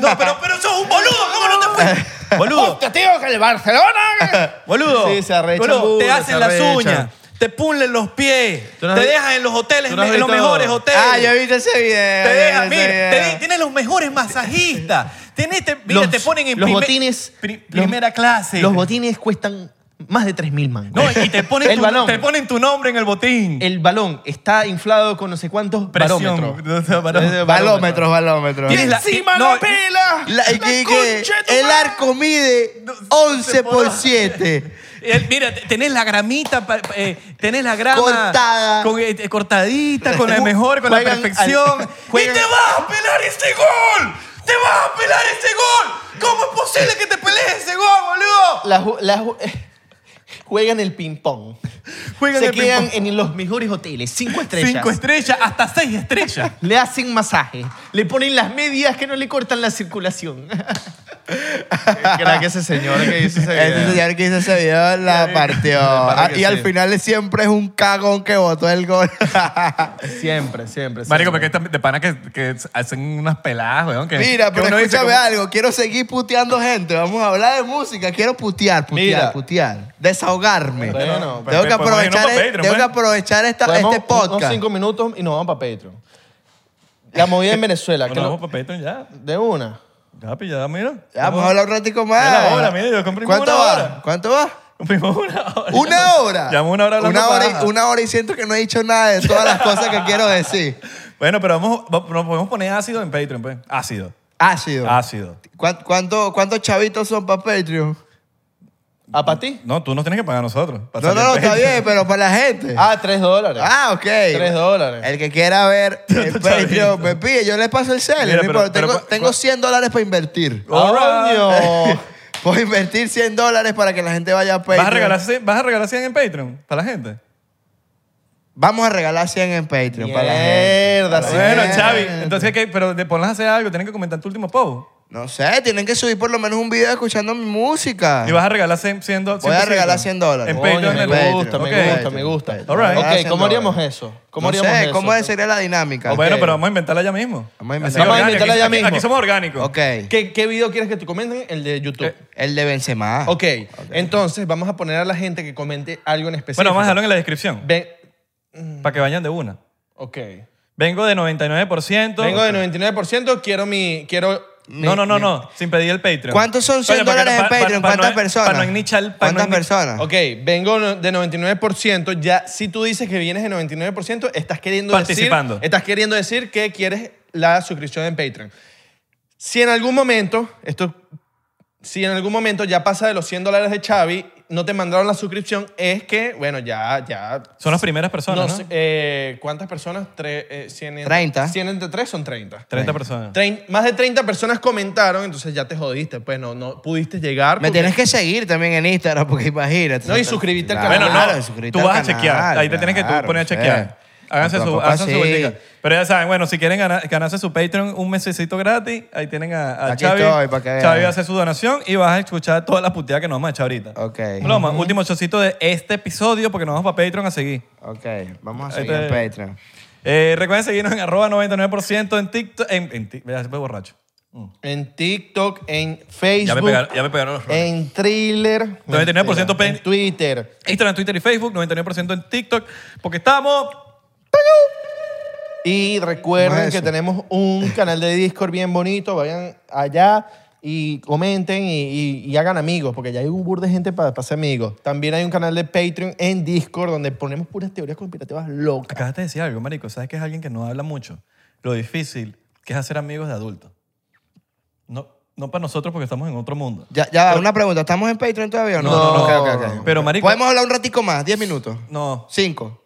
[SPEAKER 2] No, pero, pero sos un boludo, ¿cómo no te fue? Boludo.
[SPEAKER 5] ¡Hostia, tío, que el Barcelona!
[SPEAKER 2] Boludo.
[SPEAKER 4] Sí, se arrechan
[SPEAKER 2] Boludo,
[SPEAKER 4] burda,
[SPEAKER 2] te
[SPEAKER 5] se
[SPEAKER 2] hacen las
[SPEAKER 5] arrechan.
[SPEAKER 2] uñas, te pulen los pies,
[SPEAKER 5] ¿Tú no has
[SPEAKER 2] te
[SPEAKER 5] vi-
[SPEAKER 2] dejan en los hoteles,
[SPEAKER 5] tú no has
[SPEAKER 2] en los
[SPEAKER 5] visto-
[SPEAKER 2] mejores hoteles.
[SPEAKER 3] Ah, yo he visto ese video.
[SPEAKER 2] Te
[SPEAKER 3] yo he
[SPEAKER 2] dejan,
[SPEAKER 3] visto ese
[SPEAKER 2] mira,
[SPEAKER 3] video.
[SPEAKER 2] te, tienes los mejores masajistas. Tienes, te, mira,
[SPEAKER 4] Los-
[SPEAKER 2] te ponen en
[SPEAKER 4] los
[SPEAKER 2] primer-
[SPEAKER 4] botines-
[SPEAKER 2] pri-
[SPEAKER 4] los-
[SPEAKER 2] primera clase.
[SPEAKER 4] Los botines cuestan más de 3.000 man.
[SPEAKER 2] No, y te ponen,
[SPEAKER 4] el
[SPEAKER 2] tu,
[SPEAKER 4] balón.
[SPEAKER 2] te ponen tu nombre en el botín.
[SPEAKER 4] El balón está inflado con no sé cuántos
[SPEAKER 2] Presión.
[SPEAKER 4] barómetros.
[SPEAKER 2] Barómetro.
[SPEAKER 3] Balómetros, balómetros.
[SPEAKER 2] Tienes la- eh,
[SPEAKER 5] ¡Encima
[SPEAKER 2] no,
[SPEAKER 5] la pela!
[SPEAKER 3] La- y que- que
[SPEAKER 5] concha de tu
[SPEAKER 3] el
[SPEAKER 5] madre!
[SPEAKER 3] arco mide
[SPEAKER 2] No,
[SPEAKER 3] 11 por
[SPEAKER 2] se
[SPEAKER 3] 7.
[SPEAKER 2] Eh, Mira, te- tenés la gramita, pa- eh, tenés la grama
[SPEAKER 3] Cortada.
[SPEAKER 2] con, eh, eh, cortadita, con la mejor, con
[SPEAKER 4] Juegan
[SPEAKER 2] la perfección.
[SPEAKER 4] al- juegan-
[SPEAKER 2] ¡Y te vas a pelar ese gol! ¡Te vas a pelar ese gol! ¿Cómo es posible que te pelees ese gol, boludo?
[SPEAKER 4] La ju- la ju- juegan el ping-pong.
[SPEAKER 2] Juegan
[SPEAKER 4] Se
[SPEAKER 2] el
[SPEAKER 4] quedan
[SPEAKER 2] ping-pong.
[SPEAKER 4] en los mejores hoteles, cinco estrellas.
[SPEAKER 2] Cinco estrellas, hasta seis estrellas.
[SPEAKER 4] Le hacen masaje, le ponen las medias que no le cortan la circulación.
[SPEAKER 5] Crack ese señor que hizo ese
[SPEAKER 3] Ese
[SPEAKER 5] video.
[SPEAKER 3] señor que hizo ese video la partió. Ah,
[SPEAKER 5] que
[SPEAKER 3] Y al
[SPEAKER 5] sí.
[SPEAKER 3] final siempre es un cagón que botó el gol.
[SPEAKER 5] Siempre, siempre. siempre.
[SPEAKER 2] Marico, porque esta- de pana que, que hacen unas peladas, weón. Que,
[SPEAKER 3] Mira,
[SPEAKER 2] que
[SPEAKER 3] pero
[SPEAKER 2] uno dice
[SPEAKER 3] escúchame
[SPEAKER 2] como-
[SPEAKER 3] algo. Quiero seguir puteando gente. Vamos a hablar de música. Quiero putear, putear,
[SPEAKER 4] Mira.
[SPEAKER 3] putear. Desahogarme.
[SPEAKER 4] Bueno,
[SPEAKER 3] tengo que
[SPEAKER 2] pero pues, podemos irnos
[SPEAKER 3] aprovechar,
[SPEAKER 2] pa'
[SPEAKER 3] el-
[SPEAKER 2] Patreon,
[SPEAKER 3] tengo que
[SPEAKER 2] pues.
[SPEAKER 3] aprovechar esta-
[SPEAKER 4] Podemos
[SPEAKER 3] este
[SPEAKER 4] unos
[SPEAKER 3] podcast.
[SPEAKER 4] cinco minutos y nos vamos para Patreon. La movida en Venezuela. que
[SPEAKER 2] Bueno,
[SPEAKER 4] lo-
[SPEAKER 2] vamos para Patreon ya.
[SPEAKER 4] de una.
[SPEAKER 2] Gapi, ya, mira.
[SPEAKER 3] Ya, vamos a hablar un ratico más.
[SPEAKER 2] Es la hora, mira, yo compré una
[SPEAKER 3] ¿Cuánto va?
[SPEAKER 2] hora.
[SPEAKER 3] ¿Cuánto va?
[SPEAKER 2] Cumplimos una hora.
[SPEAKER 3] ¿Una hora?
[SPEAKER 2] Llamo una hora hablando
[SPEAKER 3] una hora,
[SPEAKER 2] paja.
[SPEAKER 3] y, una hora y siento que no he dicho nada de todas las cosas que quiero decir.
[SPEAKER 2] Bueno, pero vamos, va- nos podemos poner ácido en Patreon, pues. Ácido.
[SPEAKER 3] Ácido.
[SPEAKER 2] Ácido.
[SPEAKER 3] ¿Cuán- cuánto- ¿Cuántos chavitos son para Patreon?
[SPEAKER 4] ¿A para ti?
[SPEAKER 2] No, tú nos tienes que pagar a nosotros. para
[SPEAKER 3] No,
[SPEAKER 2] salir
[SPEAKER 3] no,
[SPEAKER 2] en
[SPEAKER 3] no, está
[SPEAKER 2] Patreon.
[SPEAKER 3] bien, pero para la gente.
[SPEAKER 4] Ah, tres dólares.
[SPEAKER 3] Ah, ok.
[SPEAKER 4] Tres dólares.
[SPEAKER 3] El que quiera ver eh, pues, en
[SPEAKER 2] Está bien.
[SPEAKER 3] Patreon me pide, yo le paso el cel.
[SPEAKER 2] Mira,
[SPEAKER 3] no
[SPEAKER 2] pero-
[SPEAKER 3] importa.
[SPEAKER 2] pero
[SPEAKER 3] tengo,
[SPEAKER 2] cu-
[SPEAKER 3] tengo 100 dólares para invertir.
[SPEAKER 4] Ah, Coño.
[SPEAKER 3] Puedo invertir 100 dólares para que la gente vaya a Patreon.
[SPEAKER 2] ¿Vas a, regalar, cien- ¿Vas a regalar 100 en Patreon para la gente?
[SPEAKER 3] Vamos a regalar 100 en Patreon para la gente.
[SPEAKER 4] Mierda, sí.
[SPEAKER 2] bueno,
[SPEAKER 3] bien.
[SPEAKER 2] Chavi, entonces, ¿qué? Pero de, ponlas a hacer algo, tienen que comentar tu último post.
[SPEAKER 3] No sé, tienen que subir por lo menos un video escuchando mi música.
[SPEAKER 2] Y vas a regalar 100 100 dólares.
[SPEAKER 3] Voy a regalar 100 dólares.
[SPEAKER 2] En
[SPEAKER 4] Coño,
[SPEAKER 2] Patreon.
[SPEAKER 4] me
[SPEAKER 2] en
[SPEAKER 3] Patreon,
[SPEAKER 2] el-
[SPEAKER 4] gusta, me
[SPEAKER 2] Ok.
[SPEAKER 4] gusta, me gusta.
[SPEAKER 2] All right.
[SPEAKER 4] Ok, ¿cómo haríamos eso? ¿Cómo
[SPEAKER 3] no
[SPEAKER 4] haríamos
[SPEAKER 3] sé,
[SPEAKER 4] eso?
[SPEAKER 3] ¿cómo sería la dinámica?
[SPEAKER 2] Oh, Bueno, pero vamos a inventarla ya mismo.
[SPEAKER 3] Vamos a
[SPEAKER 4] Vamos
[SPEAKER 2] Así,
[SPEAKER 3] inventarla.
[SPEAKER 4] a
[SPEAKER 2] orgánico.
[SPEAKER 4] inventarla ya
[SPEAKER 2] Aquí-
[SPEAKER 4] mismo.
[SPEAKER 2] Aquí somos orgánicos.
[SPEAKER 3] Ok.
[SPEAKER 4] ¿Qué, qué video quieres que te comenten? El de YouTube.
[SPEAKER 3] El de Benzema.
[SPEAKER 4] ok, entonces vamos a poner a la gente que comente algo en específico.
[SPEAKER 2] Bueno, vamos a dejarlo en la descripción
[SPEAKER 4] Ven-
[SPEAKER 2] para que vayan de una.
[SPEAKER 4] ok.
[SPEAKER 2] Vengo de 99%.
[SPEAKER 4] Vengo de 99%, quiero mi... Quiero...
[SPEAKER 2] No, no, no, no, sin pedir el Patreon.
[SPEAKER 3] ¿Cuántos son 100
[SPEAKER 2] Oye, para que
[SPEAKER 3] dólares
[SPEAKER 2] no-
[SPEAKER 3] en
[SPEAKER 2] para-
[SPEAKER 3] Patreon?
[SPEAKER 2] para no-
[SPEAKER 3] ¿Cuántas personas?
[SPEAKER 2] Para no nichar... para
[SPEAKER 3] ¿Cuántas
[SPEAKER 2] no-
[SPEAKER 3] personas?
[SPEAKER 4] Ok, vengo no- de 99%. Ya, si tú dices que vienes de 99%, estás queriendo
[SPEAKER 2] Participando.
[SPEAKER 4] decir... Estás queriendo decir que quieres la suscripción en Patreon. Si en algún momento, esto, si en algún momento ya pasa de los 100 dólares de Xavi, no te mandaron la suscripción, es que, bueno, ya, ya
[SPEAKER 2] Son las primeras personas, ¿no?
[SPEAKER 4] No sé, eh, ¿Cuántas personas? Tre- eh, 100 entre-
[SPEAKER 3] 30.
[SPEAKER 4] 100 entre 3 son 30.
[SPEAKER 2] 30 personas.
[SPEAKER 4] Trein- más de 30 personas comentaron, entonces ya te jodiste. Pues no, no pudiste llegar.
[SPEAKER 3] Me
[SPEAKER 4] porque-
[SPEAKER 3] tienes que seguir también en Instagram porque imagínate.
[SPEAKER 4] No, y suscribirte al
[SPEAKER 3] Claro,
[SPEAKER 2] Bueno, no,
[SPEAKER 3] suscribirte
[SPEAKER 2] tú
[SPEAKER 3] al
[SPEAKER 2] vas a
[SPEAKER 3] canal,
[SPEAKER 2] chequear. Ahí te tienes que tú
[SPEAKER 3] claro,
[SPEAKER 2] poner a
[SPEAKER 3] sí.
[SPEAKER 2] chequear. Háganse
[SPEAKER 3] Poco a
[SPEAKER 2] su,
[SPEAKER 3] poco
[SPEAKER 2] háganse su
[SPEAKER 3] sí.
[SPEAKER 2] botica. Pero ya saben, bueno, si quieren ganar- ganarse su Patreon un mesecito gratis, ahí tienen a, a
[SPEAKER 3] Aquí
[SPEAKER 2] Xavi.
[SPEAKER 3] estoy, para que vean.
[SPEAKER 2] Xavi hace su donación y vas a escuchar todas las puteadas que nos vamos a echar ahorita.
[SPEAKER 3] Ok.
[SPEAKER 2] Ploma, último chocito de este episodio porque nos vamos para Patreon a seguir.
[SPEAKER 3] Ok, vamos a
[SPEAKER 2] Ahí
[SPEAKER 3] seguir en
[SPEAKER 2] te-
[SPEAKER 3] Patreon.
[SPEAKER 2] Eh, recuerden seguirnos en arroba 99% en TikTok. En, en, ti- ya, estoy borracho.
[SPEAKER 4] En TikTok, en Facebook, eh,
[SPEAKER 2] Ya me pegaron, ya me pegaron los roles.
[SPEAKER 4] en Thriller,
[SPEAKER 2] 99%
[SPEAKER 4] mentira, en
[SPEAKER 2] pen-
[SPEAKER 4] Twitter.
[SPEAKER 2] Instagram, Twitter y Facebook, 99% en TikTok. Porque estamos...
[SPEAKER 4] Y
[SPEAKER 3] ¿Cómo
[SPEAKER 4] recuerden
[SPEAKER 3] es
[SPEAKER 4] que
[SPEAKER 3] eso?
[SPEAKER 4] tenemos un canal de Discord bien bonito. Vayan allá y comenten y, y- y hagan amigos, porque ya hay un bur de gente para, para ser amigos. También hay un canal de Patreon en Discord donde ponemos puras teorías conspirativas locas.
[SPEAKER 2] Acabaste de decir algo, marico. Sabes que es alguien que no habla mucho. Lo difícil que es hacer amigos de adultos. No, no para nosotros porque estamos en otro mundo.
[SPEAKER 3] Ya, ya, va, una pregunta. ¿Estamos en Patreon todavía o no?
[SPEAKER 2] No, no, no.
[SPEAKER 3] Ok, ok, ok.
[SPEAKER 2] Pero, marico-
[SPEAKER 3] ¿Podemos hablar un ratico más? ¿10 minutos?
[SPEAKER 2] No,
[SPEAKER 3] ¿Cinco?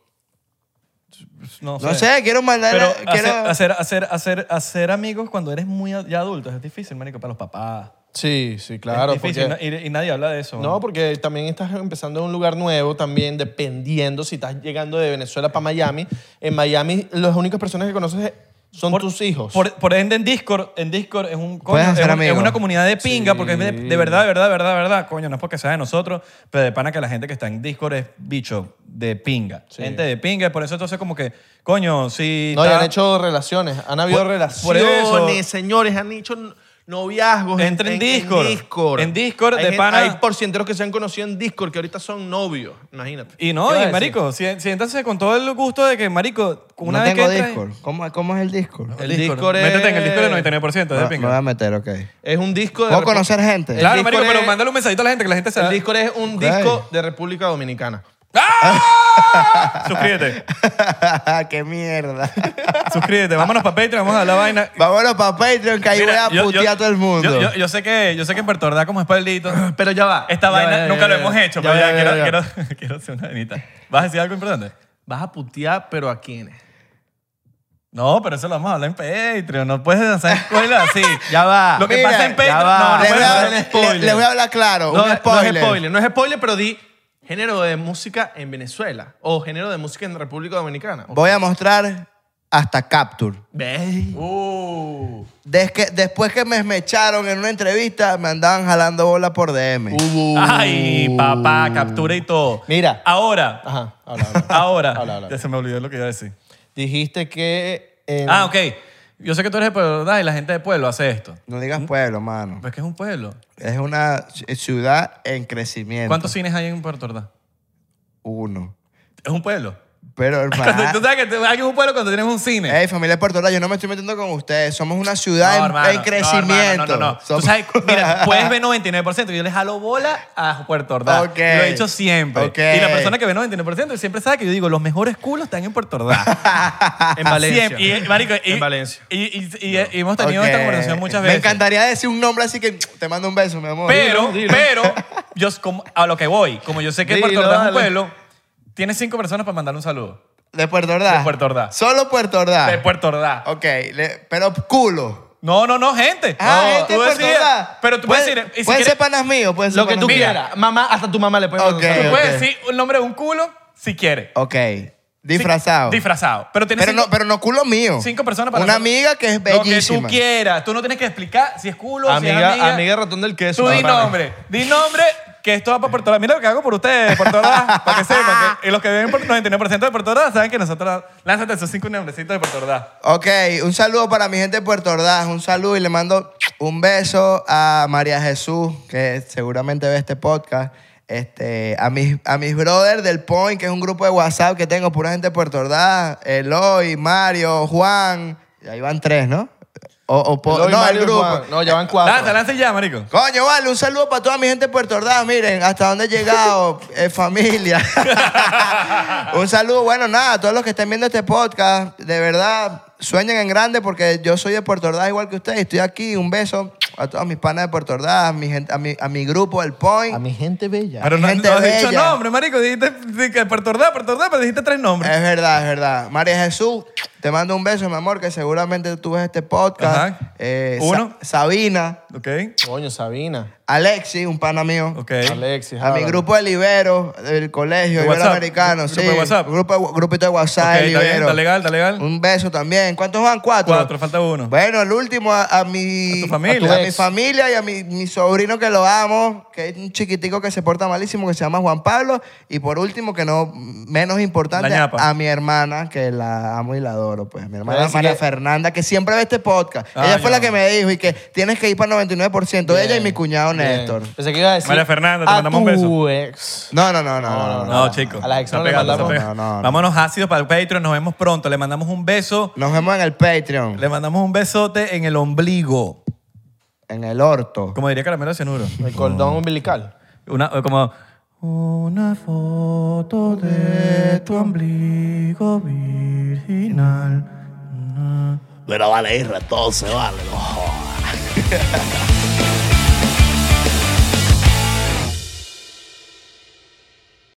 [SPEAKER 2] no sé.
[SPEAKER 3] No sé, quiero mandar...
[SPEAKER 2] Pero
[SPEAKER 3] quiero...
[SPEAKER 2] hacer, hacer, hacer, hacer, hacer amigos cuando eres muy ad- ya adulto es difícil, marico, para los papás.
[SPEAKER 4] Sí, sí,
[SPEAKER 2] es difícil na- y, y nadie habla de eso.
[SPEAKER 4] No, porque también estás empezando en un lugar nuevo, también dependiendo si estás llegando de Venezuela para Miami. En Miami, las únicas personas que conoces son tus hijos.
[SPEAKER 2] Por, por ende, en Discord, en Discord es, un, coño,
[SPEAKER 3] Puedes
[SPEAKER 2] es,
[SPEAKER 3] hacer
[SPEAKER 2] un-
[SPEAKER 3] amigos.
[SPEAKER 2] es una comunidad de pinga, porque es de, de verdad, de verdad, de verdad, de verdad. Coño, no es porque sea de nosotros, pero de pana que la gente que está en Discord es bicho de pinga. Gente de pinga, y por eso entonces como que, coño, si...
[SPEAKER 4] no, y
[SPEAKER 2] está-
[SPEAKER 4] han hecho relaciones. Han habido
[SPEAKER 2] Por-
[SPEAKER 4] relaciones,
[SPEAKER 2] por eso-
[SPEAKER 4] señores. Han hecho noviazgos.
[SPEAKER 2] Entren en Discord. En Discord,
[SPEAKER 4] hay
[SPEAKER 2] de
[SPEAKER 4] gente-
[SPEAKER 2] pana-
[SPEAKER 4] Hay porcienteros que se han conocido en Discord que ahorita son novios. Imagínate.
[SPEAKER 2] Y
[SPEAKER 4] ¿Qué
[SPEAKER 2] no,
[SPEAKER 4] vas a
[SPEAKER 2] y
[SPEAKER 4] decir?
[SPEAKER 2] marico, si- siéntanse con todo el gusto de que, marico, una
[SPEAKER 3] no
[SPEAKER 2] vez
[SPEAKER 3] tengo
[SPEAKER 2] que entras-
[SPEAKER 3] Discord. ¿Cómo, ¿Cómo es el Discord?
[SPEAKER 2] El
[SPEAKER 4] El
[SPEAKER 2] Discord.
[SPEAKER 4] Discord es-
[SPEAKER 2] Métete en el Discord del 99% es de
[SPEAKER 3] Me- me voy a
[SPEAKER 2] pinga.
[SPEAKER 3] meter, ok.
[SPEAKER 4] Es un disco de.
[SPEAKER 3] ¿Puedo
[SPEAKER 4] Repu-
[SPEAKER 3] conocer gente?
[SPEAKER 4] el
[SPEAKER 2] Claro,
[SPEAKER 4] Discord
[SPEAKER 2] marico, pero
[SPEAKER 4] es-
[SPEAKER 2] mándale un mensajito a la gente que la gente se
[SPEAKER 4] El
[SPEAKER 2] da-
[SPEAKER 4] Discord es un
[SPEAKER 3] Ok.
[SPEAKER 4] disco de República Dominicana.
[SPEAKER 2] ¡Ah! Suscríbete.
[SPEAKER 3] ¡Qué mierda!
[SPEAKER 2] Suscríbete. Vámonos para Patreon, vamos a la vaina.
[SPEAKER 3] Vámonos para Patreon que ahí
[SPEAKER 2] Mira,
[SPEAKER 3] voy a putear a todo el mundo.
[SPEAKER 2] Yo, yo- yo sé que, yo sé que en Puerto Ordaz, como es Pablito,
[SPEAKER 4] Pero ya va.
[SPEAKER 2] esta
[SPEAKER 4] Ya
[SPEAKER 2] vaina
[SPEAKER 4] va, ya,
[SPEAKER 2] nunca
[SPEAKER 4] ya,
[SPEAKER 2] lo
[SPEAKER 4] ya.
[SPEAKER 2] hemos hecho,
[SPEAKER 4] Ya
[SPEAKER 2] pero
[SPEAKER 4] va,
[SPEAKER 2] ya,
[SPEAKER 4] ya,
[SPEAKER 2] quiero,
[SPEAKER 4] ya, ya.
[SPEAKER 2] Quiero, quiero hacer una vainita. ¿Vas a decir algo importante?
[SPEAKER 4] Vas a putear, pero ¿a quiénes?
[SPEAKER 2] No, pero eso lo vamos a hablar en Patreon. No puedes lanzar escuela así.
[SPEAKER 4] Ya va.
[SPEAKER 2] Lo que
[SPEAKER 3] Mira,
[SPEAKER 2] pasa en
[SPEAKER 3] ya
[SPEAKER 2] Patreon.
[SPEAKER 4] va.
[SPEAKER 2] No, no
[SPEAKER 3] les,
[SPEAKER 2] puedes
[SPEAKER 3] voy
[SPEAKER 2] hacer
[SPEAKER 3] a,
[SPEAKER 2] un
[SPEAKER 3] le-
[SPEAKER 2] spoiler.
[SPEAKER 3] les voy a hablar claro.
[SPEAKER 4] No,
[SPEAKER 3] un
[SPEAKER 4] no es
[SPEAKER 3] spoiler.
[SPEAKER 4] spoiler, no es spoiler, pero di
[SPEAKER 5] género de música en Venezuela o género de música en República Dominicana.
[SPEAKER 3] Voy a mostrar hasta Capture.
[SPEAKER 5] ¿Ves?
[SPEAKER 4] Uh,
[SPEAKER 3] Des que- después que me esmecharon en una entrevista, me andaban jalando bola por DM.
[SPEAKER 2] Ay, papá, captura y todo.
[SPEAKER 4] Mira.
[SPEAKER 2] Ahora.
[SPEAKER 4] Ajá, habla, habla.
[SPEAKER 2] Ahora.
[SPEAKER 4] Habla, habla.
[SPEAKER 2] Ya se me olvidó lo que iba a decir.
[SPEAKER 4] Dijiste que. en-
[SPEAKER 2] Ah, ok. Yo sé que tú eres de pueblo, ¿verdad? Y la gente de pueblo hace esto.
[SPEAKER 3] No digas pueblo, mano.
[SPEAKER 2] Pues que es un pueblo.
[SPEAKER 3] Es una ci- ciudad en crecimiento.
[SPEAKER 2] ¿Cuántos cines hay en Puerto Ordaz?
[SPEAKER 3] Uno.
[SPEAKER 2] Es un pueblo.
[SPEAKER 3] Pero,
[SPEAKER 2] Cuando- tú
[SPEAKER 3] hermano.
[SPEAKER 2] sabes que te- hay un pueblo cuando tienes un cine.
[SPEAKER 3] Ey, familia de Puerto Ordaz, yo no me estoy metiendo con ustedes. Somos una ciudad Eh, en-
[SPEAKER 2] No, hermano,
[SPEAKER 3] en, crecimiento.
[SPEAKER 2] No, hermano, no, no. no.
[SPEAKER 3] Somos-
[SPEAKER 2] Tú sabes, mira, puedes ver 99%. Yo le jalo bola a Puerto Ordaz.
[SPEAKER 3] Ok.
[SPEAKER 2] Lo he hecho siempre.
[SPEAKER 3] Ok.
[SPEAKER 2] Y la persona que ve 99% siempre sabe que yo digo, los mejores culos están en Puerto Ordaz.
[SPEAKER 5] En Valencia.
[SPEAKER 2] Siempre. Y, marico, y-
[SPEAKER 5] En Valencia.
[SPEAKER 2] Y, y- y- y- y hemos tenido esta
[SPEAKER 3] Ok.
[SPEAKER 2] conversación muchas
[SPEAKER 3] Me
[SPEAKER 2] veces.
[SPEAKER 3] encantaría decir un nombre así que te mando un beso, mi amor.
[SPEAKER 2] Pero, pero, yo s- como- a lo que voy, como yo sé que Puerto
[SPEAKER 5] Dilo,
[SPEAKER 2] Ordaz es un
[SPEAKER 5] dale.
[SPEAKER 2] pueblo, tienes cinco personas para mandarle un saludo.
[SPEAKER 3] De Puerto Ordaz.
[SPEAKER 2] De Puerto Ordaz.
[SPEAKER 3] Solo Puerto Ordaz.
[SPEAKER 2] De Puerto Ordaz.
[SPEAKER 3] Ok, le- pero culo.
[SPEAKER 2] No, no, no, gente.
[SPEAKER 3] Ah,
[SPEAKER 2] No,
[SPEAKER 3] gente
[SPEAKER 2] tú
[SPEAKER 3] de Puerto
[SPEAKER 2] decides,
[SPEAKER 3] Ordaz.
[SPEAKER 2] Pero tú puedes decir, y si
[SPEAKER 3] pueden
[SPEAKER 2] quieres-
[SPEAKER 3] ser panas míos, pueden ser
[SPEAKER 5] Lo que
[SPEAKER 3] panas
[SPEAKER 5] tú
[SPEAKER 3] míos.
[SPEAKER 5] quieras. Mamá, hasta tu mamá le puede
[SPEAKER 3] Ok.
[SPEAKER 2] tú
[SPEAKER 5] preguntar.
[SPEAKER 2] puedes
[SPEAKER 3] ok.
[SPEAKER 2] decir el nombre de un culo si quieres.
[SPEAKER 3] Ok, disfrazado.
[SPEAKER 2] Sí, disfrazado. Pero tienes
[SPEAKER 3] pero,
[SPEAKER 2] cinco,
[SPEAKER 3] no, pero no culo mío.
[SPEAKER 2] cinco personas para
[SPEAKER 3] Una
[SPEAKER 2] hacer
[SPEAKER 3] amiga que es
[SPEAKER 2] Lo que tú
[SPEAKER 3] bellísima.
[SPEAKER 2] quieras. Tú no tienes que explicar si es culo, si es
[SPEAKER 5] Amiga,
[SPEAKER 2] amiga.
[SPEAKER 5] amiga ratón del queso.
[SPEAKER 2] tú
[SPEAKER 5] No,
[SPEAKER 2] di
[SPEAKER 5] para.
[SPEAKER 2] nombre. Di nombre que esto va para Puerto Ordaz. Mira lo que hago por ustedes, Puerto Ordaz, para que sepan. que- y los que ven por 99% de Puerto Ordaz saben que nosotros... Lánzate esos cinco nombrecitos de Puerto Ordaz.
[SPEAKER 3] Ok, un saludo para mi gente de Puerto Ordaz. Un saludo y le mando un beso a María Jesús, que seguramente ve este podcast. Este, a, mis, a mis brothers del Point, que es un grupo de WhatsApp que tengo, pura gente de Puerto Ordaz. Eloy, Mario, Juan. Y ahí van tres, ¿no? O, o po-
[SPEAKER 4] Eloy,
[SPEAKER 3] no,
[SPEAKER 4] Mario,
[SPEAKER 3] el grupo.
[SPEAKER 4] Juan. No, ya van cuatro.
[SPEAKER 2] Lanza, lanza ya, marico.
[SPEAKER 3] Coño, vale, un saludo para toda mi gente de Puerto Ordaz. Miren, hasta dónde he llegado, eh, familia. un saludo, bueno, nada, a todos los que estén viendo este podcast. De verdad, sueñen en grande porque yo soy de Puerto Ordaz igual que ustedes. Estoy aquí. Un beso a todos mis panas de Puerto Ordaz, a mi, gente, a mi, a mi grupo, el Point.
[SPEAKER 4] A mi gente bella.
[SPEAKER 2] Pero no,
[SPEAKER 3] gente
[SPEAKER 2] no has dicho
[SPEAKER 3] bella.
[SPEAKER 2] nombre, marico. Dijiste sí, que Puerto Ordaz, Puerto Ordaz, pero dijiste tres nombres.
[SPEAKER 3] Es verdad, es verdad. María Jesús, te mando un beso, mi amor, que seguramente tú ves este podcast.
[SPEAKER 2] Ajá.
[SPEAKER 3] Eh,
[SPEAKER 2] Uno.
[SPEAKER 3] Sa- Sabina,
[SPEAKER 2] Ok.
[SPEAKER 4] Coño, Sabina.
[SPEAKER 3] Alexi, un pana mío.
[SPEAKER 2] Ok.
[SPEAKER 4] Alexis.
[SPEAKER 3] Este, A mi
[SPEAKER 4] háblame.
[SPEAKER 3] grupo de Libero, del colegio
[SPEAKER 2] Ah, ¿De WhatsApp?
[SPEAKER 3] iberoamericano,
[SPEAKER 2] ¿Grupo
[SPEAKER 3] sí.
[SPEAKER 2] de WhatsApp?
[SPEAKER 3] Grupo de- grupito de
[SPEAKER 2] Ok,
[SPEAKER 3] WhatsApp de
[SPEAKER 2] está bien,
[SPEAKER 3] Libero.
[SPEAKER 2] está legal, está legal.
[SPEAKER 3] Un beso también. ¿Cuántos van? Cuatro.
[SPEAKER 2] Cuatro, falta uno.
[SPEAKER 3] Bueno, el último a, a mi.
[SPEAKER 2] A tu familia.
[SPEAKER 3] A, tu- a mi
[SPEAKER 4] ex.
[SPEAKER 3] familia y a mi, mi sobrino que lo amo, que es un chiquitico que se porta malísimo, que se llama Juan Pablo. Y por último, que no menos importante,
[SPEAKER 2] La ñapa.
[SPEAKER 3] a mi hermana, que la amo y la adoro, pues. Mi hermana
[SPEAKER 4] Así
[SPEAKER 3] María
[SPEAKER 4] que-
[SPEAKER 3] Fernanda, que siempre ve este podcast.
[SPEAKER 2] Ah,
[SPEAKER 3] ella fue
[SPEAKER 2] ya.
[SPEAKER 3] la que me dijo y que tienes que ir para 99%. Ella y mi cuñado
[SPEAKER 4] Bien.
[SPEAKER 3] Néstor.
[SPEAKER 4] Pensé que iba a decir.
[SPEAKER 2] María Fernanda, te
[SPEAKER 4] a
[SPEAKER 2] mandamos un beso.
[SPEAKER 4] tu ex.
[SPEAKER 3] No, no, no, no, no. no, no.
[SPEAKER 2] No, chicos.
[SPEAKER 4] a las ex no le mandamos.
[SPEAKER 3] No, no, no.
[SPEAKER 2] Vámonos ácidos para el Patreon. Nos vemos pronto. Le mandamos un beso.
[SPEAKER 3] Nos vemos en el Patreon,
[SPEAKER 2] Le mandamos un besote en el ombligo.
[SPEAKER 3] en el orto.
[SPEAKER 2] Como diría Caramelo de Cianuro.
[SPEAKER 4] El cordón umbilical.
[SPEAKER 2] Una, eh, como... Una foto de tu ombligo virginal.
[SPEAKER 6] Pero vale, Isra, todo se vale, no jodas.